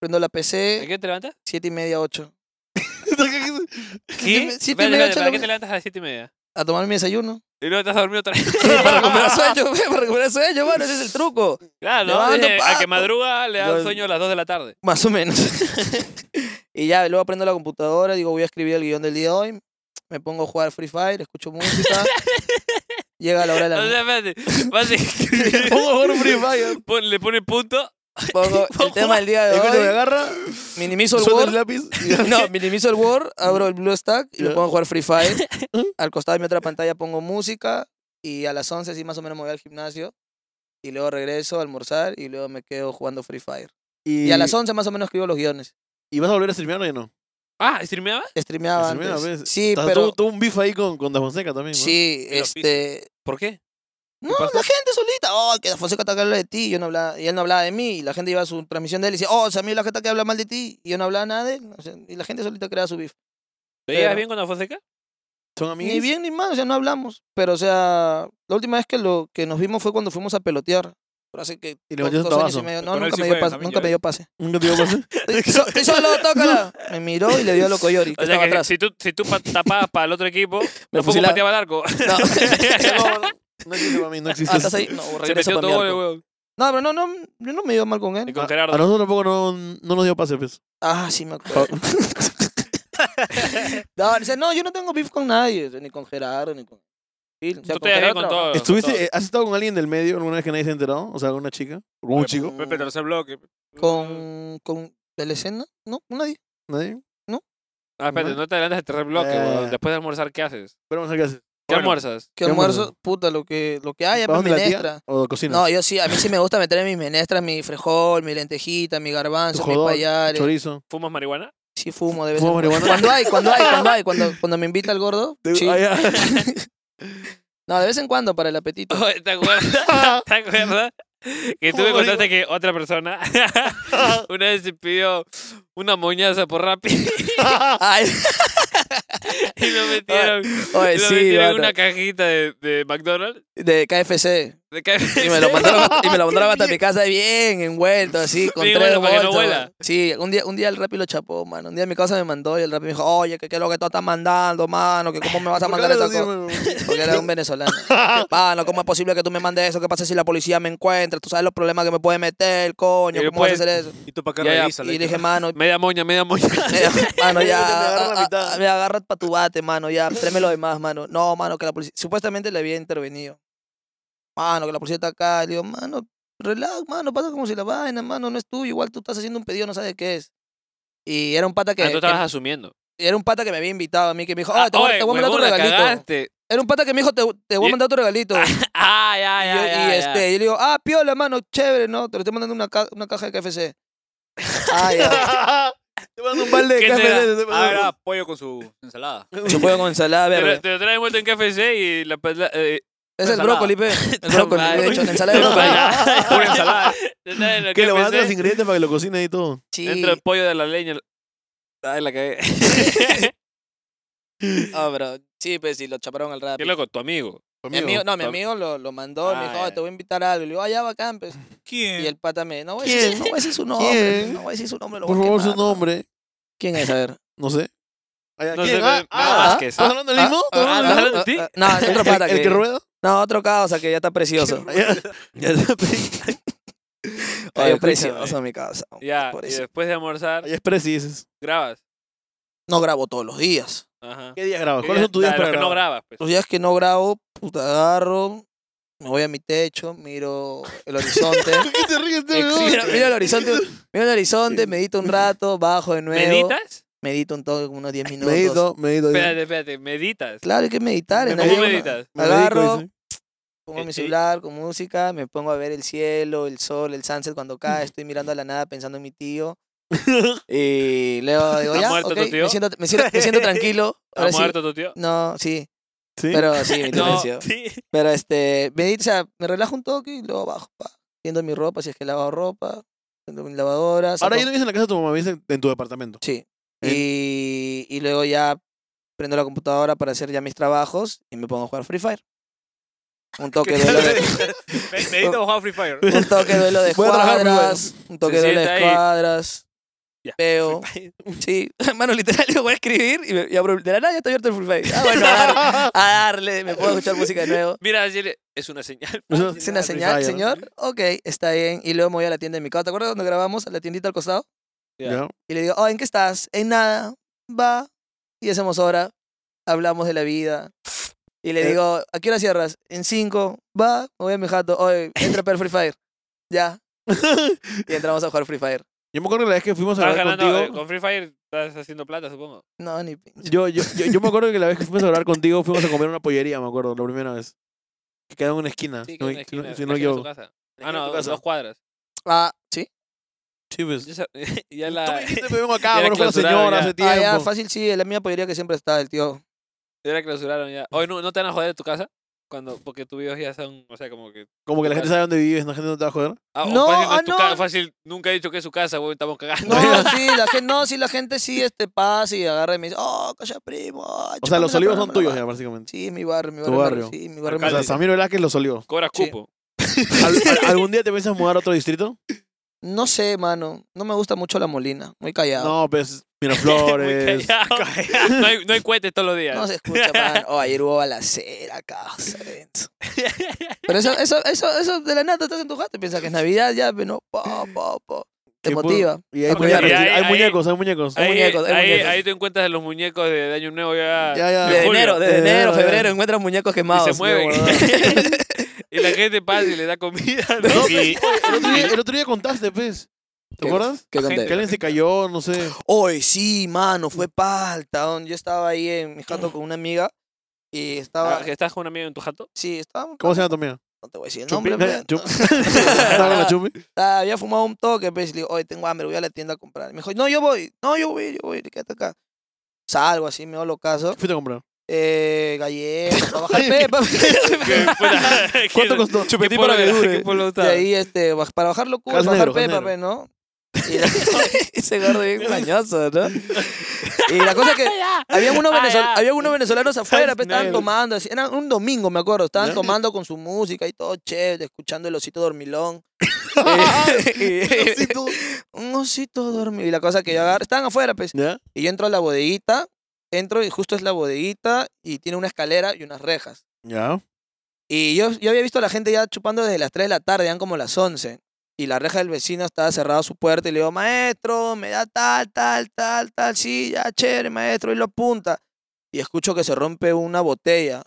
Speaker 1: prendo la
Speaker 2: ¿A
Speaker 1: PC,
Speaker 2: qué te levantas?
Speaker 1: 7 y media, 8.
Speaker 2: ¿Qué?
Speaker 1: Siete y
Speaker 2: Espérate,
Speaker 1: media,
Speaker 2: espérate,
Speaker 1: ocho de la
Speaker 2: ¿Para qué
Speaker 1: mañana.
Speaker 2: te levantas a las 7 y media?
Speaker 1: A tomar mi desayuno.
Speaker 2: Y luego te has dormido otra vez.
Speaker 1: Para recuperar sueño, pe, para recuperar sueño, mano, ese es el truco.
Speaker 2: Claro, ¿no?
Speaker 1: Levanto,
Speaker 2: Eh,
Speaker 1: pa.
Speaker 2: a que madruga le da
Speaker 3: Yo-
Speaker 2: sueño a las 2 de la tarde.
Speaker 1: Más o menos. y ya, luego aprendo la computadora, digo, voy a escribir el guión del día de hoy. Me pongo a jugar Free Fire, escucho música. llega la hora de la
Speaker 2: O sea, espérate. Vas a escribir,
Speaker 3: Pongo a jugar Free Fire.
Speaker 2: pon- le pone punto.
Speaker 1: Pongo el tema del día de
Speaker 3: Escucha, me
Speaker 1: hoy.
Speaker 3: agarra,
Speaker 1: Minimizo el
Speaker 3: suelta
Speaker 1: Word.
Speaker 3: el lápiz y
Speaker 1: No, minimizo el Word, abro el Blue Stack y me
Speaker 3: Ya. ¿Mm?
Speaker 1: pongo a jugar Free Fire. Al costado de mi otra pantalla pongo música y a las 11 sí más o menos me voy al gimnasio y luego regreso a almorzar y luego me quedo jugando Free Fire. Y, a las 11 más o menos escribo los guiones.
Speaker 3: ¿Y vas a volver a streamear o ya no?
Speaker 2: Ah, ¿streameaba?
Speaker 1: Streameaba
Speaker 3: Streameaba,
Speaker 1: antes.
Speaker 3: pues.
Speaker 1: Sí,
Speaker 3: Hasta
Speaker 1: pero...
Speaker 3: Tuvo, tuvo un beef ahí con, con Da Fonseca también, ¿no?
Speaker 1: Sí,
Speaker 5: Y lo
Speaker 1: este...
Speaker 2: ¿Por qué?
Speaker 1: No, la gente solita. Oh, que Fonseca está que habla de ti. Yo no hablaba, y él no hablaba de mí. Y la gente iba a su transmisión de él y decía, oh, Samir, la gente que habla mal de ti. Y yo no hablaba nada de él. O sea, y la gente solita creaba su beef.
Speaker 2: ¿Te llevas
Speaker 1: Pero-
Speaker 2: bien con la Fonseca?
Speaker 3: ¿Son
Speaker 1: Ni
Speaker 3: amigos?
Speaker 1: bien ni mal, o sea, no hablamos. Pero, o sea, la última vez que, lo, que nos vimos fue cuando fuimos a pelotear. Pero hace que
Speaker 3: Y le metió
Speaker 1: dos
Speaker 3: un
Speaker 1: años
Speaker 3: tabazo.
Speaker 1: y medio. No,
Speaker 5: Con él
Speaker 1: nunca,
Speaker 5: sí
Speaker 1: me dio
Speaker 5: fue,
Speaker 1: pase,
Speaker 5: Samir,
Speaker 1: nunca me
Speaker 5: ya.
Speaker 1: dio pase.
Speaker 3: ¿Nunca te dio pase?
Speaker 1: Estoy so- estoy solo, tócala. Me miró y le dio a loco Yori, que
Speaker 2: O sea,
Speaker 1: estaba
Speaker 2: que
Speaker 1: atrás.
Speaker 2: si tú, si tú pa- tapabas para el otro equipo, tampoco
Speaker 1: fusilaba.
Speaker 2: pateaba el arco.
Speaker 1: No,
Speaker 3: No, no, no existe para mí, no existe.
Speaker 1: Ah, estás ahí. No,
Speaker 2: Se
Speaker 1: regresa
Speaker 2: metió
Speaker 1: pa' pues. mi
Speaker 2: todo el
Speaker 1: arco.
Speaker 2: huevo.
Speaker 1: No, pero no, no, yo no me dio mal con
Speaker 2: Y
Speaker 1: él.
Speaker 2: con
Speaker 3: A
Speaker 2: Gerardo.
Speaker 3: nosotros tampoco no, no nos dio pase, pues.
Speaker 1: Ah, sí me acuerdo. no, dice, no, yo no tengo beef con nadie, o sea, ni con Gerardo, ni con Phil. O sea,
Speaker 2: Tú te llevas bien
Speaker 1: Gerardo
Speaker 2: con
Speaker 1: trabajaba.
Speaker 2: todo.
Speaker 3: ¿Estuviste, eh, ¿Has estado con alguien del medio alguna vez que nadie se ha enterado? O sea, con una chica. ¿O ¿Con un chico?
Speaker 5: Pepe, tercer bloque.
Speaker 1: ¿Con, con Telecena? No, nadie.
Speaker 3: ¿Nadie?
Speaker 2: Ah, espérate, no te adelantes al tercer bloque,
Speaker 3: Eh.
Speaker 2: huevón. Después de almorzar, ¿qué haces?
Speaker 3: Pero vamos a ver qué haces.
Speaker 2: ¿Qué
Speaker 5: Bueno.
Speaker 2: almuerzas?
Speaker 3: ¿Qué
Speaker 1: ¿Qué almuerzo?
Speaker 3: almuerzo?
Speaker 1: Puta, lo que, lo que haya,
Speaker 3: ¿Vas
Speaker 1: pues
Speaker 3: donde la tía?
Speaker 1: menestra.
Speaker 3: ¿O cocina?
Speaker 1: No, yo sí, a mí sí me gusta meter en mis menestras mi frijol, mi lentejita, mi garbanzo, mis
Speaker 3: jodón,
Speaker 1: payares.
Speaker 3: chorizo.
Speaker 2: ¿Fumas marihuana?
Speaker 1: Sí fumo de vez en
Speaker 3: ¿Fumas
Speaker 1: cuando.
Speaker 3: marihuana?
Speaker 1: Cuando hay, cuando hay, cuando hay, cuando, cuando me invita el gordo. Sí.
Speaker 3: Ah, ya.
Speaker 1: No, de vez en cuando para el apetito.
Speaker 2: Oye, ¿Te acuerdas? ¿Te acuerdas? Que tú me contaste que otra persona una vez se pidió una moñaza por Rappi
Speaker 1: Ay,
Speaker 2: y lo metieron,
Speaker 1: oye,
Speaker 2: lo
Speaker 1: sí,
Speaker 2: metieron en
Speaker 1: mano,
Speaker 2: una cajita de, de McDonald's.
Speaker 1: de KFC.
Speaker 2: De KFC.
Speaker 1: Y me lo mandaron, a- y me lo mandaron hasta mi casa bien envuelto, así, con
Speaker 2: Bien
Speaker 1: tres
Speaker 2: envuelto para que no
Speaker 1: bolsas,
Speaker 2: huela.
Speaker 1: man. Sí, un día, un día el Rappi lo chapó, mano. Un día mi casa me mandó y el Rappi me dijo, oye, que qué es lo que tú estás mandando, mano, que cómo me vas a
Speaker 3: ¿Por qué
Speaker 1: mandar
Speaker 3: hablas
Speaker 1: esta
Speaker 3: así,
Speaker 1: cosa.
Speaker 3: hermano?
Speaker 1: Porque era un venezolano. Mano, ¿cómo es posible que tú me mandes eso? ¿Qué pasa si la policía me encuentra? ¿Tú sabes los problemas que me puede meter, coño?
Speaker 2: Y
Speaker 1: ¿Cómo vas a
Speaker 2: después- eh,
Speaker 1: hacer eso?
Speaker 5: ¿Y tú para qué
Speaker 2: Ya, ya,
Speaker 5: revisas?
Speaker 1: Y le dije, mano,
Speaker 2: Media moña, media moña.
Speaker 1: mira, mano, ya,
Speaker 3: Me agarra la
Speaker 1: a- a-
Speaker 3: mitad.
Speaker 1: me agarras para tu bate, mano, ya, tráeme lo demás, mano. No, mano, que la policía, supuestamente le había intervenido. Mano, que la policía está acá. Le digo, mano, relax, mano, pasa como si la vaina, mano, no es tuyo. Igual tú estás haciendo un pedido, no sabes qué es. Y era un pata que,
Speaker 2: Ah, tú
Speaker 1: que-
Speaker 2: estabas asumiendo.
Speaker 1: era un pata que me había invitado a mí, que me dijo, ah, te, voy, a- te voy a mandar
Speaker 2: otro
Speaker 1: otro regalito. Era un pata que me dijo, te, te voy
Speaker 2: Y-
Speaker 1: a mandar otro regalito.
Speaker 2: Ah, ya,
Speaker 1: Y,
Speaker 2: ya,
Speaker 1: yo, y
Speaker 2: ya, ya.
Speaker 1: este, yo le digo, ah, piola, mano, chévere, ¿no? Te lo estoy mandando una, ca- una caja de KFC. Ah, ya.
Speaker 3: Te mando un balde de
Speaker 2: ¿Qué
Speaker 3: café,
Speaker 2: será?
Speaker 3: te- te-
Speaker 5: Ah, era pollo con su ensalada.
Speaker 1: Su juego con ensalada
Speaker 2: Te
Speaker 1: verde.
Speaker 2: lo- Te lo traen vuelto en KFC y la... la- eh,
Speaker 1: Es el
Speaker 5: Ensalada.
Speaker 1: brócoli, pe. El brócoli,
Speaker 2: madre.
Speaker 1: de hecho, la ensalada de brócoli.
Speaker 5: Una ensalada.
Speaker 2: te traen el
Speaker 3: Que le mandan los
Speaker 2: KFC,
Speaker 3: ingredientes para que lo cocine y todo.
Speaker 1: Sí.
Speaker 2: Dentro del pollo de la leña. Ay, la cagué.
Speaker 1: Ah, pero sí, pues sí, lo chaparon al rap.
Speaker 2: Qué loco, tu amigo.
Speaker 1: Mi amigo, no, mi amigo lo, lo mandó, me
Speaker 2: Ah,
Speaker 1: dijo, "Ah,
Speaker 2: ya.
Speaker 1: te voy a invitar a algo. Y le digo, ah, ya, bacán, pues.
Speaker 5: ¿Quién?
Speaker 1: Y el pata me, no voy a decir,
Speaker 3: ¿Quién?
Speaker 1: no voy a decir su nombre,
Speaker 3: ¿Quién?
Speaker 1: no voy a decir su nombre, lo
Speaker 3: Por
Speaker 1: voy a
Speaker 3: favor, su
Speaker 1: quemar".
Speaker 3: nombre.
Speaker 1: ¿Quién es? A ver.
Speaker 3: No sé. Ay,
Speaker 2: No
Speaker 3: ¿quién?
Speaker 2: sé,
Speaker 3: Ah,
Speaker 2: pero-
Speaker 3: ah,
Speaker 2: Vázquez.
Speaker 3: ¿Estás hablando del mismo?
Speaker 1: Ah, ah,
Speaker 2: ¿Estás
Speaker 1: ah,
Speaker 2: hablando de
Speaker 1: ah,
Speaker 2: ti?
Speaker 1: ah, No, es otro
Speaker 3: ¿El-
Speaker 1: pata
Speaker 3: ¿El que rueda?
Speaker 1: No, otro causa que ya está precioso.
Speaker 3: Ya está
Speaker 1: Oye,
Speaker 3: escúchame.
Speaker 1: precioso mi causa.
Speaker 2: Ya,
Speaker 1: Por
Speaker 2: y
Speaker 1: eso.
Speaker 2: después de almorzar,
Speaker 3: Ahí es presi, dices.
Speaker 2: grabas.
Speaker 1: No grabo todos los días.
Speaker 2: Ajá.
Speaker 3: ¿Qué día grabas? ¿Cuáles son tus días
Speaker 2: Claro,
Speaker 3: para
Speaker 2: que no
Speaker 3: grabar?
Speaker 2: grabas, pues.
Speaker 1: Los días que no grabo, puta, agarro, me voy a mi techo, miro el horizonte.
Speaker 3: ¿Por qué te ríes? este huevón?
Speaker 1: miro, miro el horizonte, miro el horizonte, medito un rato, bajo de nuevo.
Speaker 2: ¿Meditas?
Speaker 1: Medito un toque, como unos 10 minutos.
Speaker 3: Medito, medito. dice.
Speaker 2: Espérate, espérate, meditas.
Speaker 1: Claro, hay que meditar. en
Speaker 2: ¿Cómo
Speaker 1: algo, ¿no?
Speaker 2: meditas?
Speaker 3: Me dedico,
Speaker 1: Agarro,
Speaker 3: dice.
Speaker 1: pongo
Speaker 2: Eh, eh.
Speaker 1: mi celular con música, me pongo a ver el cielo, el sol, el sunset cuando cae, estoy mirando a la nada pensando en mi tío. Y luego digo,
Speaker 2: ¿Ha
Speaker 1: ya,
Speaker 2: muerto tu
Speaker 1: ok,
Speaker 2: tío?
Speaker 1: me, siento, me, siento, me siento tranquilo. ahora
Speaker 2: ¿Has
Speaker 1: sí.
Speaker 2: muerto tu tío?
Speaker 1: No, sí,
Speaker 3: Sí.
Speaker 1: pero sí, mi tío
Speaker 2: No,
Speaker 1: falleció.
Speaker 2: sí.
Speaker 1: Pero este, me, o sea, me relajo un toque y luego bajo, pa. Tiendo mi ropa, si es que he lavado ropa, tiendo mi lavadora.
Speaker 3: Ahora
Speaker 1: saco-
Speaker 3: ya no vives en la casa de tu mamá, vives en- en tu departamento.
Speaker 1: Sí.
Speaker 3: En-
Speaker 1: Y, y luego ya prendo la computadora para hacer ya mis trabajos y me pongo a jugar Free Fire. Un toque de duelo de,
Speaker 5: Necesito jugar Free Fire.
Speaker 1: un toque de, duelo de
Speaker 3: Voy a trabajar Free Fire.
Speaker 1: escuadras, un toque
Speaker 2: Se
Speaker 1: de duelo de
Speaker 2: sienta ahí.
Speaker 1: escuadras.
Speaker 2: Ya,
Speaker 1: Veo. Sí, hermano, literal, yo voy a escribir y, me- y abro. De la nada ya está abierto el Free Fire. Ah, bueno, a, dar- a darle, me puedo escuchar música de nuevo.
Speaker 2: Mira, decirle, es una señal.
Speaker 1: Es
Speaker 3: Ah,
Speaker 1: una señal, señor. Ok, está bien. Y luego me voy a la tienda de mi casa. ¿Te acuerdas cuando grabamos a la tiendita al costado?
Speaker 3: Ya.
Speaker 1: Y le digo, oh, ¿en qué estás? En nada. Va. Y hacemos hora. Hablamos de la vida. Y le
Speaker 3: Eh.
Speaker 1: digo, ¿a qué hora cierras? En cinco. Va. Me voy a mi jato. Oye, entra para el Free Fire. Ya. Y entramos a jugar Free Fire.
Speaker 3: Yo me acuerdo que la vez que fuimos a
Speaker 2: Estás
Speaker 3: grabar
Speaker 2: ganando, eh,
Speaker 3: contigo.
Speaker 2: con Free Fire estás haciendo plata, supongo.
Speaker 1: No, ni pinche.
Speaker 3: Yo, yo, yo, yo me acuerdo que la vez que fuimos a grabar contigo, fuimos a comer a una pollería, me acuerdo, la primera vez. Que quedaba en una esquina.
Speaker 2: Sí, que
Speaker 3: no
Speaker 2: es
Speaker 3: me-
Speaker 2: una
Speaker 3: si no-
Speaker 2: esquina,
Speaker 3: si no
Speaker 2: una esquina
Speaker 3: me
Speaker 2: de
Speaker 3: equivoco.
Speaker 2: tu casa. Ah,
Speaker 3: esquina de tu
Speaker 2: no,
Speaker 3: casa.
Speaker 2: dos cuadras.
Speaker 1: Ah, ¿sí?
Speaker 3: chives.
Speaker 2: Ya, ya la.
Speaker 3: pues. Tú me dijiste, me vengo acá,
Speaker 2: Ya
Speaker 3: bueno, fue la
Speaker 2: clausuraron,
Speaker 3: señora
Speaker 2: ya.
Speaker 3: hace
Speaker 1: Ah, ya,
Speaker 3: tiempo.
Speaker 1: fácil sí, la misma podría que siempre está el tío.
Speaker 2: Ya la clausuraron ya. Hoy no, no te van a joder de tu casa. Cuando, porque tus videos ya son. O sea, como que.
Speaker 3: Como que la gente sabe dónde vives, la gente no te va a joder.
Speaker 2: Ah, o
Speaker 1: No,
Speaker 2: fácil,
Speaker 1: ah,
Speaker 2: es tu
Speaker 1: no.
Speaker 2: ca- fácil, nunca he dicho que es su casa, güey. Estamos cagando.
Speaker 1: No, sí, la gente, no, sí, la gente sí este, pasa y agarra y me dice, oh, calla primo. ay,
Speaker 3: O sea,
Speaker 1: chúpame
Speaker 3: los
Speaker 1: la
Speaker 3: olivos
Speaker 1: pala,
Speaker 3: son
Speaker 1: me la
Speaker 3: tuyos ya,
Speaker 1: va".
Speaker 3: básicamente.
Speaker 1: Sí, mi barrio, mi
Speaker 3: Tu
Speaker 1: barrio. mi
Speaker 3: barrio.
Speaker 1: Sí, mi barrio.
Speaker 3: O sea,
Speaker 1: mi barrio.
Speaker 3: Samir Velázquez, los olivos.
Speaker 2: Cobras
Speaker 1: Sí.
Speaker 2: cupo.
Speaker 3: ¿Al- al- ¿Algún día te piensas mudar a otro distrito?
Speaker 1: No sé, mano, no me gusta mucho la molina, muy callado.
Speaker 3: No, pues Miraflores.
Speaker 2: Callao. no, hay, no hay cohetes todos los días.
Speaker 1: No se escucha, man. Oh, ayer hubo balacera, casa, denso. Pero eso, eso, eso, eso de la nada estás en tu jato y piensas que es Navidad ya, pero no, po, po, po. Te
Speaker 3: Qué pu-
Speaker 1: motiva.
Speaker 3: Y hay
Speaker 1: Ah,
Speaker 3: muñecos,
Speaker 2: ya,
Speaker 3: hay
Speaker 2: ahí-
Speaker 3: muñecos, hay muñecos.
Speaker 1: Hay
Speaker 2: Ahí,
Speaker 1: muñecos, hay
Speaker 2: ahí-
Speaker 1: muñecos.
Speaker 2: ahí tú encuentras los muñecos de, de Año Nuevo ya.
Speaker 3: Ya, ya.
Speaker 1: De
Speaker 2: Julio.
Speaker 1: enero,
Speaker 3: De
Speaker 1: de enero,
Speaker 3: enero,
Speaker 1: febrero,
Speaker 3: ya.
Speaker 1: encuentras muñecos
Speaker 2: Y
Speaker 1: quemados.
Speaker 2: se mueven. y la gente pasa y le da comida. ¿no?
Speaker 3: Y- el, otro día, el otro día contaste, pues. ¿Te
Speaker 1: ¿Qué-
Speaker 3: acuerdas?
Speaker 1: qué
Speaker 3: Que
Speaker 1: conté?
Speaker 3: alguien se cayó, no sé.
Speaker 1: Hoy sí, mano, fue palta. don. Yo estaba ahí en mi jato con una amiga y estaba.
Speaker 2: Ah, que ¿Estás con un amigo en tu jato?
Speaker 1: Sí, estábamos.
Speaker 3: ¿Cómo se llama tu amiga?
Speaker 1: No te voy a decir el
Speaker 3: Chupi.
Speaker 1: nombre. pe,
Speaker 3: Chup- ¿Estaba con la
Speaker 1: no.
Speaker 3: Chumi?
Speaker 1: Ah, Había fumado un toque, pues, y le digo, hoy tengo hambre, voy a la tienda a comprar. Me dijo, no, yo voy, no, yo voy, yo voy, quédate acá. Salgo así, me lo caso.
Speaker 3: ¿Qué fuiste a comprar?
Speaker 1: Eh, galletas, para bajar pepa.
Speaker 2: Que fuera- que-
Speaker 3: ¿Cuánto costó?
Speaker 2: ¿Qué
Speaker 1: Chupetí
Speaker 2: pueblo
Speaker 1: para que
Speaker 2: era?
Speaker 1: dure.
Speaker 2: ¿Qué pueblo
Speaker 1: De
Speaker 2: estaba?
Speaker 1: ahí, este, baj- para bajar locura,
Speaker 3: Cal
Speaker 1: bajar
Speaker 3: negro, cal
Speaker 1: pepa,
Speaker 3: negro.
Speaker 1: pe, ¿no? Y la- ese gordo bien mañoso, ¿no? Y la cosa es que había unos,
Speaker 2: Ah,
Speaker 1: venezol-
Speaker 2: ya.
Speaker 1: había unos venezolanos afuera,
Speaker 2: Cal
Speaker 1: pe, estaban
Speaker 2: negro.
Speaker 1: tomando, así, era un domingo, me acuerdo, estaban
Speaker 3: ¿Ya?
Speaker 1: tomando con su música y todo chévere, escuchando el osito dormilón. Eh,
Speaker 3: El
Speaker 1: Y-
Speaker 3: osito.
Speaker 1: un osito dormilón. Y la cosa que yo agarro, estaban afuera, pues.
Speaker 3: ¿Ya?
Speaker 1: Y yo entro a la bodeguita, entro y justo es la bodeguita y tiene una escalera y unas rejas.
Speaker 3: ¿Ya?
Speaker 1: Y yo, yo había visto a la gente ya chupando desde las 3 de la tarde, eran como las 11. Y la reja del vecino estaba cerrada su puerta y le digo, maestro, me da tal, tal, tal, tal, sí, ya chévere, maestro, y lo apunta. Y escucho que se rompe una botella.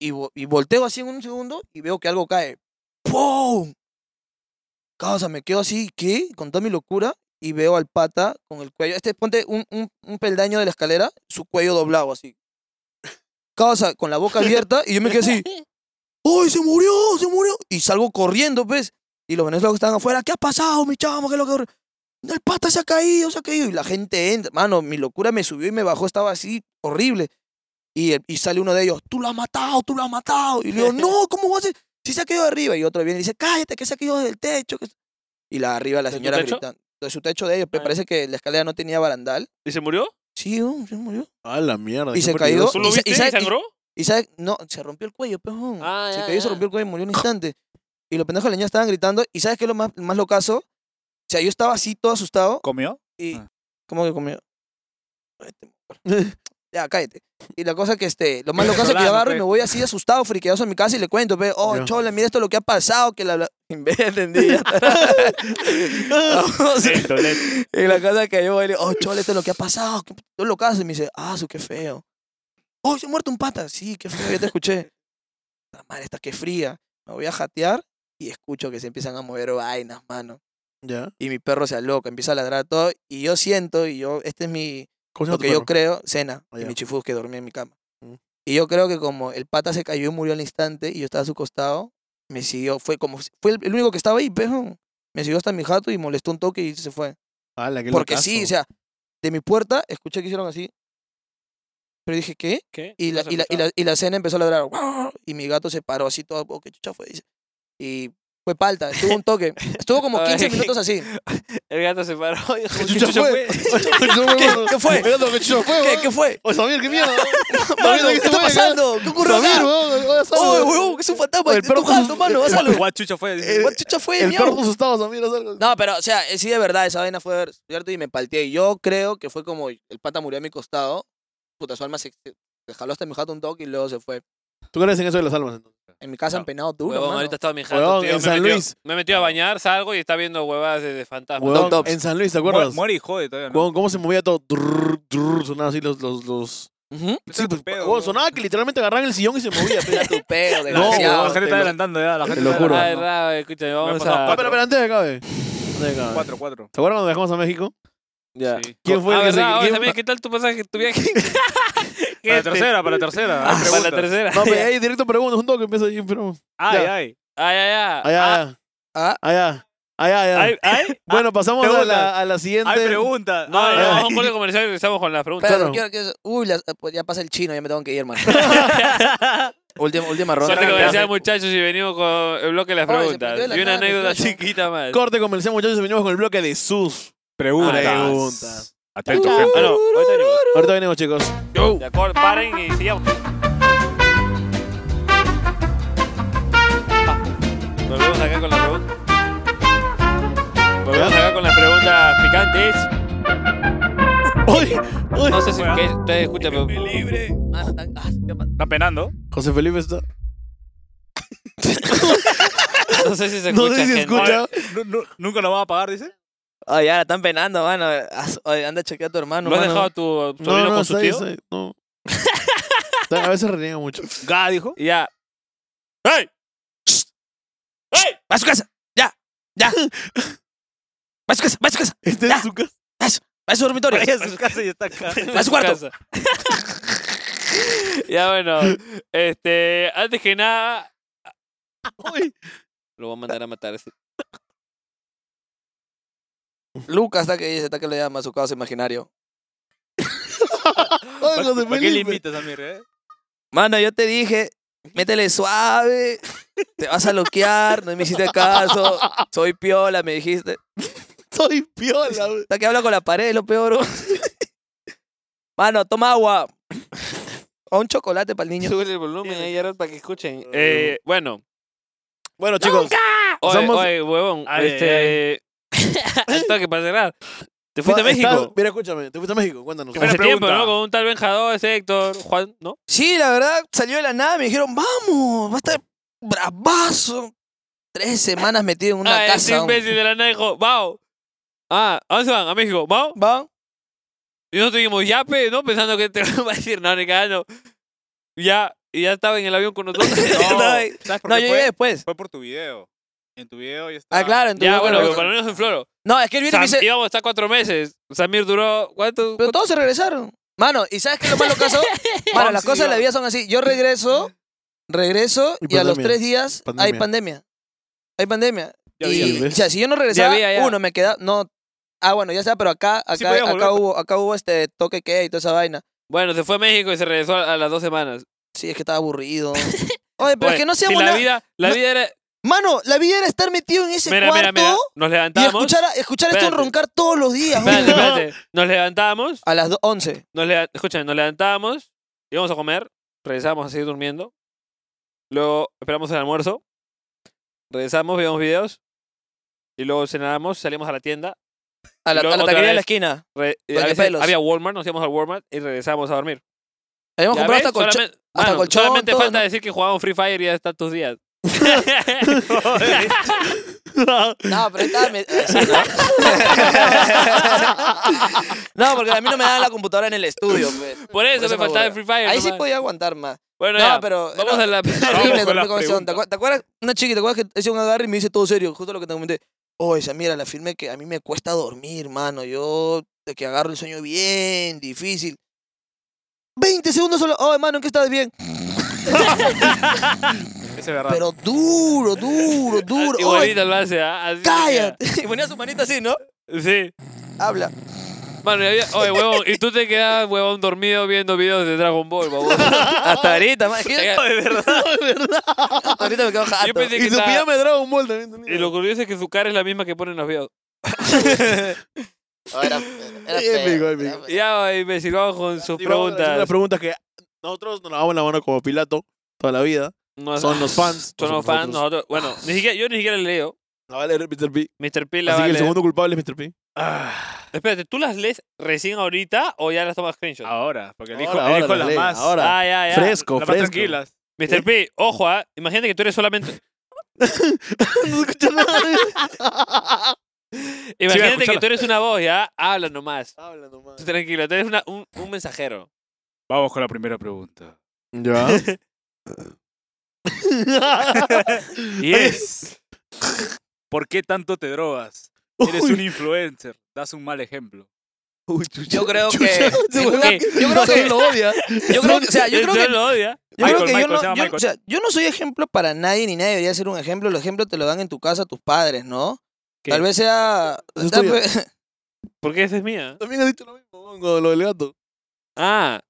Speaker 1: Y, vo- y volteo así en un segundo y veo que algo cae. ¡Pum! Causa, me quedo así, ¿qué? Con toda mi locura. Y veo al pata con el cuello. Este, ponte un, un, un peldaño de la escalera, su cuello doblado así. Causa, con la boca abierta y yo me quedé así. ¡Ay, se murió! ¡Se murió! Y salgo corriendo, pues. Y los venezolanos que estaban afuera, ¿qué ha pasado, mi chamo? ¿Qué es lo que.? El pata se ha caído, se ha caído. Y la gente entra. Mano, mi locura me subió y me bajó, estaba así, horrible. Y, el- y sale uno de ellos, tú lo has matado, tú lo has matado. Y le digo, no, ¿cómo vas a ser? Si se ha caído de arriba. Y otro viene y dice, cállate, que se ha caído del techo. que- Y la arriba, la
Speaker 2: ¿De tu
Speaker 1: señora
Speaker 2: techo?
Speaker 1: gritando. De su techo de ellos,
Speaker 2: Ah.
Speaker 1: pero parece que la escalera no tenía barandal.
Speaker 2: ¿Y se murió?
Speaker 1: Sí, oh, se murió.
Speaker 3: A la mierda.
Speaker 1: Y
Speaker 3: qué
Speaker 1: se cayó.
Speaker 2: ¿Tú lo
Speaker 1: Y sa-
Speaker 2: viste
Speaker 1: y
Speaker 2: y,
Speaker 1: sa- y-
Speaker 2: sangró?
Speaker 1: Y sabes, no, se rompió el cuello, pejón.
Speaker 2: Ah,
Speaker 1: se
Speaker 2: ya,
Speaker 1: cayó, se
Speaker 2: ya.
Speaker 1: rompió el cuello y murió en un instante. Y los pendejos de la niña estaban gritando. ¿Y sabes qué es lo más, más locazo? O sea, yo estaba así todo asustado
Speaker 5: ¿Comió?
Speaker 1: y...
Speaker 5: Ah.
Speaker 1: ¿Cómo que comió? Este,
Speaker 3: peligroso.
Speaker 1: Ya, cállate. Y la cosa que este, lo más locazo es que yo
Speaker 5: Venezolano,
Speaker 1: agarro y
Speaker 5: pe.
Speaker 1: me voy así asustado, friqueadoso a mi casa y le cuento, ve, oh,
Speaker 3: Ya.
Speaker 1: chola, mira esto lo que ha pasado, que la... bla- En vez de entendí. ya. Vamos,
Speaker 5: El tolet.
Speaker 1: y la cosa que yo voy y le digo, oh, chole, esto es lo que ha pasado. que- Todo lo que hace. Y me dice, ah, su, qué feo. Oh, se ha muerto un pata. Sí, qué feo, ya te escuché. La madre está que fría. Me voy a jatear y escucho que se empiezan a mover vainas, mano.
Speaker 3: ¿Ya?
Speaker 1: Y mi perro se aloca, empieza a ladrar todo. Y yo siento, y yo, este es mi,
Speaker 3: ¿Cómo se llama
Speaker 1: lo
Speaker 3: tu
Speaker 1: que yo
Speaker 3: perro?
Speaker 1: creo, cena.
Speaker 3: Ah,
Speaker 1: y
Speaker 3: ya.
Speaker 1: mi chifus que dormía en mi cama.
Speaker 3: Mm.
Speaker 1: Y yo creo que como el pata se cayó y murió al instante y yo estaba a su costado, me siguió. Fue como, fue el, el único que estaba ahí, pejo. Me siguió hasta mi jato y molestó un toque y se fue.
Speaker 3: Ala, qué
Speaker 1: Porque
Speaker 3: locazo.
Speaker 1: sí, o sea, de mi puerta escuché que hicieron así. Pero dije, ¿qué?
Speaker 2: ¿Qué?
Speaker 1: Y la,
Speaker 2: ¿No se
Speaker 1: y la, y
Speaker 2: escuchaba?
Speaker 1: la, y la cena empezó a ladrar. ¡guau! Y mi gato se paró así todo. "Oh, ¿Qué chucha fue? Dice. Y fue palta, estuvo un toque. Estuvo como 15
Speaker 2: Ay.
Speaker 1: minutos así.
Speaker 2: El gato se paró. y dijo,
Speaker 3: ¿Qué chucha fue?
Speaker 1: ¿Qué- qué fue?
Speaker 3: Mira, ¿Qué chucha fue?
Speaker 1: ¿Qué,
Speaker 3: weón?
Speaker 1: qué fue?
Speaker 3: Oye, Samir, qué mierda.
Speaker 1: Mano,
Speaker 3: ¿qué
Speaker 1: ¿qué
Speaker 3: se
Speaker 1: está
Speaker 3: mueve,
Speaker 1: pasando? ¿Qué ocurre
Speaker 3: Samir,
Speaker 1: acá?
Speaker 3: weón. oye, Samir.
Speaker 1: ¡Oh, huevón! ¡Es un fantasma!
Speaker 3: Oye,
Speaker 1: ¡Está
Speaker 3: el perro-
Speaker 1: tocando, mano!
Speaker 3: Eh,
Speaker 1: ¡Haz algo!
Speaker 5: Guachucha fue. dice.
Speaker 1: ¿Qué chucha fue?
Speaker 3: El
Speaker 1: miau?
Speaker 3: perro asustado, Samir. haz algo.
Speaker 1: No, pero, o sea, eh, sí, de verdad, esa vaina fue cierto y me palteé. Y yo creo que fue como el pata murió a mi costado. Puta, su alma se, se- se jaló hasta mi jato un toque y luego se fue.
Speaker 3: ¿Tú crees en eso de las almas? entonces?
Speaker 1: En mi casa
Speaker 5: Claro.
Speaker 1: empenado duro,
Speaker 2: Huevón,
Speaker 1: mano.
Speaker 2: ahorita estaba mi jato,
Speaker 3: Huevón,
Speaker 2: tío.
Speaker 3: en
Speaker 2: me
Speaker 3: San
Speaker 2: metió-
Speaker 3: Luis.
Speaker 2: Me he metido a bañadas, salgo y está viendo huevadas de, de fantasma.
Speaker 3: Weón,
Speaker 1: Dogs.
Speaker 3: en San Luis, ¿te
Speaker 5: Mu-
Speaker 3: acuerdas?
Speaker 5: Muere y jode todavía, ¿no?
Speaker 3: Weón, ¿Cómo se movía todo? Drrr, drrr, sonaban así los... los, los...
Speaker 1: Ujú.
Speaker 5: Ese
Speaker 3: Sí,
Speaker 5: es tu
Speaker 3: pues,
Speaker 5: pedo,
Speaker 3: weón,
Speaker 5: weón.
Speaker 3: sonaba que literalmente agarraban el sillón y se movía. pe.
Speaker 1: Era tu pedo,
Speaker 5: No,
Speaker 1: desgraciado.
Speaker 5: la gente
Speaker 3: te lo-
Speaker 5: está adelantando ya. La gente
Speaker 3: lo
Speaker 5: está
Speaker 3: juro.
Speaker 2: Ah, es
Speaker 5: adelantando.
Speaker 2: raro, escúchame, vamos
Speaker 5: pasado
Speaker 2: a...
Speaker 5: cuatro.
Speaker 3: Espera, espera, Ah, antes de que acabe. Antes de que acabe.
Speaker 5: Cuatro, cuatro.
Speaker 3: ¿Se acuerdan cuando viajamos a México?
Speaker 2: Ya.
Speaker 5: Sí.
Speaker 3: ¿Quién fue
Speaker 2: ah,
Speaker 3: el que se-
Speaker 2: verdad, oye,
Speaker 3: quién-
Speaker 2: Samir, ¿qué tal tu pasaje, tu viaje?
Speaker 5: Para la
Speaker 2: Gente,
Speaker 5: tercera, para la tercera. hay
Speaker 2: Ah, Para la
Speaker 5: preguntas.
Speaker 2: tercera.
Speaker 3: No, pero ahí directo preguntas, un toque empieza ahí, pero...
Speaker 5: Ay,
Speaker 3: Ya.
Speaker 5: ay.
Speaker 2: Ah, ya, ya.
Speaker 3: Allá, allá.
Speaker 1: Ah.
Speaker 3: Allá. Ay, ay, ay.
Speaker 5: ¿Hay, hay,
Speaker 3: bueno, pasamos a la,
Speaker 5: preguntas.
Speaker 3: a la siguiente.
Speaker 5: hay preguntas.
Speaker 2: No, no,
Speaker 5: Ay,
Speaker 2: no, vamos a
Speaker 5: ay.
Speaker 2: un corte comercial y regresamos con las preguntas.
Speaker 3: Claro.
Speaker 1: Pero quiero que... Uy, la- pues ya pasa el chino, ya me tengo que ir, man. última, última ronda.
Speaker 2: Suerte
Speaker 1: Ya
Speaker 2: comercial,
Speaker 1: me-
Speaker 2: muchachos, y venimos con el bloque de las
Speaker 1: Oye, se
Speaker 2: preguntas.
Speaker 1: perdió la
Speaker 2: Y una
Speaker 1: nada,
Speaker 2: anécdota
Speaker 1: muchacho.
Speaker 2: chiquita más.
Speaker 3: Corte comercial, muchachos, y venimos con el bloque de sus preguntas. Uh.
Speaker 4: Atento,
Speaker 2: Ah,
Speaker 4: gente.
Speaker 2: no, ahorita venimos.
Speaker 3: Ahorita venimos, chicos.
Speaker 2: Ya, cor- paren y sigamos. Ah, Volvemos acá con las preguntas. Volvemos acá con las preguntas picantes.
Speaker 3: ¡Uy! ¡Uy!
Speaker 2: No sé si que- ustedes escuchan, pero.
Speaker 5: libre.
Speaker 1: Mano, tan- ah, ya pa-
Speaker 5: Está penando.
Speaker 3: José Felipe está.
Speaker 2: No sé si se escucha.
Speaker 3: No sé si
Speaker 2: gente.
Speaker 3: escucha.
Speaker 5: Nu- nu- Nunca nos va a pagar, dice.
Speaker 1: Oye, ahora Ah, están penando, mano. As- Oye, anda a chequear a tu hermano,
Speaker 2: ¿Lo has
Speaker 1: mano.
Speaker 2: dejado a tu sobrino
Speaker 3: No, no,
Speaker 2: con su
Speaker 3: está ahí,
Speaker 2: tío?
Speaker 3: está ahí, no. Está- A veces reniega mucho.
Speaker 5: Ga dijo.
Speaker 2: Ya. ¡Ey! ¡Ey!
Speaker 1: ¡Va a su casa! ¡Ya! ¡Ya! ¡Va a su casa! ¡Va a su casa!
Speaker 3: Este
Speaker 1: Ya.
Speaker 3: es su casa.
Speaker 1: ¡Va a su dormitorio!
Speaker 5: Vaya a su casa y está acá.
Speaker 1: ¡Va a su cuarto!
Speaker 2: casa. ya bueno, este, antes que nada,
Speaker 3: Uy.
Speaker 2: lo voy a mandar a matar. ese-
Speaker 1: Lucas está que dice, está que le llama a su casa imaginario.
Speaker 3: Ay, José
Speaker 5: ¿Para qué le
Speaker 3: Felipe.
Speaker 5: invitas a mi red?
Speaker 1: Mano, yo te dije, métele suave, te vas a loquear, no me hiciste caso, soy piola, me dijiste.
Speaker 3: Soy piola, güey.
Speaker 1: Está que habla con la pared, lo peor. bro. Mano, toma agua. O un chocolate para el niño.
Speaker 2: Súbele el volumen ahí ahora para que escuchen. Eh, ah, bueno,
Speaker 3: Bueno, chicos.
Speaker 2: oye,
Speaker 3: Somos-
Speaker 2: oye, huevón,
Speaker 5: Ay,
Speaker 2: este, al toque para cerrar. ¿Te fuiste a
Speaker 3: Estás-
Speaker 2: México?
Speaker 3: Mira, escúchame. ¿Te fuiste a México? Cuéntanos.
Speaker 5: Qué
Speaker 2: Hace
Speaker 5: buena
Speaker 2: tiempo,
Speaker 5: pregunta.
Speaker 2: ¿no? Con un tal Benjador, ese Héctor, Juan, ¿no?
Speaker 1: Sí, la verdad, salió de la nada, me dijeron, vamos, va a estar bravazo. Tres semanas metido en una
Speaker 2: ah, ese
Speaker 1: casa.
Speaker 2: imbécil de la nada dijo, ¡Vao! Ah, ¿a dónde se van? ¿A México? ¿Vao?
Speaker 1: ¿Va?
Speaker 2: Y nosotros dijimos, ya, pe, ¿no? Pensando que te va a decir, no, ni cagando. Ya, y ya estaba en el avión con nosotros.
Speaker 1: No,
Speaker 5: ¿sabes por
Speaker 1: No,
Speaker 5: qué fue?
Speaker 1: yo llegué después.
Speaker 4: Fue por tu video. En tu video ya está.
Speaker 1: Ah, claro, entonces.
Speaker 2: ya, bueno, pero para mí no es un floro.
Speaker 1: No, es que él vino y
Speaker 2: Sam-
Speaker 1: me dice,
Speaker 2: Íbamos a estar cuatro meses. Samir duró, ¿cuánto?
Speaker 1: Pero todos se regresaron. Mano, ¿y sabes qué es lo malo caso? Mano, las
Speaker 5: Sí,
Speaker 1: cosas de la
Speaker 5: va.
Speaker 1: vida son así. Yo regreso, regreso
Speaker 3: Y
Speaker 1: y, a los
Speaker 3: pandemia.
Speaker 1: tres días hay
Speaker 3: Pandemia.
Speaker 1: pandemia. Hay pandemia.
Speaker 5: Ya
Speaker 1: y,
Speaker 3: había,
Speaker 1: o
Speaker 3: ¿ves?
Speaker 1: sea, si yo no regresaba,
Speaker 2: había, ya.
Speaker 1: uno me quedaba. No. Ah, bueno, ya está, pero acá, acá,
Speaker 5: Sí podías
Speaker 1: acá
Speaker 5: volver.
Speaker 1: hubo, acá hubo este toque que y toda esa vaina.
Speaker 2: Bueno, se fue a México y se regresó a, a las dos semanas.
Speaker 1: Sí, es que estaba aburrido. Oye, pero es
Speaker 2: Oye,
Speaker 1: que no
Speaker 2: si
Speaker 1: seamos
Speaker 2: la
Speaker 1: nada-
Speaker 2: vida, la
Speaker 1: no-
Speaker 2: vida era...
Speaker 1: Mano, la vida era estar metido en ese
Speaker 2: Mira,
Speaker 1: cuarto
Speaker 2: mira, mira. Nos
Speaker 1: y
Speaker 2: levantábamos.
Speaker 1: escuchar, a- escuchar esto
Speaker 2: Espérate.
Speaker 1: roncar todos los días. güey.
Speaker 2: Espérate, espérate. Nos levantábamos.
Speaker 1: A las do- 11.
Speaker 2: Nos leva- Escuchen, nos levantábamos. Íbamos a comer. Regresábamos a seguir durmiendo. Luego esperamos el almuerzo. Regresamos, veíamos videos. Y luego cenábamos, salimos a la tienda.
Speaker 1: A la,
Speaker 2: Y luego
Speaker 1: a la
Speaker 2: otra
Speaker 1: taquería de la
Speaker 2: vez.
Speaker 1: esquina.
Speaker 2: Re- eh, a
Speaker 1: Porque
Speaker 2: veces
Speaker 1: pelos.
Speaker 2: había Walmart, nos íbamos al Walmart y regresábamos a dormir.
Speaker 1: Habíamos
Speaker 2: Ya
Speaker 1: comprado
Speaker 2: ves,
Speaker 1: hasta colchón.
Speaker 2: solamente-
Speaker 1: hasta
Speaker 2: mano,
Speaker 1: colchón,
Speaker 2: solamente
Speaker 1: todo,
Speaker 2: falta
Speaker 1: ¿no?
Speaker 2: decir que jugábamos Free Fire y ya están tus días.
Speaker 1: No, pero estaba. me- no, porque a mí no me daban la computadora en el estudio. pues.
Speaker 2: Por eso,
Speaker 1: Por
Speaker 2: me
Speaker 1: eso me
Speaker 2: faltaba el Free
Speaker 1: aburre.
Speaker 2: Fire.
Speaker 1: Ahí
Speaker 2: no
Speaker 1: sí
Speaker 2: más.
Speaker 1: podía aguantar más.
Speaker 2: Bueno,
Speaker 1: No,
Speaker 2: ya.
Speaker 1: pero.
Speaker 2: Vamos
Speaker 1: era
Speaker 2: a la.
Speaker 1: horrible
Speaker 5: con las
Speaker 1: dormir con ese don. ¿Te acuer- ¿Te acuerdas? Una chica, ¿te acuerdas que hice un agarre y me dice todo serio? Justo lo que te comenté. Oye, esa mira, la firme que a mí me cuesta dormir, mano. Yo de que agarro el sueño bien, difícil. 20 segundos solo. Oh, hermano, ¿en qué estás bien?
Speaker 5: Ese es verdad.
Speaker 1: Pero duro,
Speaker 2: Ah,
Speaker 1: duro, duro. Oye,
Speaker 2: Igualita lo hace, ¿ah? Así
Speaker 1: cállate. Y ponía su manita así, ¿no?
Speaker 2: que- Sí.
Speaker 1: Habla.
Speaker 2: Mano, y había- oye, huevón, y tú te quedabas, huevón, dormido viendo videos de Dragon Ball, babón.
Speaker 1: Hasta ahorita, man. Es que yo-
Speaker 2: Oiga,
Speaker 1: hasta ahorita me quedo jato.
Speaker 2: Yo pensé
Speaker 3: Y
Speaker 2: que
Speaker 3: su
Speaker 2: estaba-
Speaker 3: pijama de Dragon Ball también. tenía.
Speaker 2: Y lo curioso es que su cara es la misma que ponen los videos.
Speaker 1: No, era, era
Speaker 3: Sí, épico,
Speaker 1: feo,
Speaker 3: épico.
Speaker 1: era feo.
Speaker 2: Ya, oye, me sigamos con sus
Speaker 3: Y vamos a decir
Speaker 2: preguntas.
Speaker 3: Las preguntas que nosotros nos lavamos la mano como Pilato toda la vida.
Speaker 2: No-
Speaker 3: Son los fans.
Speaker 2: Son los fans, nosotros.
Speaker 3: nosotros.
Speaker 2: Bueno, ni siquiera, yo ni siquiera le leo.
Speaker 3: La vale Mr. P.
Speaker 2: Mr. P la
Speaker 3: Así que el
Speaker 2: vale.
Speaker 3: segundo culpable es Mr. P.
Speaker 2: Espérate, ¿tú las lees recién ahorita o ya las tomas screenshot?
Speaker 5: Ahora, porque el hijo,
Speaker 3: Ahora, ahora las
Speaker 5: las
Speaker 3: lee,
Speaker 5: más.
Speaker 3: ahora.
Speaker 2: ah, ya, ya.
Speaker 3: Fresco,
Speaker 5: las más
Speaker 3: fresco.
Speaker 5: tranquilas.
Speaker 1: eh.
Speaker 2: Mr. P, ojo, ah, imagínate que tú eres solamente.
Speaker 3: no se escucha nada.
Speaker 2: Imagínate que
Speaker 5: escucharla.
Speaker 2: tú eres una voz, ya. Habla nomás.
Speaker 3: Habla nomás.
Speaker 2: Tú Tranquilo, tú eres una- un, un mensajero.
Speaker 5: Vamos con la primera pregunta.
Speaker 3: Ya.
Speaker 5: Y es. ¿Por qué tanto te drogas? Eres
Speaker 3: Uy.
Speaker 5: un influencer. Das un mal ejemplo.
Speaker 1: Yo creo que.
Speaker 3: Chucha, se
Speaker 1: Yo creo
Speaker 3: volvió-
Speaker 1: que. Yo creo que.
Speaker 3: lo odia.
Speaker 1: Yo creo que. O sea, yo creo que.
Speaker 2: Yo lo odia.
Speaker 1: Yo creo
Speaker 5: Michael,
Speaker 1: que yo
Speaker 5: Michael,
Speaker 1: no.
Speaker 5: se llama
Speaker 1: yo-
Speaker 5: Michael.
Speaker 1: o sea, yo no soy ejemplo para nadie ni nadie debería ser un ejemplo. Los ejemplos te lo dan en tu casa tus padres, ¿no?
Speaker 2: ¿Qué?
Speaker 1: Tal vez sea.
Speaker 3: Eso es tuyo.
Speaker 1: Pues,
Speaker 2: ¿Por qué esa es mía?
Speaker 3: También has dicho lo mismo, weón, con lo del gato.
Speaker 2: Ah.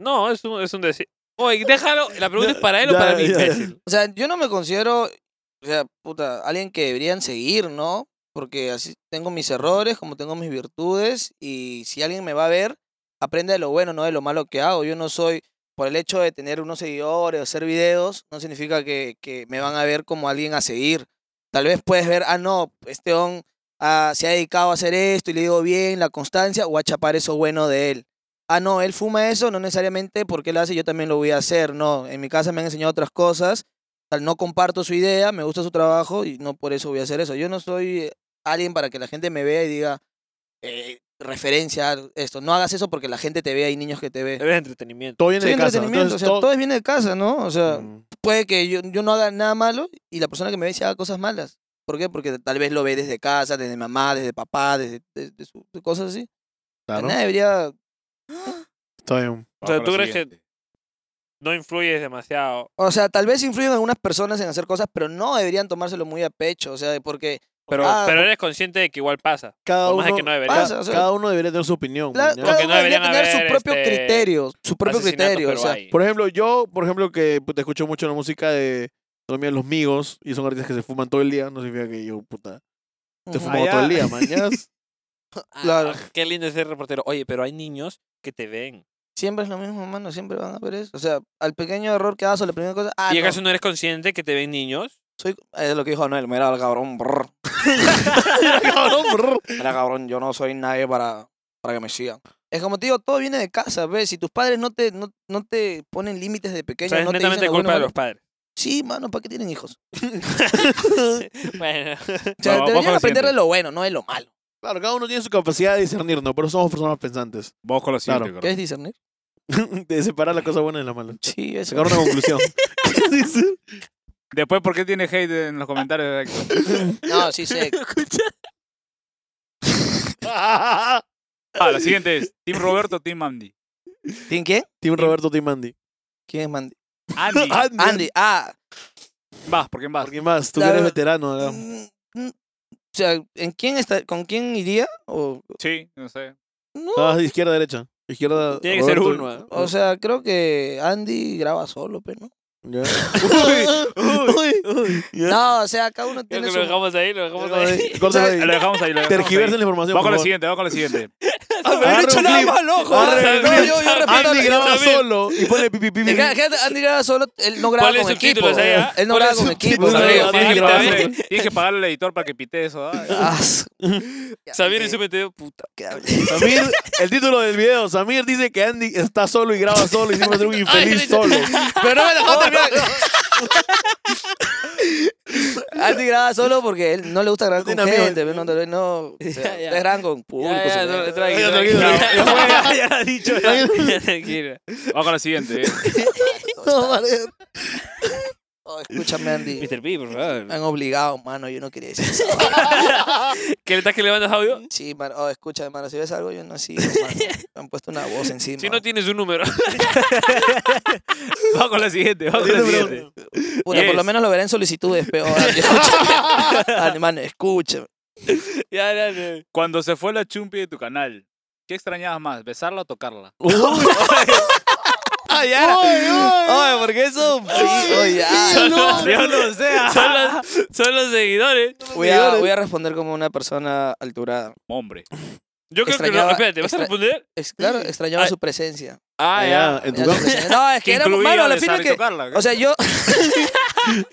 Speaker 2: No, es un, es un decir. Oye, déjalo. La pregunta es para él o
Speaker 3: ya,
Speaker 2: para mí,
Speaker 3: ya.
Speaker 2: imbécil.
Speaker 1: o sea, yo no me considero. O sea, puta, alguien que deberían seguir, ¿no? Porque así tengo mis errores, como tengo mis virtudes. Y si alguien me va a ver, aprende de lo bueno, no de lo malo que hago. Yo no soy. Por el hecho de tener unos seguidores o hacer videos, no significa que, que me van a ver como alguien a seguir. Tal vez puedes ver, ah, no, este on ah, se ha dedicado a hacer esto y le digo bien, la constancia, o a chapar eso bueno de él. Ah, no, él fuma eso, no necesariamente porque él hace, yo también lo voy a hacer. No, en mi casa me han enseñado otras cosas. Tal, no comparto su idea, me gusta su trabajo y no por eso voy a hacer eso. Yo no soy eh, alguien para que la gente me vea y diga eh, referencia a esto. No hagas eso porque la gente te vea, hay niños que te ve.
Speaker 2: Eres entretenimiento.
Speaker 3: Todo viene
Speaker 1: Sí,
Speaker 3: de casa.
Speaker 1: entretenimiento, o sea,
Speaker 3: entonces
Speaker 1: todo viene de casa, ¿no? O sea,
Speaker 3: todo- Mm.
Speaker 1: puede que yo, yo no haga nada malo y la persona que me ve se haga cosas malas. ¿Por qué? Porque tal vez lo ve desde casa, desde mamá, desde papá, desde, de- de su- de cosas así.
Speaker 3: Claro,
Speaker 1: Nadie debería...
Speaker 3: Está bien.
Speaker 2: O sea,
Speaker 5: Vamos
Speaker 2: ¿tú
Speaker 5: con la
Speaker 2: crees que-
Speaker 5: siguiente.
Speaker 2: No influyes demasiado.
Speaker 1: O sea, tal vez influyen algunas personas en hacer cosas, pero no deberían tomárselo muy a pecho. O sea, porque...
Speaker 2: Pero,
Speaker 1: Ah,
Speaker 2: pero
Speaker 1: por-
Speaker 2: eres consciente de que igual pasa.
Speaker 3: Cada
Speaker 2: Por más de
Speaker 3: uno,
Speaker 2: que no debería.
Speaker 1: pasa, o sea-
Speaker 3: cada uno debería tener su opinión. pues,
Speaker 1: la-
Speaker 3: mañana.
Speaker 1: cada
Speaker 2: Porque no
Speaker 1: uno debería
Speaker 2: deberían
Speaker 1: tener su
Speaker 2: haber,
Speaker 1: propio
Speaker 2: este,
Speaker 1: criterio. Su propio
Speaker 2: Asesinatos,
Speaker 1: criterio. O
Speaker 2: pero
Speaker 1: sea,
Speaker 2: hay.
Speaker 3: Por ejemplo, yo, por ejemplo, que puta, escucho mucho la música de los míos, los migos, y son artistas que se fuman todo el día, no significa que yo, puta, te he
Speaker 1: ujú.
Speaker 3: fumado
Speaker 5: Ah,
Speaker 3: todo el
Speaker 5: ya.
Speaker 3: día, mañas.
Speaker 2: Ah,
Speaker 1: Claro.
Speaker 2: Qué lindo ser reportero. Oye, pero hay niños que te ven.
Speaker 1: Siempre es lo mismo, mano. Siempre van a ver eso. O sea, al pequeño error que hagas o la primera cosa... Ah,
Speaker 2: ¿Y
Speaker 1: no,
Speaker 2: acaso no eres consciente que te ven niños?
Speaker 1: soy... Es lo que dijo Anuel. Mira, el cabrón. brr.
Speaker 3: Cabrón, brr.
Speaker 1: Mira, cabrón, yo no soy nadie para, para que me sigan. Es como te digo, todo viene de casa, ¿ves? Si tus padres no te, no, no te ponen límites de
Speaker 2: O
Speaker 1: pequeño,
Speaker 2: sea, es
Speaker 1: no te dicen
Speaker 2: netamente
Speaker 1: lo
Speaker 2: culpa
Speaker 1: bueno,
Speaker 2: de
Speaker 1: malo-
Speaker 2: los padres.
Speaker 1: Sí, mano, ¿para qué tienen hijos?
Speaker 2: bueno.
Speaker 1: O sea,
Speaker 5: Bueno, vamos con la
Speaker 1: deberían aprender de
Speaker 5: siguiente.
Speaker 1: lo bueno, no de lo malo.
Speaker 3: Claro, cada uno tiene su capacidad de discernir, ¿no? Pero somos personas pensantes.
Speaker 5: Vamos con la siguiente,
Speaker 3: Claro.
Speaker 1: ¿Qué
Speaker 5: Carlos.
Speaker 1: es discernir?
Speaker 3: De separar las cosas buenas de las malas.
Speaker 1: Sí, eso.
Speaker 3: Sacar una conclusión. Dice,
Speaker 5: Después, ¿por qué tiene hate en los comentarios? Héctor?
Speaker 1: No, sí sé.
Speaker 5: Ah, la siguiente es Team Roberto, Team Andy.
Speaker 1: ¿Tin quién?
Speaker 3: Team Roberto, Team Andy.
Speaker 1: ¿Quién es Mandy?
Speaker 5: Andy,
Speaker 1: Andy, ah.
Speaker 5: vas, ¿por quién vas?
Speaker 3: Porque más, tú
Speaker 1: La
Speaker 3: que eres
Speaker 1: verdad-
Speaker 3: veterano.
Speaker 2: Ah.
Speaker 3: acá.
Speaker 1: mm, mm, O sea, ¿en quién está, ¿con quién iría? O,
Speaker 5: Sí, no sé.
Speaker 1: no,
Speaker 3: Ah, izquierda, derecha. Izquierda.
Speaker 2: Tiene que ser
Speaker 3: Roberto.
Speaker 2: uno, ¿eh?
Speaker 1: o sea, creo que Andy graba solo, pero no.
Speaker 3: Ya.
Speaker 1: Uy, No, o sea, cada uno
Speaker 2: Creo
Speaker 1: tiene
Speaker 2: que
Speaker 1: su...
Speaker 2: lo dejamos ahí, lo dejamos
Speaker 3: Ahí.
Speaker 2: ahí.
Speaker 3: Córtalo ahí.
Speaker 5: Lo dejamos ahí, lo dejamos
Speaker 3: Tergiversen
Speaker 5: ahí.
Speaker 3: la información.
Speaker 5: Vamos con
Speaker 3: por
Speaker 5: la
Speaker 3: favor.
Speaker 5: siguiente, vamos con la siguiente.
Speaker 1: Pero no he
Speaker 3: Agarra
Speaker 1: hecho
Speaker 3: un
Speaker 1: nada
Speaker 3: clip.
Speaker 1: malo, ojo,
Speaker 3: Agarra
Speaker 1: ¿eh?
Speaker 3: un
Speaker 1: No,
Speaker 3: clip.
Speaker 1: yo- yo respeto a la-
Speaker 3: Andy graba
Speaker 2: también.
Speaker 3: solo y pone pipi pipi.
Speaker 1: Es que- es que Andy graba solo, él no graba
Speaker 2: Ponle
Speaker 1: con equipo.
Speaker 2: subtítulos ahí, ¿ah?
Speaker 1: Él no
Speaker 2: Ponle
Speaker 1: graba con equipo.
Speaker 3: subtítulos ahí,
Speaker 1: amigo.
Speaker 3: Andy.
Speaker 5: Tienes que,
Speaker 2: grabando.
Speaker 5: pagarle, tienes que pagarle al editor para que pite eso. ay.
Speaker 1: Ah, su- Ya,
Speaker 2: Samir
Speaker 1: eh,
Speaker 2: en su metido, puta.
Speaker 1: ¿qué hablé?
Speaker 3: Samir, el título del video, Samir dice que Andy está solo y graba solo y siempre es un infeliz solo.
Speaker 1: Pero no me dejó terminar. Andy graba solo porque él no le gusta grabar con
Speaker 3: Tiene amigos.
Speaker 1: gente, pero no, tal vez no. o sea,
Speaker 2: Ya, ya.
Speaker 1: ustedes graban con público.
Speaker 2: Ya, ya,
Speaker 1: supongo.
Speaker 2: no, tranqui,
Speaker 3: Ya,
Speaker 2: tranqui.
Speaker 3: tranquilo,
Speaker 2: Ya,
Speaker 3: tranquilo.
Speaker 2: ya, ya lo ha dicho. Ya, tranquilo.
Speaker 5: Vamos con la siguiente. eh.
Speaker 3: No, vale.
Speaker 1: Oh, escúchame, Andy.
Speaker 2: Mr. P, por
Speaker 1: Me
Speaker 2: favor.
Speaker 1: han obligado, mano. Yo no quería decir eso.
Speaker 2: ¿Qué le estás que le mandas audio?
Speaker 1: Sí, mano. Oh, escúchame, mano. Si ves algo, yo no sigo, mano. Me han puesto una voz encima.
Speaker 2: Si no tienes un número.
Speaker 5: Vamos con la siguiente, vamos con la siguiente.
Speaker 1: Puta, por lo
Speaker 5: Yes.
Speaker 1: menos lo veré en solicitudes, pero Andy, escúchame. Andy, mano, escúchame.
Speaker 2: Ya, ya, ya.
Speaker 5: Cuando se fue la chumpi de tu canal, ¿qué extrañabas más, besarla o tocarla?
Speaker 1: ¡Ay, ya! ¡Ay, porque eso! ¡Ay, ya!
Speaker 5: Yo no sé. ah.
Speaker 2: Son los, son los seguidores.
Speaker 1: Voy a, voy a responder como una persona alturada.
Speaker 5: Hombre.
Speaker 2: Yo creo que no.
Speaker 1: Extrañaba-
Speaker 2: Espérate, ¿vas a
Speaker 1: extra-
Speaker 2: responder?
Speaker 1: Es, claro, extrañaba
Speaker 2: Ay.
Speaker 1: su presencia.
Speaker 2: Ah,
Speaker 3: Ya,
Speaker 2: ya.
Speaker 3: en tu
Speaker 1: Extrañaba su
Speaker 3: caso.
Speaker 1: presencia. No, es que era
Speaker 5: incluía
Speaker 1: malo, a la fin
Speaker 5: besar
Speaker 1: es
Speaker 5: y
Speaker 1: que...
Speaker 5: tocarla.
Speaker 1: O sea, yo...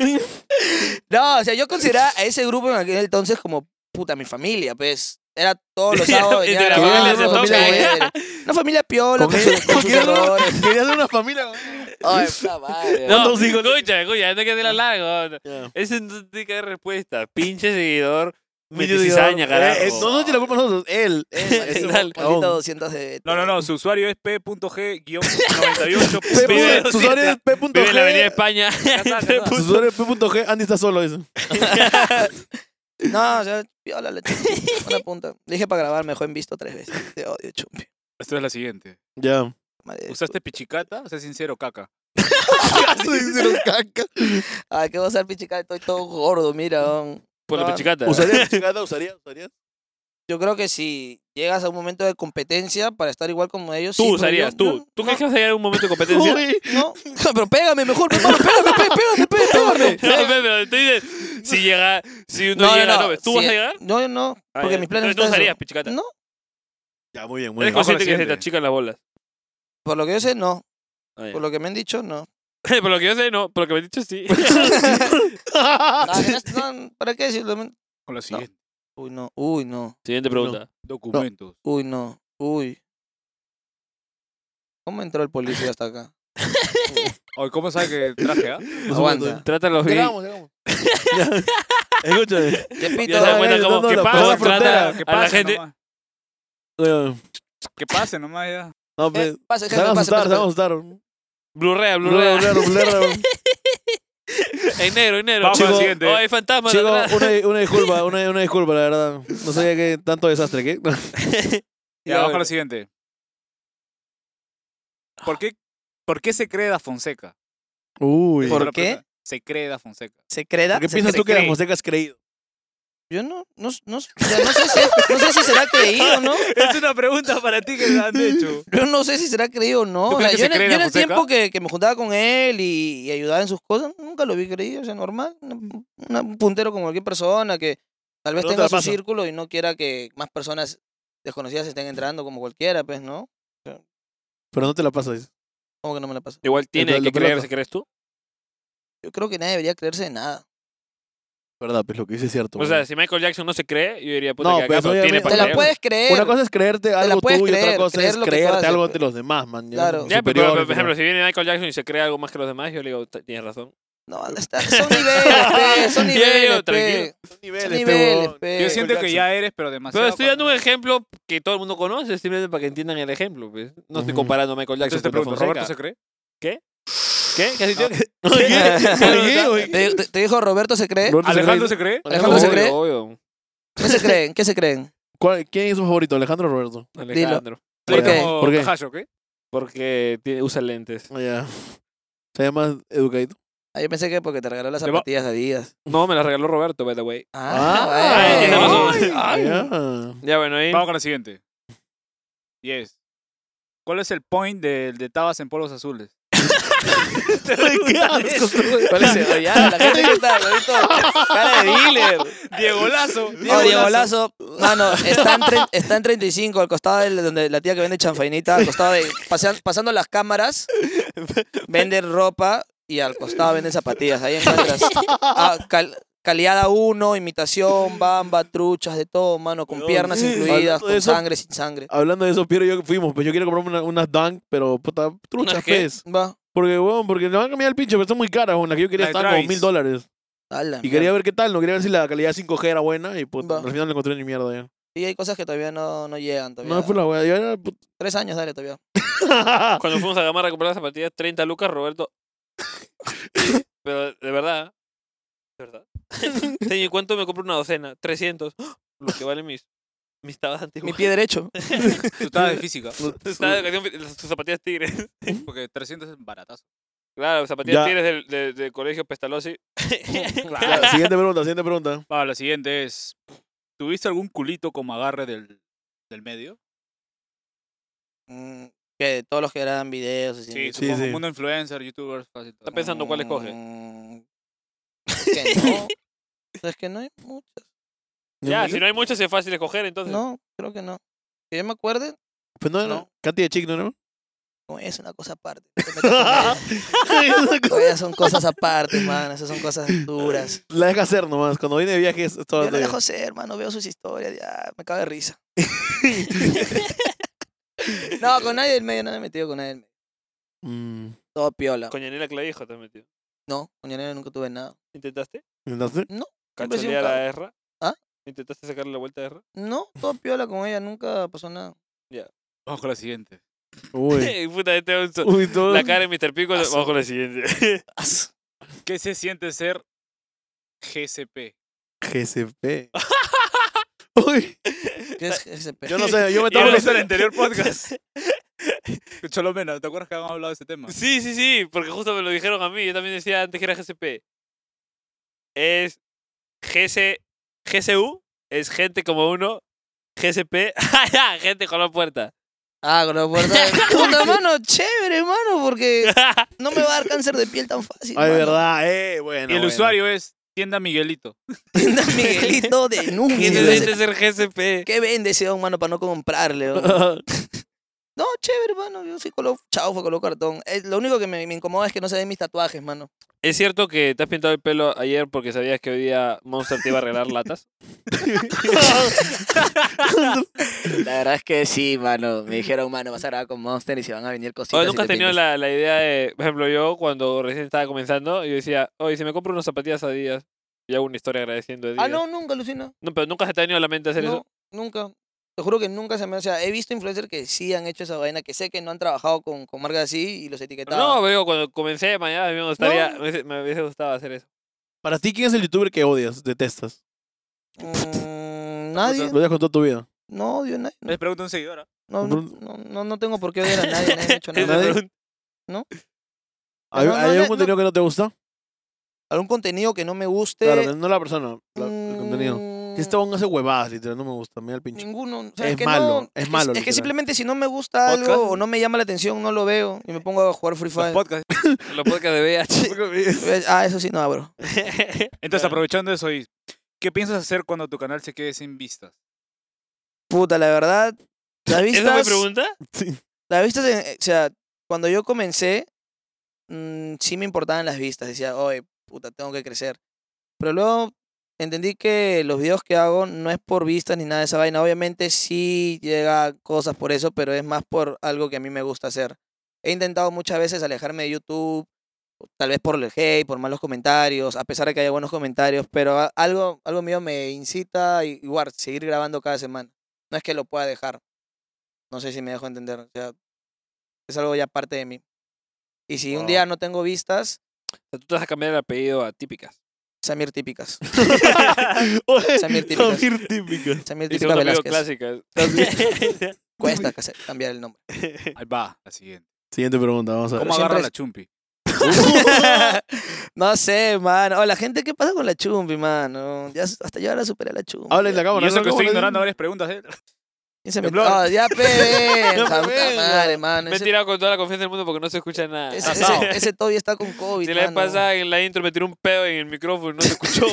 Speaker 1: no, o sea, yo consideraba a ese grupo en aquel entonces como, puta, mi familia, pues. Era todos los sábados.
Speaker 2: Y
Speaker 1: venía
Speaker 2: de
Speaker 1: a
Speaker 2: la
Speaker 1: grabar,
Speaker 2: familia
Speaker 1: una
Speaker 2: se
Speaker 1: familia
Speaker 2: toca.
Speaker 1: chévere. Una familia piola,
Speaker 3: Con
Speaker 1: con, sus- con sus
Speaker 3: Quería
Speaker 1: errores.
Speaker 3: hacer- quería hacer una familia. güey.
Speaker 1: Ay, puta Oh, madre.
Speaker 2: No,
Speaker 3: ¿Cuántos hijos?
Speaker 2: escucha, escucha, no que te la largo.
Speaker 3: Ya.
Speaker 2: Ese no tiene que haber respuesta. Pinche seguidor. Mete
Speaker 3: Yo digo,
Speaker 2: cizaña, carajo.
Speaker 3: eh, eh, No, no tiene la culpa nosotros, él. él, ese
Speaker 2: Dale.
Speaker 1: Maldito
Speaker 3: cabrón.
Speaker 1: 200 de...
Speaker 5: No, no, no, su usuario es p.g-98.
Speaker 3: P.
Speaker 2: Vive-
Speaker 3: Sus usuarios
Speaker 2: Vive en la Avenida
Speaker 3: P.G.
Speaker 2: España.
Speaker 5: está, acá está.
Speaker 3: Sus usuarios P.G. Andy está solo, eso.
Speaker 1: No, o sea, piola, la chumpi. Una punta. Le dije para grabar, me dejó en visto tres veces. Te odio, chumpi.
Speaker 5: Esta es la siguiente.
Speaker 3: Ya.
Speaker 1: Madre de
Speaker 5: ¿Usaste pichicata? Sé sincero, caca.
Speaker 3: Hicieron caca.
Speaker 1: Ay, que vas a usar pichica, estoy todo gordo, mira. don.
Speaker 2: Por la
Speaker 1: Ah,
Speaker 2: pichicata.
Speaker 3: ¿Usarías pichicata? ¿Usarías? ¿Usarías?
Speaker 1: Yo creo que si llegas a un momento de competencia para estar igual como ellos. sí,
Speaker 2: Tú
Speaker 1: pero
Speaker 2: usarías,
Speaker 1: yo-
Speaker 2: tú.
Speaker 1: yo-
Speaker 2: ¿Tú crees que vas a llegar a un momento de competencia?
Speaker 3: Uy,
Speaker 1: No, no, pero pégame mejor, pe, mano, pégame, pe, pégame, pe, pégame.
Speaker 2: No, pe, pero te dicen, si llega, si uno llega, no, ¿tú
Speaker 1: si-
Speaker 2: vas a llegar?
Speaker 1: No, no,
Speaker 2: Ah,
Speaker 1: porque
Speaker 2: ya.
Speaker 1: mis planes
Speaker 2: Pero tú
Speaker 1: están-
Speaker 2: usarías pichicata.
Speaker 1: No,
Speaker 3: Ya, muy bien, muy
Speaker 2: Eres
Speaker 3: bien.
Speaker 2: consciente
Speaker 5: la
Speaker 2: que se te
Speaker 5: siguiente.
Speaker 2: achican las bolas.
Speaker 1: por lo que yo sé, no.
Speaker 2: Ah, ya.
Speaker 1: Por lo que me han dicho, no.
Speaker 2: Por lo que yo sé, no. Por lo que me has dicho, sí. Ah.
Speaker 1: No, que no es- no, ¿Para qué decirlo?
Speaker 4: Con la siguiente.
Speaker 1: Uy, no, uy, no,
Speaker 2: Siguiente pregunta.
Speaker 4: Documentos.
Speaker 1: uy, no, uy. ¿Cómo entró el policía hasta acá?
Speaker 4: Oye, ¿cómo sabe que traje, ah?
Speaker 1: Aguanta.
Speaker 2: Trátalos bien.
Speaker 3: Llegamos, llegamos. Escúchame.
Speaker 1: Yepito,
Speaker 2: Ya se dan cuenta
Speaker 3: Ay,
Speaker 2: cómo
Speaker 3: no,
Speaker 2: que
Speaker 3: no,
Speaker 2: pasa, trata
Speaker 3: pasa frontera,
Speaker 4: Que
Speaker 2: a la
Speaker 4: pase
Speaker 2: gente.
Speaker 4: nomás.
Speaker 3: Eh,
Speaker 4: Que pase nomás ya.
Speaker 3: No,
Speaker 1: eh,
Speaker 3: pues.
Speaker 1: pase,
Speaker 3: Se
Speaker 1: jefe,
Speaker 3: van a
Speaker 1: pase,
Speaker 3: asustar,
Speaker 1: pase,
Speaker 3: se van a asustar.
Speaker 2: Blurrea,
Speaker 3: Blurra,
Speaker 2: blurrea.
Speaker 3: blurra, blurra.
Speaker 2: En negro, en negro.
Speaker 5: Vamos
Speaker 3: al
Speaker 5: siguiente.
Speaker 2: Oh, hay fantasmas
Speaker 3: Chico,
Speaker 2: atrás.
Speaker 3: una, una disculpa, una, una disculpa, la verdad. No sabía que tanto desastre, ¿qué?
Speaker 4: Ya, baja la siguiente. ¿Por qué, ¿Por qué se cree Da Fonseca?
Speaker 3: Uy.
Speaker 4: Esa
Speaker 1: ¿Por
Speaker 4: es la
Speaker 1: qué?
Speaker 4: pregunta. Se cree Da Fonseca.
Speaker 1: ¿Se creda?
Speaker 3: ¿Qué
Speaker 1: ¿Se
Speaker 3: piensas
Speaker 1: cre-
Speaker 3: tú que la
Speaker 5: cree.
Speaker 3: Fonseca has creído?
Speaker 1: Yo no, no, no, o sea, no sé, si, no sé si será creído o no.
Speaker 5: Es una pregunta para ti que te han hecho.
Speaker 1: Yo no sé si será creído o no.
Speaker 4: ¿Tú
Speaker 1: O sea,
Speaker 4: crees que
Speaker 1: yo
Speaker 4: se
Speaker 1: en el,
Speaker 4: cree
Speaker 1: yo
Speaker 4: la
Speaker 1: en el
Speaker 4: Fonseca?
Speaker 1: tiempo que, que me juntaba con él y, y ayudaba en sus cosas, nunca lo vi creído. O sea, normal. una- una- un puntero como cualquier persona que tal
Speaker 3: Pero no
Speaker 1: vez
Speaker 3: te
Speaker 1: tenga
Speaker 3: la
Speaker 1: su
Speaker 3: pasa.
Speaker 1: círculo y no quiera que más personas desconocidas estén entrando como cualquiera, pues, ¿no?
Speaker 3: Pero no te la pasas.
Speaker 1: ¿Cómo que no me la pasa?
Speaker 2: Igual
Speaker 3: El-
Speaker 2: tiene
Speaker 3: el
Speaker 2: que
Speaker 3: pelota.
Speaker 2: creerse, ¿crees tú?
Speaker 1: Yo creo que nadie debería creerse de nada.
Speaker 3: ¿Verdad? Pues lo que dice es cierto.
Speaker 2: O sea,
Speaker 3: weón.
Speaker 2: si Michael Jackson no se cree, yo diría, puta,
Speaker 3: No,
Speaker 2: que
Speaker 3: pues,
Speaker 2: acaso tiene
Speaker 3: obviamente.
Speaker 2: para
Speaker 1: Te la
Speaker 2: creer.
Speaker 1: puedes creer.
Speaker 3: una cosa es creerte
Speaker 1: la
Speaker 3: algo
Speaker 1: puedes
Speaker 3: tuyo, otra
Speaker 1: creer,
Speaker 3: cosa es
Speaker 1: creer lo que tú
Speaker 3: creerte
Speaker 1: haces,
Speaker 3: algo
Speaker 1: pues.
Speaker 3: de los demás, man. ya,
Speaker 2: Ya,
Speaker 1: Claro.
Speaker 2: pero,
Speaker 3: superiores,
Speaker 2: pero, por ejemplo,
Speaker 3: ¿no?
Speaker 2: si viene Michael Jackson y se cree algo más que los demás, yo le digo, "T- tienes razón.
Speaker 1: No, está, son niveles, pe, son
Speaker 2: Ya, ya, ya,
Speaker 1: niveles, pe,
Speaker 2: tranquilo.
Speaker 3: Son
Speaker 1: son
Speaker 3: niveles, pe,
Speaker 1: niveles,
Speaker 3: weón.
Speaker 1: pe.
Speaker 4: Yo siento que ya eres, pero demasiado.
Speaker 2: Pero estoy dando un
Speaker 4: cuando-
Speaker 2: ejemplo que todo el mundo conoce, simplemente para que entiendan el ejemplo. pues. No estoy
Speaker 3: Ujú.
Speaker 2: comparando a Michael Jackson
Speaker 4: Entonces te
Speaker 2: con
Speaker 4: pregunto,
Speaker 2: Fonseca.
Speaker 4: ¿Roberto se cree?
Speaker 2: ¿Qué? ¿Qué has dicho?
Speaker 1: ¿Te, te- te dijo Roberto se cree?
Speaker 3: Roberto se cree-
Speaker 4: ¿Alejandro se cree?
Speaker 1: Alejandro se
Speaker 2: Obvio,
Speaker 1: cree.
Speaker 2: obvio.
Speaker 1: ¿Qué se creen? ¿Qué se creen?
Speaker 3: ¿Cuál- ¿Quién es su favorito, Alejandro o Roberto?
Speaker 2: Alejandro.
Speaker 1: ¿Por qué?
Speaker 4: Como
Speaker 3: ¿Por qué?
Speaker 4: Cajayo, ¿qué?
Speaker 2: Porque tiene- usa lentes.
Speaker 3: Ah, Ya. Se llama educadito.
Speaker 1: Ah, yo pensé que porque te regaló las
Speaker 2: Te va-
Speaker 1: zapatillas de Díaz.
Speaker 2: No, me las regaló Roberto, by the way.
Speaker 1: Ah,
Speaker 2: tiene
Speaker 1: bueno.
Speaker 2: razón.
Speaker 3: Ay, ya.
Speaker 2: Ya, bueno, ahí.
Speaker 4: Vamos con la siguiente. Yes. ¿Cuál es el point del de Tabas en polvos azules?
Speaker 3: Qué asco, weón.
Speaker 1: ¿Cuál es el- ya, la gente que está, lo vi todo. Cara de dealer.
Speaker 4: Diego Lazo.
Speaker 1: Oh, Diego Lazo. Mano, está en, tre- está en 35, al costado de donde la tía que vende chanfainita, al costado de. pasean- pasando las cámaras, venden ropa y al costado venden zapatillas. Ahí encuentras. ah, cal- Caliada 1, imitación, bamba, truchas, de todo, mano, con
Speaker 3: Weón,
Speaker 1: piernas
Speaker 3: sí.
Speaker 1: incluidas,
Speaker 3: Hablando de
Speaker 1: con
Speaker 3: eso-
Speaker 1: sangre, sin sangre.
Speaker 3: Hablando de eso, Piero y yo fuimos, pues yo quiero comprarme una- unas Dunk, pero puta, pues.
Speaker 2: ¿Unas
Speaker 3: truchas,
Speaker 2: qué?
Speaker 3: pez.
Speaker 1: Va.
Speaker 3: Porque, weón, porque le van a cambiar el pinche, pero están muy caras, weón. La que yo quería
Speaker 4: La de
Speaker 3: estaba como
Speaker 4: Travis.
Speaker 3: mil dólares.
Speaker 1: a la
Speaker 3: Y quería
Speaker 1: mierda.
Speaker 3: ver qué tal, no quería ver si la calidad 5G era buena y puta,
Speaker 1: Va.
Speaker 3: al final no encontré ni mierda ya.
Speaker 1: Y hay cosas que todavía no, no llegan. Todavía.
Speaker 3: No es por la wea, yo era pues,
Speaker 1: Tres años, dale, todavía.
Speaker 3: puta.
Speaker 2: Cuando fuimos a Gamarra a comprar las zapatillas, 30 lucas, Roberto. Pero, de verdad. De verdad. Señor, ¿cuánto me compro una docena? 300. Lo que valen mis, mis tabas
Speaker 1: Mi
Speaker 2: antiguas.
Speaker 1: pie derecho.
Speaker 4: Tú estabas de física.
Speaker 2: Estaba de educación fí- Sus zapatillas tigres.
Speaker 4: Porque 300 es baratazo.
Speaker 2: Claro, zapatillas
Speaker 3: Ya.
Speaker 2: tigres del, del- del colegio Pestalozzi.
Speaker 3: Ya, siguiente pregunta, siguiente pregunta.
Speaker 4: Va, la siguiente es. ¿Tuviste algún culito como agarre del, del medio?
Speaker 1: Mm, que todos los que graban videos. así,
Speaker 4: Sí,
Speaker 1: en
Speaker 3: sí,
Speaker 4: supongo.
Speaker 3: sí.
Speaker 4: Mundo influencer, youtubers, fácil. todo.
Speaker 2: Está pensando cuál escoge.
Speaker 1: Mm, Que no. es que no hay muchas.
Speaker 2: ya, si no hay muchas, es fácil escoger, entonces.
Speaker 1: No, creo que no. Que yo me acuerde,
Speaker 3: Pues no, era
Speaker 1: No.
Speaker 3: Katy de Chick, ¿no? no?
Speaker 1: no es una cosa aparte. porque me toca comer. Todavía son cosas aparte, man. Esas son cosas duras.
Speaker 3: La deja hacer nomás, cuando viene de viaje es todo.
Speaker 1: Yo la dejo ser, hermano. Veo sus historias. Ya, me cago de risa. no, con nadie del medio. No me he metido con nadie del medio.
Speaker 3: Mm,
Speaker 1: Todo piola.
Speaker 2: Coñanela Clavijo también, tío.
Speaker 1: No, con Yanela nunca tuve nada.
Speaker 2: ¿Intentaste?
Speaker 3: ¿Entonces?
Speaker 1: Siempre he sido un
Speaker 2: ¿Cacholear
Speaker 1: cabrón.
Speaker 2: a Erra?
Speaker 1: ¿Ah?
Speaker 2: ¿Intentaste sacarle la vuelta a Erra?
Speaker 1: No, todo piola con ella. Nunca pasó nada.
Speaker 4: Vamos con la siguiente.
Speaker 3: Uy.
Speaker 2: Puta, este es un-
Speaker 3: Uy, todo.
Speaker 2: La cara de Mr. Pico.
Speaker 1: Asu.
Speaker 2: Vamos con la siguiente.
Speaker 4: ¿Qué se siente ser GCP?
Speaker 3: GCP. Uy.
Speaker 1: ¿Qué es GSP?
Speaker 3: Yo no sé, yo me
Speaker 2: Ya
Speaker 3: estaba
Speaker 2: lo
Speaker 4: Hablamos en
Speaker 2: sé.
Speaker 4: el anterior podcast. Cholomena, ¿te acuerdas que habíamos hablado de ese tema?
Speaker 2: Sí, sí, sí, porque justo me lo dijeron a mí. Yo también decía antes que era GCP. Es GC GCU es gente como uno. GCP, ¡ah, ya! gente con la puerta.
Speaker 1: Ah, con la puerta. Puta mano, chévere, mano, porque no me va a dar cáncer de piel tan fácil.
Speaker 3: Ay,
Speaker 1: mano.
Speaker 3: verdad, eh, bueno.
Speaker 5: Y el
Speaker 3: bueno.
Speaker 5: usuario es tienda Miguelito.
Speaker 1: Tienda Miguelito de
Speaker 2: ¿Quién
Speaker 1: Núñez.
Speaker 2: necesita ser GCP?
Speaker 1: ¿Qué vende ese don, mano, para no comprarle? don? No, chévere, mano. Yo sí colo chaufa, colo cartón. Eh, lo único que me, me incomoda es que no se ven mis tatuajes, mano.
Speaker 2: ¿Es cierto que te has pintado el pelo ayer porque sabías que hoy día Monster te iba a regalar latas?
Speaker 1: La verdad es que sí, mano. Me dijeron, mano, vas a grabar con Monster y se van a venir cositas.
Speaker 2: Oye, ¿Nunca has tenido la, la idea de, por ejemplo, yo cuando recién estaba comenzando, yo decía, oye, si me compro unas zapatillas a días y hago una historia agradeciendo a días?
Speaker 1: Ah, no, nunca, Lucina.
Speaker 2: No, pero nunca se te ha venido a la mente hacer
Speaker 1: No,
Speaker 2: eso.
Speaker 1: nunca. Te juro que nunca se me... O sea, he visto influencers que sí han hecho esa vaina, que sé que no han trabajado con, con marcas así y los
Speaker 2: No,
Speaker 1: etiquetaban.
Speaker 2: pero digo, cuando comencé mañana me gustaría,
Speaker 1: No.
Speaker 2: me, hubiese, me hubiese gustado hacer eso.
Speaker 3: Para ti, ¿quién es el youtuber que odias, detestas?
Speaker 1: Mm, nadie.
Speaker 3: Lo odias con toda tu vida.
Speaker 1: No odio a nadie. No,
Speaker 5: Les pregunto a un seguidor. ¿ah?
Speaker 1: no,
Speaker 3: Pues,
Speaker 1: no, no- no tengo por qué odiar a nadie. nadie me ha hecho
Speaker 2: Esa
Speaker 1: nada.
Speaker 2: pregunta-
Speaker 3: ¿Hay,
Speaker 1: No, no,
Speaker 3: hay algún
Speaker 1: no,
Speaker 3: contenido que no te gusta?
Speaker 1: Algún contenido que no me guste.
Speaker 3: Claro, no la persona, la- el contenido.
Speaker 1: mm,
Speaker 3: Que este bon hace huevadas, literal, no me gusta, mira el pinche.
Speaker 1: Ninguno. o sea,
Speaker 3: Es
Speaker 1: es que
Speaker 3: malo,
Speaker 1: no-
Speaker 3: es
Speaker 1: que-
Speaker 3: malo,
Speaker 1: Es que
Speaker 3: literal.
Speaker 1: simplemente si no me gusta algo o no me llama la atención, no lo veo y me pongo a jugar Free Fire.
Speaker 5: Podcast.
Speaker 2: Los podcasts de BH.
Speaker 1: Ah, eso sí, no, bro.
Speaker 5: Entonces, aprovechando eso, y- ¿qué piensas hacer cuando tu canal se quede sin vistas?
Speaker 1: Puta, la verdad.
Speaker 2: ¿Esa
Speaker 1: Las
Speaker 2: es
Speaker 1: vistas.
Speaker 2: mi pregunta?
Speaker 1: Las vistas, en- eh, o sea, cuando yo comencé, mm, sí me importaban las vistas. Decía, oye, puta, tengo que crecer. Pero luego entendí que los videos que hago no es por vistas ni nada de esa vaina. Obviamente sí llega cosas por eso, pero es más por algo que a mí me gusta hacer. He intentado muchas veces alejarme de YouTube, o tal vez por el hate, por malos comentarios, a pesar de que haya buenos comentarios, pero a- algo, algo mío me incita a igual seguir grabando cada semana. No es que lo pueda dejar. No sé si me dejo entender. O sea, es algo ya parte de mí. Y si un día no tengo vistas,
Speaker 2: O sea, tú te vas a cambiar el apellido a típicas.
Speaker 1: Samir típicas.
Speaker 3: Oye,
Speaker 1: Samir típicas.
Speaker 3: Samir típico.
Speaker 1: Samir
Speaker 2: Y
Speaker 1: típicas
Speaker 2: segundo apellido
Speaker 1: Velázquez.
Speaker 2: clásicas.
Speaker 1: Cuesta casi- cambiar el nombre.
Speaker 5: Ahí va, la siguiente.
Speaker 3: Siguiente pregunta, vamos a ver.
Speaker 5: ¿Cómo agarra
Speaker 1: siempre
Speaker 5: la
Speaker 1: es-
Speaker 5: chumpi?
Speaker 1: no sé, mano. O la gente, ¿qué pasa con la chumpi, mano? Ya, hasta yo ahora superé a la chumpi.
Speaker 3: Habla en la
Speaker 5: Y
Speaker 3: cámara.
Speaker 5: eso
Speaker 3: ¿no?
Speaker 5: que estoy
Speaker 3: ¿Cómo le-
Speaker 5: ignorando varias preguntas. ¿eh?
Speaker 1: ¿Quién se
Speaker 3: temblor.
Speaker 1: metió? Ah, ya, pe.
Speaker 3: Ya,
Speaker 1: venja,
Speaker 3: pe,
Speaker 1: puta
Speaker 3: venja.
Speaker 1: madre, mano.
Speaker 2: Me he
Speaker 1: Ese,
Speaker 2: tirado con toda la confianza del mundo porque no se escucha nada. Ah,
Speaker 1: ese,
Speaker 5: Asado.
Speaker 1: ese, ese todavía está con COVID,
Speaker 2: Si la vez
Speaker 1: mano.
Speaker 2: pasada en la intro me tiró un pedo en el micrófono y no se escuchó,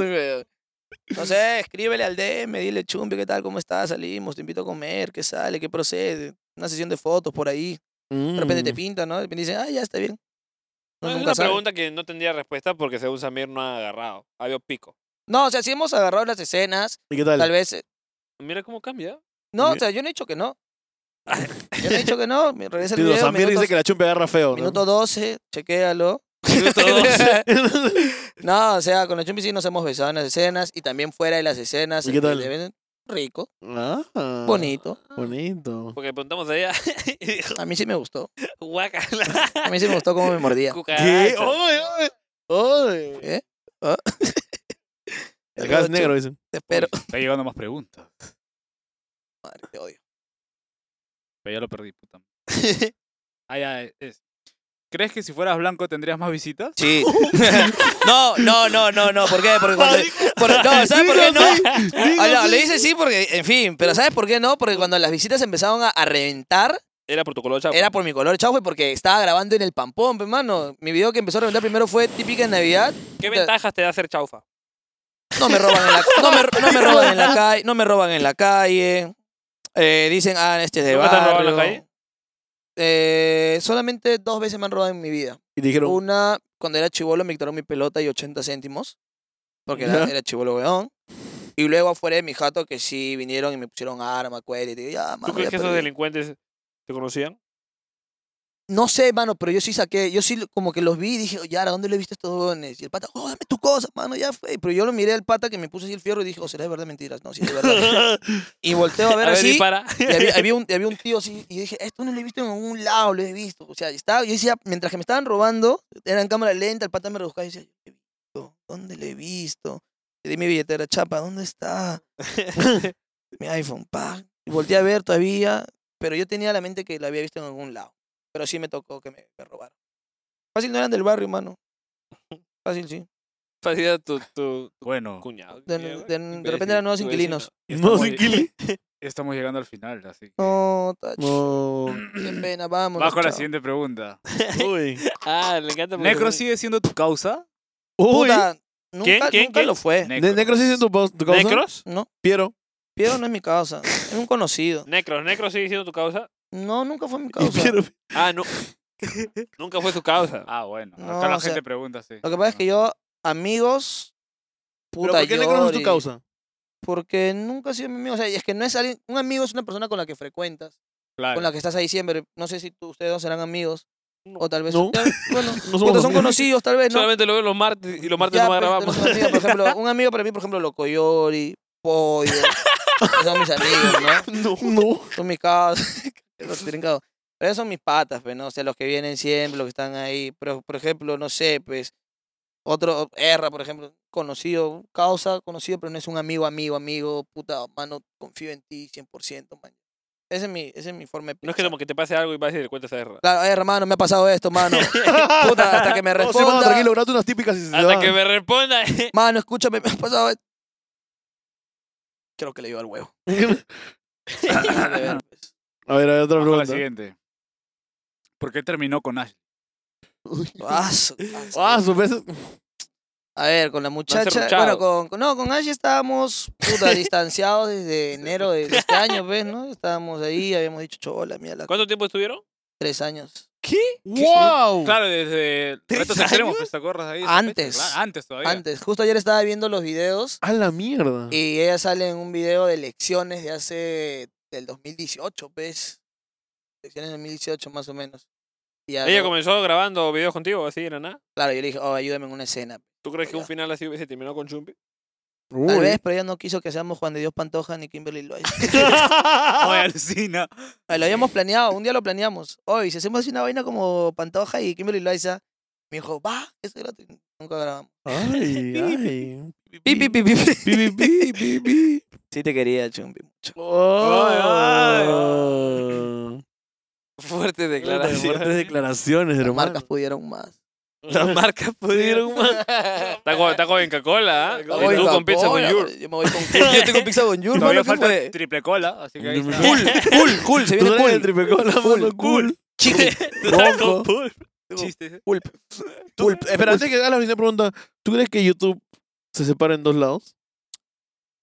Speaker 2: weón.
Speaker 1: No sé, escríbele al DM, dile chumpi, ¿qué tal? ¿Cómo estás? Salimos, te invito a comer, ¿qué sale? ¿Qué procede? Una sesión de fotos por ahí. De repente te
Speaker 3: Mm.
Speaker 1: pinta, ¿no? De repente dicen, ah, ya está bien.
Speaker 2: No,
Speaker 1: Uno
Speaker 2: es
Speaker 1: nunca
Speaker 2: una
Speaker 1: sabe.
Speaker 2: pregunta que no tendría respuesta porque según Samir no ha agarrado. Ha habido pico.
Speaker 1: No, o sea, si hemos agarrado las escenas,
Speaker 3: ¿Y qué tal?
Speaker 1: tal vez. eh,
Speaker 2: Mira cómo cambia. ¿eh?
Speaker 1: No, o
Speaker 3: Mira.
Speaker 1: sea, yo no he dicho que no. Yo no he dicho que no. Me regresa el
Speaker 3: Tito,
Speaker 1: video.
Speaker 3: Samir dice
Speaker 1: Minuto,
Speaker 3: que la chumpe agarra feo. ¿no?
Speaker 1: minuto 12, chequéalo.
Speaker 2: Minuto doce.
Speaker 1: no, o sea, con la Chumpi sí nos hemos besado en las escenas y también fuera de las escenas.
Speaker 3: ¿Y qué
Speaker 1: eh,
Speaker 3: tal?
Speaker 1: de- Rico,
Speaker 3: Ah,
Speaker 1: bonito.
Speaker 3: Bonito.
Speaker 2: Porque preguntamos a ella y dijo,
Speaker 1: A mí sí me gustó.
Speaker 2: guácala,
Speaker 1: A mí sí me gustó cómo me mordía.
Speaker 3: ¿Qué?
Speaker 2: cucaracha.
Speaker 3: ¡Oye, oye! oye!
Speaker 1: ¿Eh? ¿Ah?
Speaker 3: El gas es negro, dicen.
Speaker 1: Te espero.
Speaker 5: Está llegando más preguntas.
Speaker 1: Madre, te odio.
Speaker 5: Pero ya lo perdí, puta. madre. Ah, ya, es. ¿Crees que si fueras blanco tendrías más visitas?
Speaker 1: Sí.
Speaker 2: Uh.
Speaker 1: no, no, no, no, no. ¿Por qué? Porque cuando. por- no, ¿sabes por qué no? Ah, no, le dice sí porque, en fin, pero ¿sabes por qué no? Porque cuando las visitas empezaron a, a reventar,
Speaker 2: Era protocolo, chavo.
Speaker 1: era por mi color chau, porque estaba grabando en el Pampón, hermano. Mi video que empezó a reventar primero fue típica en Navidad.
Speaker 2: ¿Qué ventajas te da ser chaufa?
Speaker 1: No me roban en la, no me, no me roban en la calle. No me roban en la calle. Eh, dicen, ah, este es de
Speaker 2: ¿Nunca te han robado en la
Speaker 1: barrio.
Speaker 2: calle?
Speaker 1: Eh, solamente dos veces me han robado en mi vida.
Speaker 3: Y dijeron,
Speaker 1: Una, cuando era chivolo, me quitaron mi pelota y 80 céntimos. Porque era,
Speaker 3: Ya.
Speaker 1: era chivolo weón. Y luego afuera de mi jato, que sí vinieron y me pusieron arma, cuerda y te ya, mano,
Speaker 2: ¿Tú crees
Speaker 1: ya
Speaker 2: que esos
Speaker 1: perdí".
Speaker 2: delincuentes te conocían?
Speaker 1: No sé, mano, pero yo sí saqué, yo sí lo- como que los vi y dije, ya, ¿a dónde lo he visto a estos jóvenes? Y el pata, oh, dame tu cosa, mano, ya fue. Pero yo lo miré al pata que me puso así el fierro y dije, oh, será de verdad mentiras. No, sí, es de verdad. y volteo a ver así.
Speaker 2: y para.
Speaker 1: Y había, había un, había un tío así, y dije, esto no lo he visto en ningún lado, lo he visto. O sea, estaba, yo decía, mientras que me estaban robando, era en cámara lenta, el pata me rebuscaba y decía, "Yo lo he visto, ¿dónde lo he visto? Le di mi billetera, chapa, ¿dónde está? mi iPhone, pa. Y volteé a ver todavía, pero yo tenía la mente que lo había visto en algún lado. Pero sí me tocó que me, me robaron. Fácil no eran del barrio, mano. Fácil, sí.
Speaker 2: facilidad tu, tu
Speaker 5: Bueno,
Speaker 2: cuñado.
Speaker 1: De,
Speaker 2: mierda,
Speaker 1: de-
Speaker 2: Pues iba a
Speaker 1: de repente
Speaker 2: decir
Speaker 1: eran nuevos
Speaker 2: tu
Speaker 1: inquilinos.
Speaker 3: No,
Speaker 5: estamos-
Speaker 3: sin Kili.
Speaker 5: estamos llegando al final, así.
Speaker 1: No, tach,
Speaker 3: No.
Speaker 1: qué pena, vamos.
Speaker 5: Bajo la siguiente pregunta.
Speaker 3: Uy.
Speaker 2: vecino. Ah, le encanta. porque-
Speaker 5: ¿Necro sigue siendo tu causa?
Speaker 3: Uy.
Speaker 1: Puta,
Speaker 2: ¿Quién?
Speaker 1: nunca,
Speaker 2: ¿Quién?
Speaker 1: nunca
Speaker 2: ¿Quién?
Speaker 1: lo fue.
Speaker 3: ¿Ne- ¿Necro sí es tu, pos- tu causa?
Speaker 2: ¿Necros?
Speaker 1: No,
Speaker 3: Piero.
Speaker 1: Piero no es mi causa, es un conocido.
Speaker 2: Necros, Necros sigue siendo tu causa.
Speaker 1: No, nunca fue mi
Speaker 3: Y
Speaker 1: causa.
Speaker 3: Piero.
Speaker 2: Ah, no. Nunca fue tu causa.
Speaker 5: Ah, bueno.
Speaker 1: No,
Speaker 5: Acá la
Speaker 1: o sea,
Speaker 5: gente pregunta, sí.
Speaker 1: Lo que pasa es que yo, amigos,
Speaker 3: ¿Pero
Speaker 1: puta,
Speaker 3: por qué Necro no es tu
Speaker 1: Yori,
Speaker 3: causa?
Speaker 1: Porque nunca ha sido mi amigo. O sea, y es que no es alguien, un amigo es una persona con la que frecuentas,
Speaker 5: Claro.
Speaker 1: con la que estás ahí siempre. No sé si tú, ustedes dos serán amigos. O tal vez.
Speaker 3: No.
Speaker 1: Ya, bueno,
Speaker 3: No
Speaker 1: puta,
Speaker 3: somos
Speaker 1: son
Speaker 3: amigos.
Speaker 1: conocidos, tal vez, ¿no?
Speaker 2: Solamente lo veo los martes y los martes
Speaker 1: Ya,
Speaker 2: no más grabamos.
Speaker 1: pues, tenemos amigos, por ejemplo, un amigo para mí, por ejemplo, Locoyori, Pollo. esos son mis amigos, ¿no?
Speaker 3: No. No.
Speaker 1: Son mis cabos. los trincados. Pero esos son mis patas, pues, ¿no? O sea, los que vienen siempre, los que están ahí. Pero, por ejemplo, no sé, pues. Otro, Erra, por ejemplo, conocido, causa conocido, pero no es un amigo, amigo, amigo, puta, mano, confío en ti 100%, man. Ese es mi, ese es mi forma de
Speaker 2: No es que
Speaker 1: pensar.
Speaker 2: como que te pase algo y vas y le cuentas a Erra.
Speaker 1: Claro, "Oye, hermano, me ha pasado esto, mano. Puta, hasta que me
Speaker 3: No, sí, mano,
Speaker 1: responda.
Speaker 3: tranquilo, grabate unas típicas y se
Speaker 2: Hasta
Speaker 3: van.
Speaker 2: que me responda.
Speaker 1: Mano, escúchame, me ha pasado. esto". Creo que le dio al huevo. De ver, pues.
Speaker 3: A ver, hay otra
Speaker 5: Bajo
Speaker 3: pregunta.
Speaker 5: la siguiente. ¿Por qué terminó con Ashley?
Speaker 1: Ah, su- ah, su-
Speaker 3: Ah, sus veces.
Speaker 1: A ver, con la muchacha.
Speaker 2: ruchado.
Speaker 1: Bueno, con, con- no, con Ashi estábamos puta, distanciados desde enero de de este año, ¿ves? ¿no? Estábamos ahí, habíamos dicho, chola, mira, la
Speaker 2: ¿Cuánto tiempo estuvieron?
Speaker 1: tres años.
Speaker 3: ¡Wow!
Speaker 5: Claro, desde retos extremos, pues te acuerdas ahí. esa fecha,
Speaker 1: Antes.
Speaker 5: claro, antes todavía.
Speaker 1: Antes, justo ayer estaba viendo los videos
Speaker 3: A la mierda.
Speaker 1: y ella sale en un video de lecciones de hace. del 2018, ¿ves? Lecciones del 2018, más o menos. Y ya
Speaker 2: Ella
Speaker 1: luego-
Speaker 2: comenzó grabando videos contigo, así era nada.
Speaker 1: Claro, yo le dije, oh, ayúdame en una escena.
Speaker 2: ¿Tú crees que un
Speaker 1: Ya.
Speaker 2: final así hubiese terminado con Chumpi?
Speaker 1: Tal
Speaker 3: Uy.
Speaker 1: vez, pero ella no quiso que seamos Juan de Dios Pantoja ni Kimberly Loaiza.
Speaker 5: Oye, alucina.
Speaker 1: Ah, Lo habíamos planeado, un día lo planeamos. Hoy, si hacemos así una vaina como Pantoja y Kimberly Loaiza, me dijo, va, eso era Nunca grabamos.
Speaker 3: Ay, ay.
Speaker 1: Pi, pi, pi, pi, pi.
Speaker 3: Pi, pi, pi, pi, pi.
Speaker 1: Sí te quería, chumpi, mucho.
Speaker 3: Oh.
Speaker 2: Fuertes
Speaker 3: Declaraciones.
Speaker 2: declaraciones.
Speaker 3: declaraciones,
Speaker 1: Las
Speaker 3: hermano.
Speaker 1: marcas pudieron más.
Speaker 2: Las marcas pudieron más. Está con, está con Coca-Cola, ¿ah? Y
Speaker 1: Me voy
Speaker 2: tú con pizza con
Speaker 1: Coca-Cola,
Speaker 2: Yur.
Speaker 1: Yo me voy con Yo tengo pizza con Yur,
Speaker 5: Todavía
Speaker 1: mano, ¿qué
Speaker 5: falta
Speaker 1: fue?
Speaker 5: triple cola, así que ahí está.
Speaker 3: Cool,
Speaker 1: Cool, cool, se
Speaker 3: Tú
Speaker 1: viene
Speaker 3: eres de
Speaker 1: cool.
Speaker 3: Tripecola,
Speaker 1: Cool,
Speaker 3: mano, cool.
Speaker 1: Chico,
Speaker 3: Ronco.
Speaker 2: Chiste.
Speaker 3: Tú- Espera, antes que hagas la siguiente pregunta, ¿tú crees que YouTube se separa en dos lados?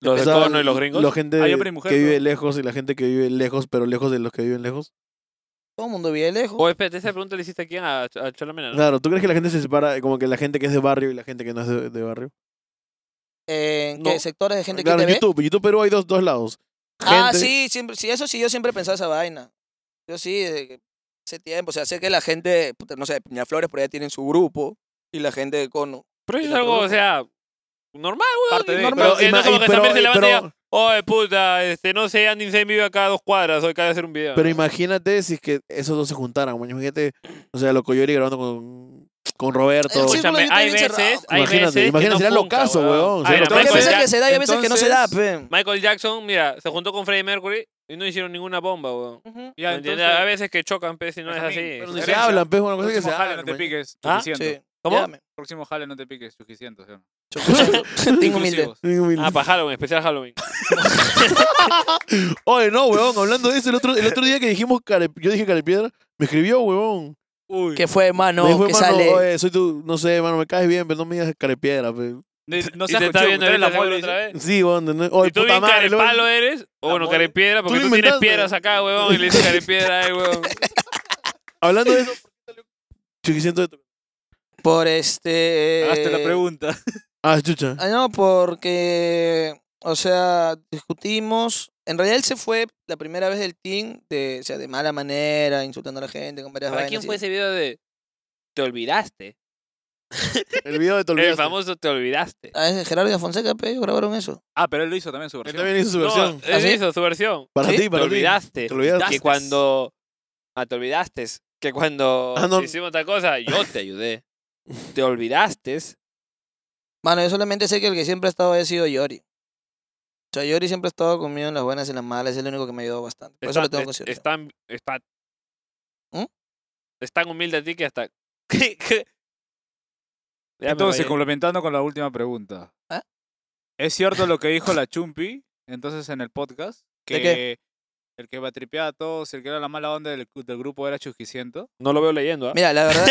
Speaker 2: Los
Speaker 3: O
Speaker 2: de
Speaker 3: sea,
Speaker 2: cono y los gringos.
Speaker 3: La gente
Speaker 5: Hay hombre y mujer,
Speaker 3: que
Speaker 5: ¿no?
Speaker 3: vive lejos y la gente que vive lejos, pero lejos de los que viven lejos.
Speaker 1: todo el mundo vive lejos.
Speaker 2: Oye, espérate, esa pregunta le hiciste aquí a, a Cholomena, ¿no?
Speaker 3: Claro, ¿tú crees que la gente se separa eh, como que la gente que es de barrio y la gente que no es de, de barrio?
Speaker 1: eh, ¿En
Speaker 3: no.
Speaker 1: qué sectores de gente que
Speaker 3: claro,
Speaker 1: te
Speaker 3: en
Speaker 1: ve?
Speaker 3: YouTube. YouTube Perú hay dos, dos lados.
Speaker 1: Ah,
Speaker 3: Gente-
Speaker 1: sí, siempre, sí, eso sí, yo siempre he pensado esa vaina. Yo sí, desde que hace tiempo, o sea, sé que la gente, puta, no sé, Peñaflores por allá tienen su grupo y la gente de Cono.
Speaker 2: Pero eso
Speaker 1: Y
Speaker 2: es
Speaker 1: la
Speaker 2: algo, o
Speaker 1: pregunta.
Speaker 2: sea, normal, weón.
Speaker 5: Parte de-
Speaker 2: normal.
Speaker 3: Pero,
Speaker 2: Porque no
Speaker 3: ima-
Speaker 2: es como que
Speaker 3: pero-
Speaker 2: Samir se levanta y
Speaker 3: pero-
Speaker 2: diga, oye, puta, este, no sé, Andy se vive acá a dos cuadras, hoy acaba de hacer un video.
Speaker 3: Pero
Speaker 2: ¿no?
Speaker 3: imagínate si es que esos dos se juntaran. bueno, Imagínate, o sea, loco Yori grabando con, con Roberto.
Speaker 1: Sí,
Speaker 2: Escúchame,
Speaker 1: yo
Speaker 2: hay
Speaker 1: también
Speaker 2: veces,
Speaker 1: cerrado.
Speaker 2: hay
Speaker 3: Imagínate,
Speaker 2: veces
Speaker 3: imagínate,
Speaker 2: que
Speaker 3: será
Speaker 2: no
Speaker 3: locazo,
Speaker 2: funca,
Speaker 3: weón.
Speaker 2: Ay,
Speaker 3: Será
Speaker 2: no,
Speaker 1: Pero hay
Speaker 3: locazo.
Speaker 2: Michael,
Speaker 1: veces que
Speaker 2: Jack-
Speaker 1: se da y hay veces que no se da, pe.
Speaker 2: Michael Jackson, mira, se juntó con Freddie Mercury y no hicieron ninguna bomba, weón.
Speaker 1: Ujú.
Speaker 5: Ya,
Speaker 2: ¿Me entiendes?
Speaker 5: entonces,
Speaker 2: Hay veces que chocan, pe, si no es
Speaker 5: Benjamín,
Speaker 2: así.
Speaker 5: pero
Speaker 3: Ni se
Speaker 5: Herencia.
Speaker 3: hablan, pues, una cosa que se
Speaker 5: próximo jale no
Speaker 3: hablan.
Speaker 5: te
Speaker 3: mañana.
Speaker 5: piques,
Speaker 2: ¿Ah?
Speaker 5: suficiente.
Speaker 1: Sí.
Speaker 2: ¿Cómo?
Speaker 1: Llame.
Speaker 5: Próximo jale no te piques, suficiente. ¿sí o no?
Speaker 1: Tengo humilde.
Speaker 5: Inclusivos.
Speaker 3: Ay, humilde.
Speaker 2: Ah, para Halloween, especial Halloween.
Speaker 3: Oye, no, huevón, hablando de eso, el otro, el otro día que dijimos, care- yo dije Carepiedra, me escribió, huevón.
Speaker 5: Uy.
Speaker 1: Que fue, mano,
Speaker 3: me dijo,
Speaker 1: que
Speaker 3: "Mano,
Speaker 1: sale.
Speaker 3: Oye, soy tu, no sé, mano, me caes bien, pero no me digas Carepiedra. pe".
Speaker 5: No, no
Speaker 2: Y
Speaker 5: seas
Speaker 2: te está
Speaker 5: conchudo,
Speaker 2: viendo
Speaker 5: tú eres
Speaker 2: ahorita
Speaker 5: la
Speaker 2: seguro
Speaker 5: mole,
Speaker 2: otra
Speaker 5: dice.
Speaker 2: vez.
Speaker 3: Sí, huevón, de nue- oye,
Speaker 2: Y tú
Speaker 3: puta
Speaker 2: bien
Speaker 3: madre. luego-
Speaker 2: carepalo eres, o bueno,
Speaker 3: mole.
Speaker 2: carepiedra, porque
Speaker 3: Tú
Speaker 2: tú,
Speaker 3: lo
Speaker 2: tienes
Speaker 3: inventaste.
Speaker 2: piedras acá, weón, y le dices carepiedra, ay, weón.
Speaker 3: hablando de eso, ¿por qué salió Chiquiciento de tu-
Speaker 1: Por este.
Speaker 5: Hazte la pregunta.
Speaker 3: Ah, chucha.
Speaker 1: Ah, no, porque, o sea, discutimos. En realidad él se fue la primera vez del team, de, o sea, de mala manera, insultando a la gente, con varias
Speaker 2: ¿Para
Speaker 1: vainas.
Speaker 2: quién
Speaker 1: y-
Speaker 2: fue ese video de Te olvidaste?
Speaker 3: El video de tu
Speaker 2: El
Speaker 3: olvidaste.
Speaker 2: famoso Te olvidaste.
Speaker 1: Ah, es de Gerardo y de Fonseca, pe, ellos grabaron eso.
Speaker 5: Ah, pero él lo hizo también su
Speaker 3: Él
Speaker 5: versión.
Speaker 3: también hizo su
Speaker 2: No,
Speaker 3: versión.
Speaker 2: él
Speaker 1: ¿Ah, sí?
Speaker 2: hizo su versión.
Speaker 3: para
Speaker 1: ¿sí?
Speaker 3: ti,
Speaker 2: Te
Speaker 3: para ti.
Speaker 2: olvidaste.
Speaker 3: Te olvidaste.
Speaker 2: Que cuando. Ah, te olvidaste. Que cuando
Speaker 3: Ah, no.
Speaker 2: hicimos tal cosa, yo te ayudé. Te olvidaste.
Speaker 1: Mano, yo solamente sé que el que siempre ha estado ahí ha sido Yori. O sea, Yori siempre ha estado conmigo en las buenas y en las malas, es el único que me ayudó bastante. Por eso lo tengo
Speaker 2: es-
Speaker 1: considerado.
Speaker 2: es tan- eh, está,
Speaker 1: ¿Mm?
Speaker 2: es tan humilde a ti que hasta. que- que- Ya me
Speaker 5: Entonces,
Speaker 2: rayé.
Speaker 5: complementando con la última pregunta.
Speaker 1: ¿Ah?
Speaker 5: ¿Es cierto lo que dijo la Chumpi entonces en el podcast?
Speaker 1: ¿De
Speaker 5: Que
Speaker 1: qué?
Speaker 5: el que batripeaba a todos, el que era la mala onda del, del grupo era Chusquiciento.
Speaker 2: No lo veo leyendo, ¿ah?
Speaker 1: Mira, la verdad.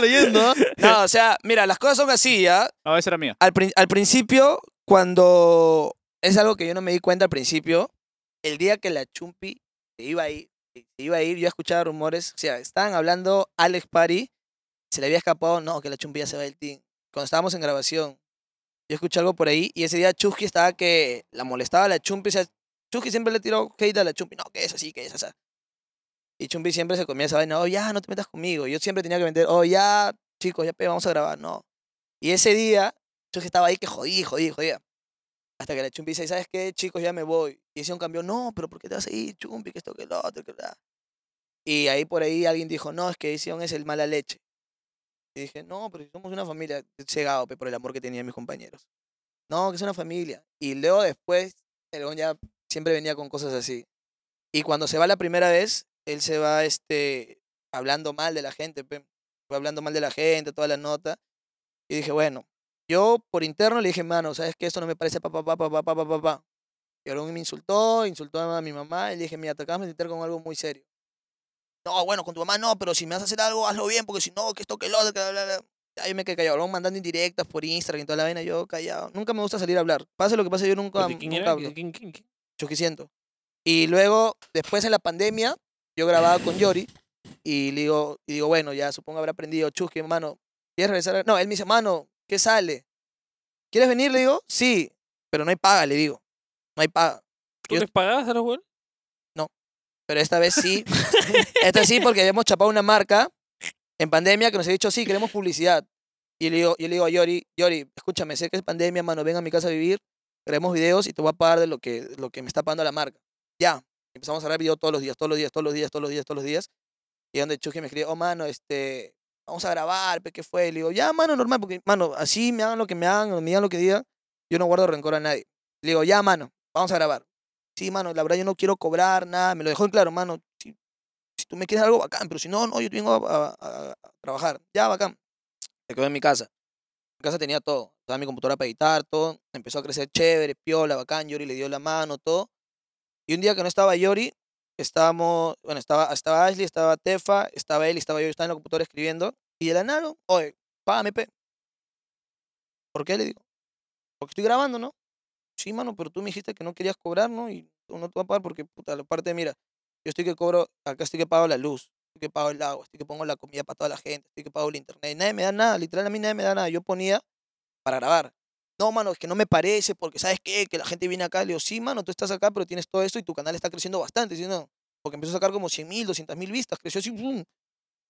Speaker 3: leyendo, ¿ah?
Speaker 1: No, o sea, mira, las cosas son así, ¿ah? ¿ya?
Speaker 5: No, esa era mía.
Speaker 1: Al, prin- al principio, cuando. Es algo que yo no me di cuenta al principio. El día que la Chumpi se iba a ir, se iba a ir yo escuchaba rumores. O sea, estaban hablando Alex Pari. Se le había escapado, no, que la Chumpi ya se va del team. Cuando estábamos en grabación, yo escuché algo por ahí. Y ese día Chusky estaba que la molestaba a la Chumpi. O sea, Chusky siempre le tiró hate a la Chumpi. No, que es así, que es así. Y Chumpi siempre se comía esa vaina. Oh, ya, no te metas conmigo. Yo siempre tenía que vender. Oh, ya, chicos, ya pe, vamos a grabar. No. Y ese día yo que estaba ahí que jodí, jodí, jodía. Hasta que la chumpi dice, ¿sabes qué, chicos? Ya me voy. Y ese un cambio, no, pero ¿por qué te vas a ir, chumpi? Que esto, que lo otro, que bla. Y ahí por ahí alguien dijo, no, es que Edición es el mala leche. Y dije, no, pero si somos una familia, cegado pe, por el amor que tenían mis compañeros. No, que es una familia. Y luego después, el weón ya siempre venía con cosas así. Y cuando se va la primera vez, él se va este, hablando mal de la gente, pe. fue hablando mal de la gente, toda la nota. Y dije, bueno, yo por interno le dije, mano, ¿sabes qué? Esto no me parece papá, papá, papá, papá, papá. Y luego me insultó, insultó a mi mamá y le dije, mira, te acabas de meter con algo muy serio. No, bueno, con tu mamá no, pero si me vas a hacer algo, hazlo bien, porque si no, que esto, que lo otro, que bla, bla, bla". Ya yo me quedé callado, luego mandando indirectas por Instagram y toda la vaina, yo callado. Nunca me gusta salir a hablar. Pase lo que pase, yo nunca,
Speaker 2: ¿De ¿Quién
Speaker 1: nunca
Speaker 2: era?
Speaker 1: hablo.
Speaker 2: ¿Quién- quién- quién?
Speaker 1: Chusquisiento. Y luego, después en la pandemia, yo grababa con Yori y le digo, y digo bueno, ya supongo habrá aprendido, Chusqui, hermano, ¿quieres regresar? a-?" No, él me dice, mano, ¿qué sale? ¿Quieres venir? Le digo, sí, pero no hay paga, le digo. No hay paga.
Speaker 2: ¿Tú
Speaker 1: Yo-
Speaker 2: les pagabas a los buenos?
Speaker 1: Pero esta vez sí. esta sí porque habíamos chapado una marca en pandemia que nos ha dicho, sí, queremos publicidad. Y le digo, yo le digo a Yori, Yori, escúchame, sé que es pandemia, mano, ven a mi casa a vivir, queremos videos y te voy a pagar de lo que, lo que me está pagando la marca. Ya. Empezamos a grabar videos todos los días, todos los días, todos los días, todos los días, todos los días. Y donde Chucky me escribió, oh, mano, este, vamos a grabar, pe, ¿qué fue? Y le digo, ya, mano, normal, porque, mano, así me hagan lo que me hagan, me digan lo que digan, yo no guardo rencor a nadie. Le digo, ya, mano, vamos a grabar sí, mano, la verdad yo no quiero cobrar nada, me lo dejó en claro, mano, si, si tú me quieres algo, bacán, pero si no, no, yo tengo a, a- a trabajar, ya, bacán. Se quedó en mi casa. Mi casa tenía todo, estaba mi computadora para editar, todo, empezó a crecer chévere, piola, bacán, Yori le dio la mano, todo. Y un día que no estaba Yori, estábamos, bueno, estaba, estaba Ashley, estaba Tefa, estaba él, y estaba yo, estaba en la computadora escribiendo, y de la nada, oye, págame, pe. ¿Por qué? Le digo, porque estoy grabando, ¿no? sí, mano, pero tú me dijiste que no querías cobrar, ¿no? Y tú no te vas a pagar porque, puta, la parte, mira, yo estoy que cobro, acá estoy que pago la luz, estoy que pago el agua, estoy que pongo la comida para toda la gente, estoy que pago el internet, y nadie me da nada, literal, a mí nadie me da nada, yo ponía para grabar. No, mano, es que no me parece porque, ¿sabes qué? Que la gente viene acá, le digo, sí, mano, tú estás acá, pero tienes todo esto y tu canal está creciendo bastante, ¿sí o no? Porque empezó a sacar como 100 mil, 200 mil vistas, creció así, ¡boom!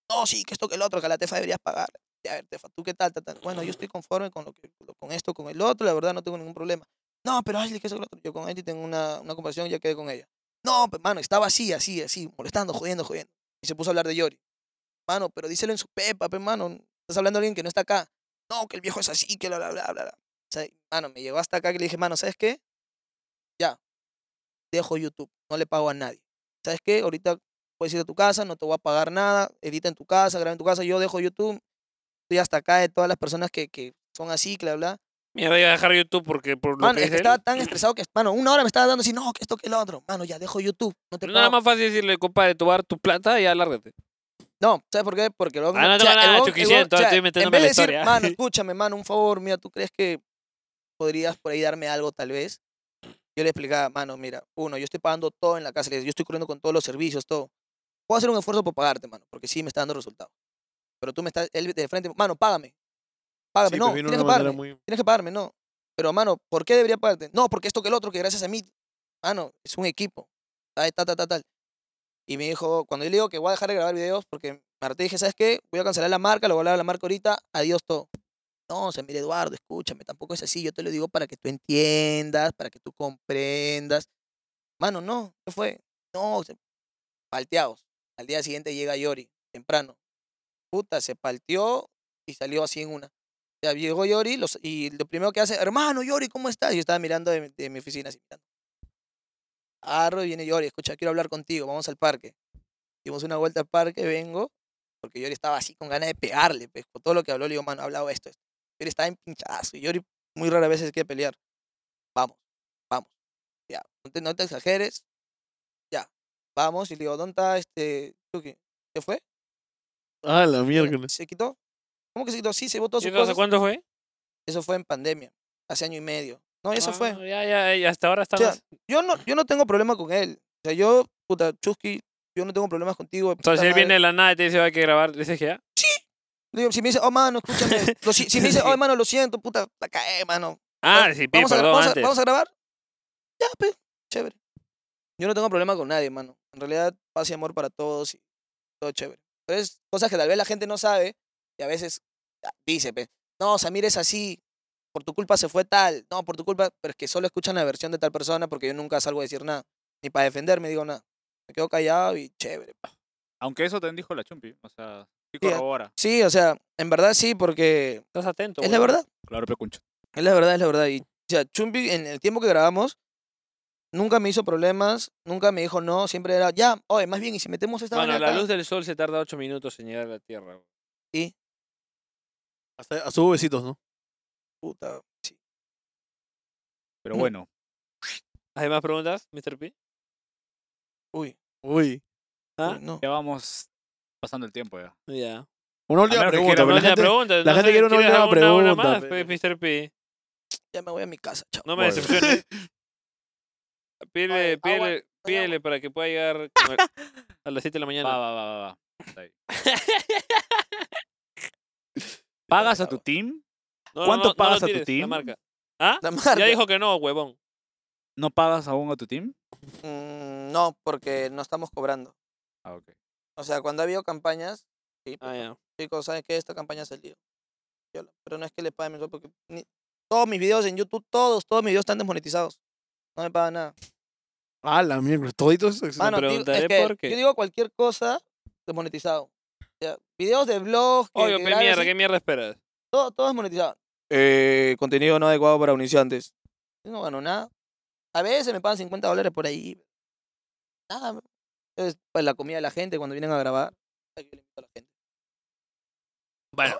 Speaker 1: No, sí, que esto, que el otro, que a la tefa deberías pagar. A ver, tefa, ¿tú qué tal, tal, tal? Bueno, yo estoy conforme con, lo que, con esto, con el otro, la verdad no tengo ningún problema. No, pero Ashley, que eso que lo otro. Yo con Ashley tengo una, una conversación y ya quedé con ella. No, pero mano, estaba así, así, así, molestando, jodiendo, jodiendo. Y se puso a hablar de Yori. Mano, pero díselo en su pepa, pe, mano. Estás hablando de alguien que no está acá. No, que el viejo es así, que bla, bla, bla, bla. bla. O sea, mano, me llegó hasta acá que le dije, mano, ¿sabes qué? Ya, dejo YouTube, no le pago a nadie. ¿Sabes qué? Ahorita puedes ir a tu casa, no te voy a pagar nada, edita en tu casa, graba en tu casa, yo dejo YouTube. Estoy hasta acá de todas las personas que, que son así, que bla, bla.
Speaker 2: Mierda, iba a dejar YouTube porque por lo
Speaker 1: Mano,
Speaker 2: que
Speaker 1: es
Speaker 2: dice
Speaker 1: que
Speaker 2: él.
Speaker 1: estaba tan estresado que, mano, una hora me estaba dando así, no, que esto, que lo otro. Mano, ya dejo YouTube. No te
Speaker 2: No era
Speaker 1: pago.
Speaker 2: más fácil decirle, compadre, tomar tu plata y alárgate.
Speaker 1: No, ¿sabes por qué? Porque luego.
Speaker 2: Ah, no tengo nada, Chuquisiento, estoy
Speaker 1: en
Speaker 2: metiéndome
Speaker 1: vez
Speaker 2: en la
Speaker 1: de decir,
Speaker 2: historia.
Speaker 1: mano, escúchame, mano, un favor, mira, ¿tú crees que podrías por ahí darme algo tal vez? Yo le explicaba, mano, mira, uno, yo estoy pagando todo en la casa, le decía, yo estoy corriendo con todos los servicios, todo. Puedo hacer un esfuerzo por pagarte, mano, porque sí me está dando resultados. Pero tú me estás, él de frente, mano, págame. Págame,
Speaker 3: Sí,
Speaker 1: no,
Speaker 3: pues vino de
Speaker 1: tienes que
Speaker 3: una manera
Speaker 1: pagarme.
Speaker 3: muy-
Speaker 1: tienes que pagarme, no. Pero, mano, ¿por qué debería pagarte? No, porque esto que el otro, que gracias a mí, mano, es un equipo. Tal, tal, tal, tal, tal. Y me dijo, cuando yo le digo que voy a dejar de grabar videos, porque me harté, dije, ¿sabes qué? Voy a cancelar la marca, lo voy a hablar a la marca ahorita, adiós todo. No, o sea, mira, Eduardo, escúchame, tampoco es así. Yo te lo digo para que tú entiendas, para que tú comprendas. Mano, no, ¿qué fue? No, se- palteados. Al día siguiente llega Yori, temprano. Puta, se palteó y salió así en una. Ya llegó Yori los, y lo primero que hace, hermano, Yori, ¿cómo estás? Yo estaba mirando de, mi- de mi oficina, así mirando. Arro, y viene Yori, escucha, quiero hablar contigo, vamos al parque. Dimos una vuelta al parque, vengo, porque Yori estaba así con ganas de pegarle, pues, por todo lo que habló, le digo, mano, ha hablado esto. esto". Yori estaba en pinchazo, y Yori muy rara vez se quiere pelear. Vamos, vamos, ya, no te, no te exageres, ya, vamos, y le digo, ¿dónde está este Chucky? ¿Se fue?
Speaker 3: Ah, la miércoles.
Speaker 1: ¿Se quitó? ¿Cómo que se quitó? Sí, se botó
Speaker 2: ¿Y
Speaker 1: sus
Speaker 2: eso hace
Speaker 1: cosas.
Speaker 2: cuánto fue?
Speaker 1: Eso fue en pandemia, hace año y medio. No, eso fue.
Speaker 2: Ah, Ya, ya, ya, hasta ahora está
Speaker 1: O sea,
Speaker 2: más.
Speaker 1: yo no, yo no tengo problema con él. O sea, yo, puta, Chusky, yo no tengo problemas contigo. de
Speaker 2: Entonces,
Speaker 1: puta
Speaker 2: si él
Speaker 1: madre.
Speaker 2: viene de la nada y te dice, va, hay que grabar, dices que ya.
Speaker 1: Le digo, si me dice, oh, mano, escúchame. lo si, si me dice, oh, hermano, lo siento, puta, la cae, mano.
Speaker 2: Ah, sí, pide
Speaker 1: ¿Vamos a, gra-
Speaker 2: perdón
Speaker 1: vamos, a,
Speaker 2: antes.
Speaker 1: vamos a grabar? Ya, pe, chévere. Yo no tengo problema con nadie, mano. En realidad, paz y amor para todos y todo chévere. Pero es cosas que tal vez la gente no sabe y a veces ah, dice, pe, no, Samir es así, por tu culpa se fue tal, no, por tu culpa, pero es que solo escuchan la versión de tal persona porque yo nunca salgo a decir nada, ni para defenderme digo nada. Me quedo callado y chévere.
Speaker 5: Aunque eso también dijo la Chumpi. O sea, sí
Speaker 1: Sí, ah.
Speaker 5: corrobora.
Speaker 1: Sí, o sea, en verdad sí, porque
Speaker 2: Estás atento.
Speaker 1: es la verdad.
Speaker 5: Claro, Pecuncho.
Speaker 1: Es la verdad, es la verdad. Y, o sea, Chumpi, en el tiempo que grabamos, nunca me hizo problemas, nunca me dijo no, siempre era, ya, oye, más bien, y si metemos esta
Speaker 2: Bueno,
Speaker 1: vaina
Speaker 2: la
Speaker 1: acá?".
Speaker 2: luz del sol se tarda 8 minutos en llegar a la Tierra.
Speaker 3: Hasta, hasta hubo besitos, ¿no?
Speaker 1: Puta, sí.
Speaker 5: Pero bueno,
Speaker 2: ¿Hay más preguntas, Mr. P?
Speaker 1: Uy,
Speaker 3: Uy.
Speaker 2: ¿Ah?
Speaker 1: uy, no.
Speaker 5: ya vamos pasando el tiempo ya.
Speaker 2: Ya.
Speaker 3: Una
Speaker 5: A
Speaker 3: última
Speaker 5: menos que
Speaker 3: pregunta.
Speaker 5: quiera
Speaker 3: pero
Speaker 2: Una última pregunta.
Speaker 3: La gente, la
Speaker 2: no
Speaker 3: gente
Speaker 2: sé,
Speaker 3: quiere una
Speaker 2: ¿quieres
Speaker 3: última
Speaker 2: alguna- una
Speaker 3: pregunta,
Speaker 2: más,
Speaker 3: pe.
Speaker 2: pe, Mr. P.
Speaker 1: Ya me voy a mi casa, chao.
Speaker 2: No me
Speaker 5: Bueno.
Speaker 2: decepciones. Pídele,
Speaker 1: Oye, agua,
Speaker 2: pídele,
Speaker 1: oye,
Speaker 2: pídele
Speaker 1: agua.
Speaker 2: para que pueda llegar como a a las 7 de la
Speaker 5: Va,
Speaker 2: mañana.
Speaker 5: va, va, va. va. Está bien. ¿Pagas a tu team?
Speaker 2: No, no,
Speaker 5: ¿Cuánto
Speaker 2: no, no
Speaker 5: pagas
Speaker 2: lo
Speaker 5: a tu
Speaker 2: tires, la
Speaker 5: team?
Speaker 2: marca. ¿Ah?
Speaker 1: La marca.
Speaker 2: Ya dijo que no, huevón.
Speaker 5: ¿No pagas aún a tu team?
Speaker 1: Mm, no, porque no estamos cobrando.
Speaker 5: Ah, ok.
Speaker 1: O sea, cuando ha habido campañas, sí,
Speaker 2: Ah, ya.
Speaker 1: chicos, ¿saben qué? Esta campaña ha salido. Viola. Pero no es que les paguen mensual, porque ni- todos mis videos en YouTube, todos, todos mis videos están desmonetizados. No me pagan nada.
Speaker 3: Ah, la miércoles. Todito eso. eso-
Speaker 1: Mano, digo-
Speaker 2: preguntaré
Speaker 1: es que
Speaker 2: por qué.
Speaker 1: Yo digo cualquier cosa desmonetizado. O sea, videos de blog, que
Speaker 2: Oye,
Speaker 1: que
Speaker 2: pe
Speaker 1: grabes,
Speaker 2: mierda,
Speaker 1: sí,
Speaker 2: ¿qué mierda esperas?
Speaker 1: todo, todo desmonetizado. Eh, contenido no adecuado para iniciantes. Yo no gano nada. A veces me pagan 50 dólares por ahí. Nada. Es para la comida de la gente cuando vienen a grabar. Ahí yo le invito a la gente.
Speaker 2: Bueno,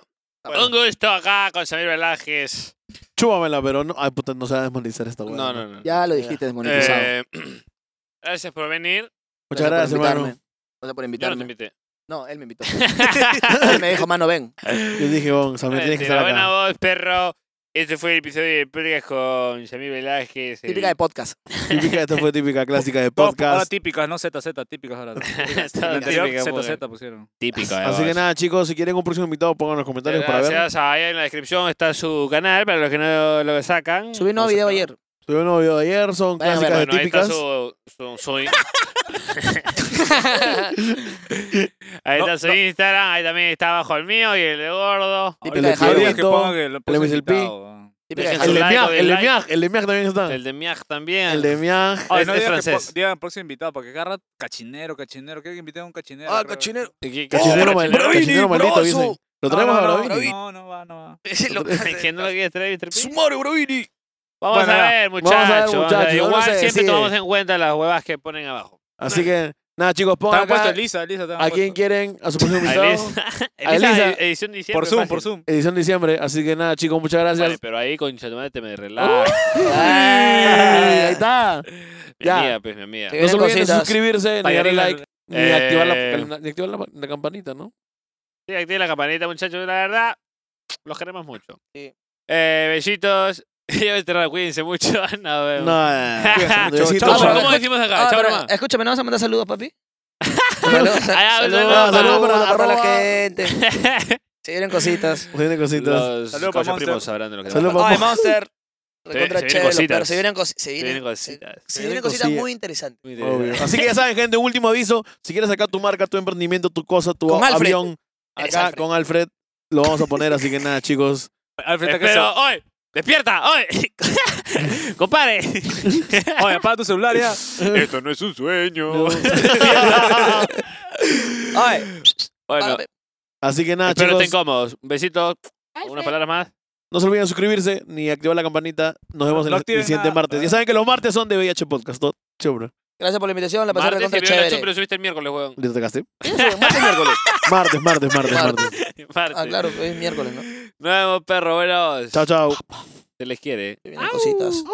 Speaker 2: un gusto acá con Samir Velázquez.
Speaker 3: Chúpamela, pero no. Ay, puta, no se va a desmonetizar esta weá.
Speaker 2: No, no, no.
Speaker 1: Ya lo
Speaker 3: dijiste,
Speaker 1: desmonetizado.
Speaker 2: Eh, gracias por venir.
Speaker 3: Muchas gracias, hermano.
Speaker 1: Gracias por
Speaker 2: Yo no te
Speaker 1: invitarme.
Speaker 2: invité.
Speaker 1: no, él me invitó. él me dijo, mano, ven.
Speaker 3: Yo dije, bon, Samir, tienes que
Speaker 2: Este, la
Speaker 3: estar
Speaker 2: buena
Speaker 3: acá.
Speaker 2: voz, perro. Este fue el episodio de Podcast con Samir Velázquez. el-
Speaker 1: Típica de podcast.
Speaker 3: Típica, esta fue típica clásica de
Speaker 5: Todas Ahora
Speaker 3: podcast.
Speaker 5: típicas, no ZZ, típicas ahora.
Speaker 2: Todo
Speaker 5: La anterior
Speaker 2: típico,
Speaker 5: ZZ
Speaker 2: pues.
Speaker 5: pusieron.
Speaker 2: Típico, de
Speaker 3: Así que
Speaker 2: vos.
Speaker 3: nada, chicos, si quieren un próximo invitado, pongan en los comentarios para ver.
Speaker 2: Gracias a ella en la descripción está su canal para los que no lo sacan.
Speaker 1: Subí un nuevo
Speaker 2: No
Speaker 1: video
Speaker 2: sacan.
Speaker 1: ayer.
Speaker 3: Tuve un nuevo video ayer, son
Speaker 1: Vayan a
Speaker 3: clásicas de
Speaker 2: Bueno, ahí está su,
Speaker 3: típicas.
Speaker 2: su, su- ahí está su Instagram, ahí también está abajo el mío y el de gordo.
Speaker 1: Típica
Speaker 5: Ahorita que
Speaker 1: de
Speaker 5: pongan
Speaker 1: Javier.
Speaker 5: que pongan que lo puse
Speaker 3: Miss El Pi.
Speaker 5: invitado, ah.
Speaker 1: Típica de
Speaker 2: Dejen
Speaker 3: El
Speaker 1: Javier.
Speaker 3: de
Speaker 2: Like,
Speaker 3: Miaj,
Speaker 2: like.
Speaker 3: el de Miaj, el de Miaj también está.
Speaker 2: El de Miaj también.
Speaker 3: Ah. El de Miaj.
Speaker 5: Ay,
Speaker 2: Es-
Speaker 5: Ah, no
Speaker 2: es
Speaker 5: digan que
Speaker 2: francés.
Speaker 5: po- digan próximo invitado, porque agarra cachinero, cachinero. Quiero que inviten a un cachinero.
Speaker 1: Ah,
Speaker 5: creo.
Speaker 1: cochinero.
Speaker 2: ¿Qué- qué-
Speaker 5: Oh,
Speaker 3: Cachinero,
Speaker 2: qué-
Speaker 3: mal-
Speaker 2: qué-
Speaker 1: Bravini,
Speaker 3: cachinero maldito,
Speaker 1: brazo.
Speaker 3: dicen. ¿Lo
Speaker 5: No,
Speaker 3: traemos
Speaker 5: no,
Speaker 3: a
Speaker 5: no,
Speaker 3: Bravini?
Speaker 5: No, no va, no va.
Speaker 1: Lo que hace-
Speaker 2: ¿Quién no lo quiere traer, Mr. P?
Speaker 1: Sumario Bravini.
Speaker 2: Vamos
Speaker 3: Bueno,
Speaker 2: a ver,
Speaker 3: vamos a ver,
Speaker 2: muchachos. vamos a ver.
Speaker 3: muchachos, no
Speaker 2: Igual
Speaker 3: se
Speaker 2: siempre
Speaker 3: decide.
Speaker 2: tomamos en cuenta las huevas que ponen abajo.
Speaker 3: Así que, nada, chicos,
Speaker 5: Te
Speaker 3: pongan
Speaker 5: han puesto
Speaker 3: acá
Speaker 5: Elisa, Elisa. te han
Speaker 3: a quien
Speaker 5: puesto.
Speaker 3: quieren, a su próximo
Speaker 2: A
Speaker 3: invitado.
Speaker 2: Elisa,
Speaker 3: A
Speaker 2: Elisa,
Speaker 3: Elisa.
Speaker 2: edición de diciembre.
Speaker 5: Por Zoom, por
Speaker 2: fácil.
Speaker 5: Zoom.
Speaker 3: Edición diciembre. Así que nada, chicos, muchas gracias.
Speaker 2: Vale, pero ahí con te me relaja.
Speaker 3: Ay, ahí está.
Speaker 2: Mi
Speaker 3: Ya. Eh.
Speaker 2: amiga, pues, mi amiga.
Speaker 1: Te
Speaker 3: No se olviden de
Speaker 1: cositas.
Speaker 3: suscribirse, ni darle
Speaker 5: Tallarina,
Speaker 3: like, ni activar, la,
Speaker 2: Eh.
Speaker 3: ni activar la, la campanita, ¿no?
Speaker 2: Sí, activen la campanita, muchachos. La verdad, los queremos mucho.
Speaker 1: Sí.
Speaker 2: Eh, besitos. Ya me enterraron, cuídense mucho. Nos vemos.
Speaker 5: Eh.
Speaker 3: No, besitos.
Speaker 2: Chao,
Speaker 1: chao.
Speaker 2: ¿Cómo decimos acá?
Speaker 1: Ah,
Speaker 2: chao,
Speaker 1: pero,
Speaker 2: nomás.
Speaker 1: escúchame, ¿no vas a mandar saludos, papi? saludos,
Speaker 2: Ah,
Speaker 1: saludos,
Speaker 2: saludos,
Speaker 3: saludos para
Speaker 1: para, para la
Speaker 3: arroba.
Speaker 1: gente.
Speaker 3: eh.
Speaker 1: Se vienen cositas.
Speaker 3: Se vienen cositas.
Speaker 2: Los
Speaker 5: Saludos
Speaker 2: causa
Speaker 5: para
Speaker 2: primos
Speaker 5: Monster.
Speaker 2: sabrán de lo que
Speaker 3: Saludos
Speaker 2: nos pasa.
Speaker 1: Ay, Monster.
Speaker 2: Se- se
Speaker 1: Recontra
Speaker 2: vienen
Speaker 1: chévere, los
Speaker 2: cositas.
Speaker 1: perros. Se vienen, cosi- se
Speaker 2: Se
Speaker 1: vienen,
Speaker 2: vienen
Speaker 1: se-
Speaker 2: cositas.
Speaker 1: se vienen cositas muy interesantes.
Speaker 2: Muy
Speaker 3: Obvio.
Speaker 2: interesante.
Speaker 3: Así que ya saben, gente, último aviso. Si quieres sacar tu marca, tu emprendimiento, tu cosa, tu
Speaker 1: Con Alfred.
Speaker 3: avión,
Speaker 1: Eres
Speaker 3: acá
Speaker 1: Alfred.
Speaker 3: con Alfred, lo vamos a poner. Así que nada, chicos.
Speaker 5: Alfred, está que
Speaker 2: Espero, hoy, despierta, hoy. Compare.
Speaker 5: se- Oye, apaga tu celular ya.
Speaker 2: Esto no es un sueño.
Speaker 1: Ay,
Speaker 2: Bueno,
Speaker 1: papi.
Speaker 3: Así que nada,
Speaker 2: espero estén
Speaker 3: chicos.
Speaker 2: cómodos. Besitos. Unas palabras más.
Speaker 3: No se olviden de suscribirse ni activar la campanita. Nos vemos en
Speaker 5: No
Speaker 3: el- el,
Speaker 5: activen
Speaker 3: siguiente
Speaker 5: nada.
Speaker 3: martes. Ya saben que los martes son de VIH Podcast. Todo chévere.
Speaker 1: Gracias por la invitación, la pasé
Speaker 2: Martes
Speaker 1: recontra
Speaker 2: se vio la
Speaker 1: chévere.
Speaker 2: chupa, pero subiste el miércoles, weón.
Speaker 3: ¿Ya te tocaste?
Speaker 1: Eso, martes, miércoles.
Speaker 3: Martes, martes, martes, martes.
Speaker 2: Martes.
Speaker 1: Ah, claro, es miércoles, ¿no?
Speaker 2: Nos vemos, perro. Buenos.
Speaker 3: Chao, chao.
Speaker 2: Se les quiere. eh.
Speaker 1: Que vienen cositas.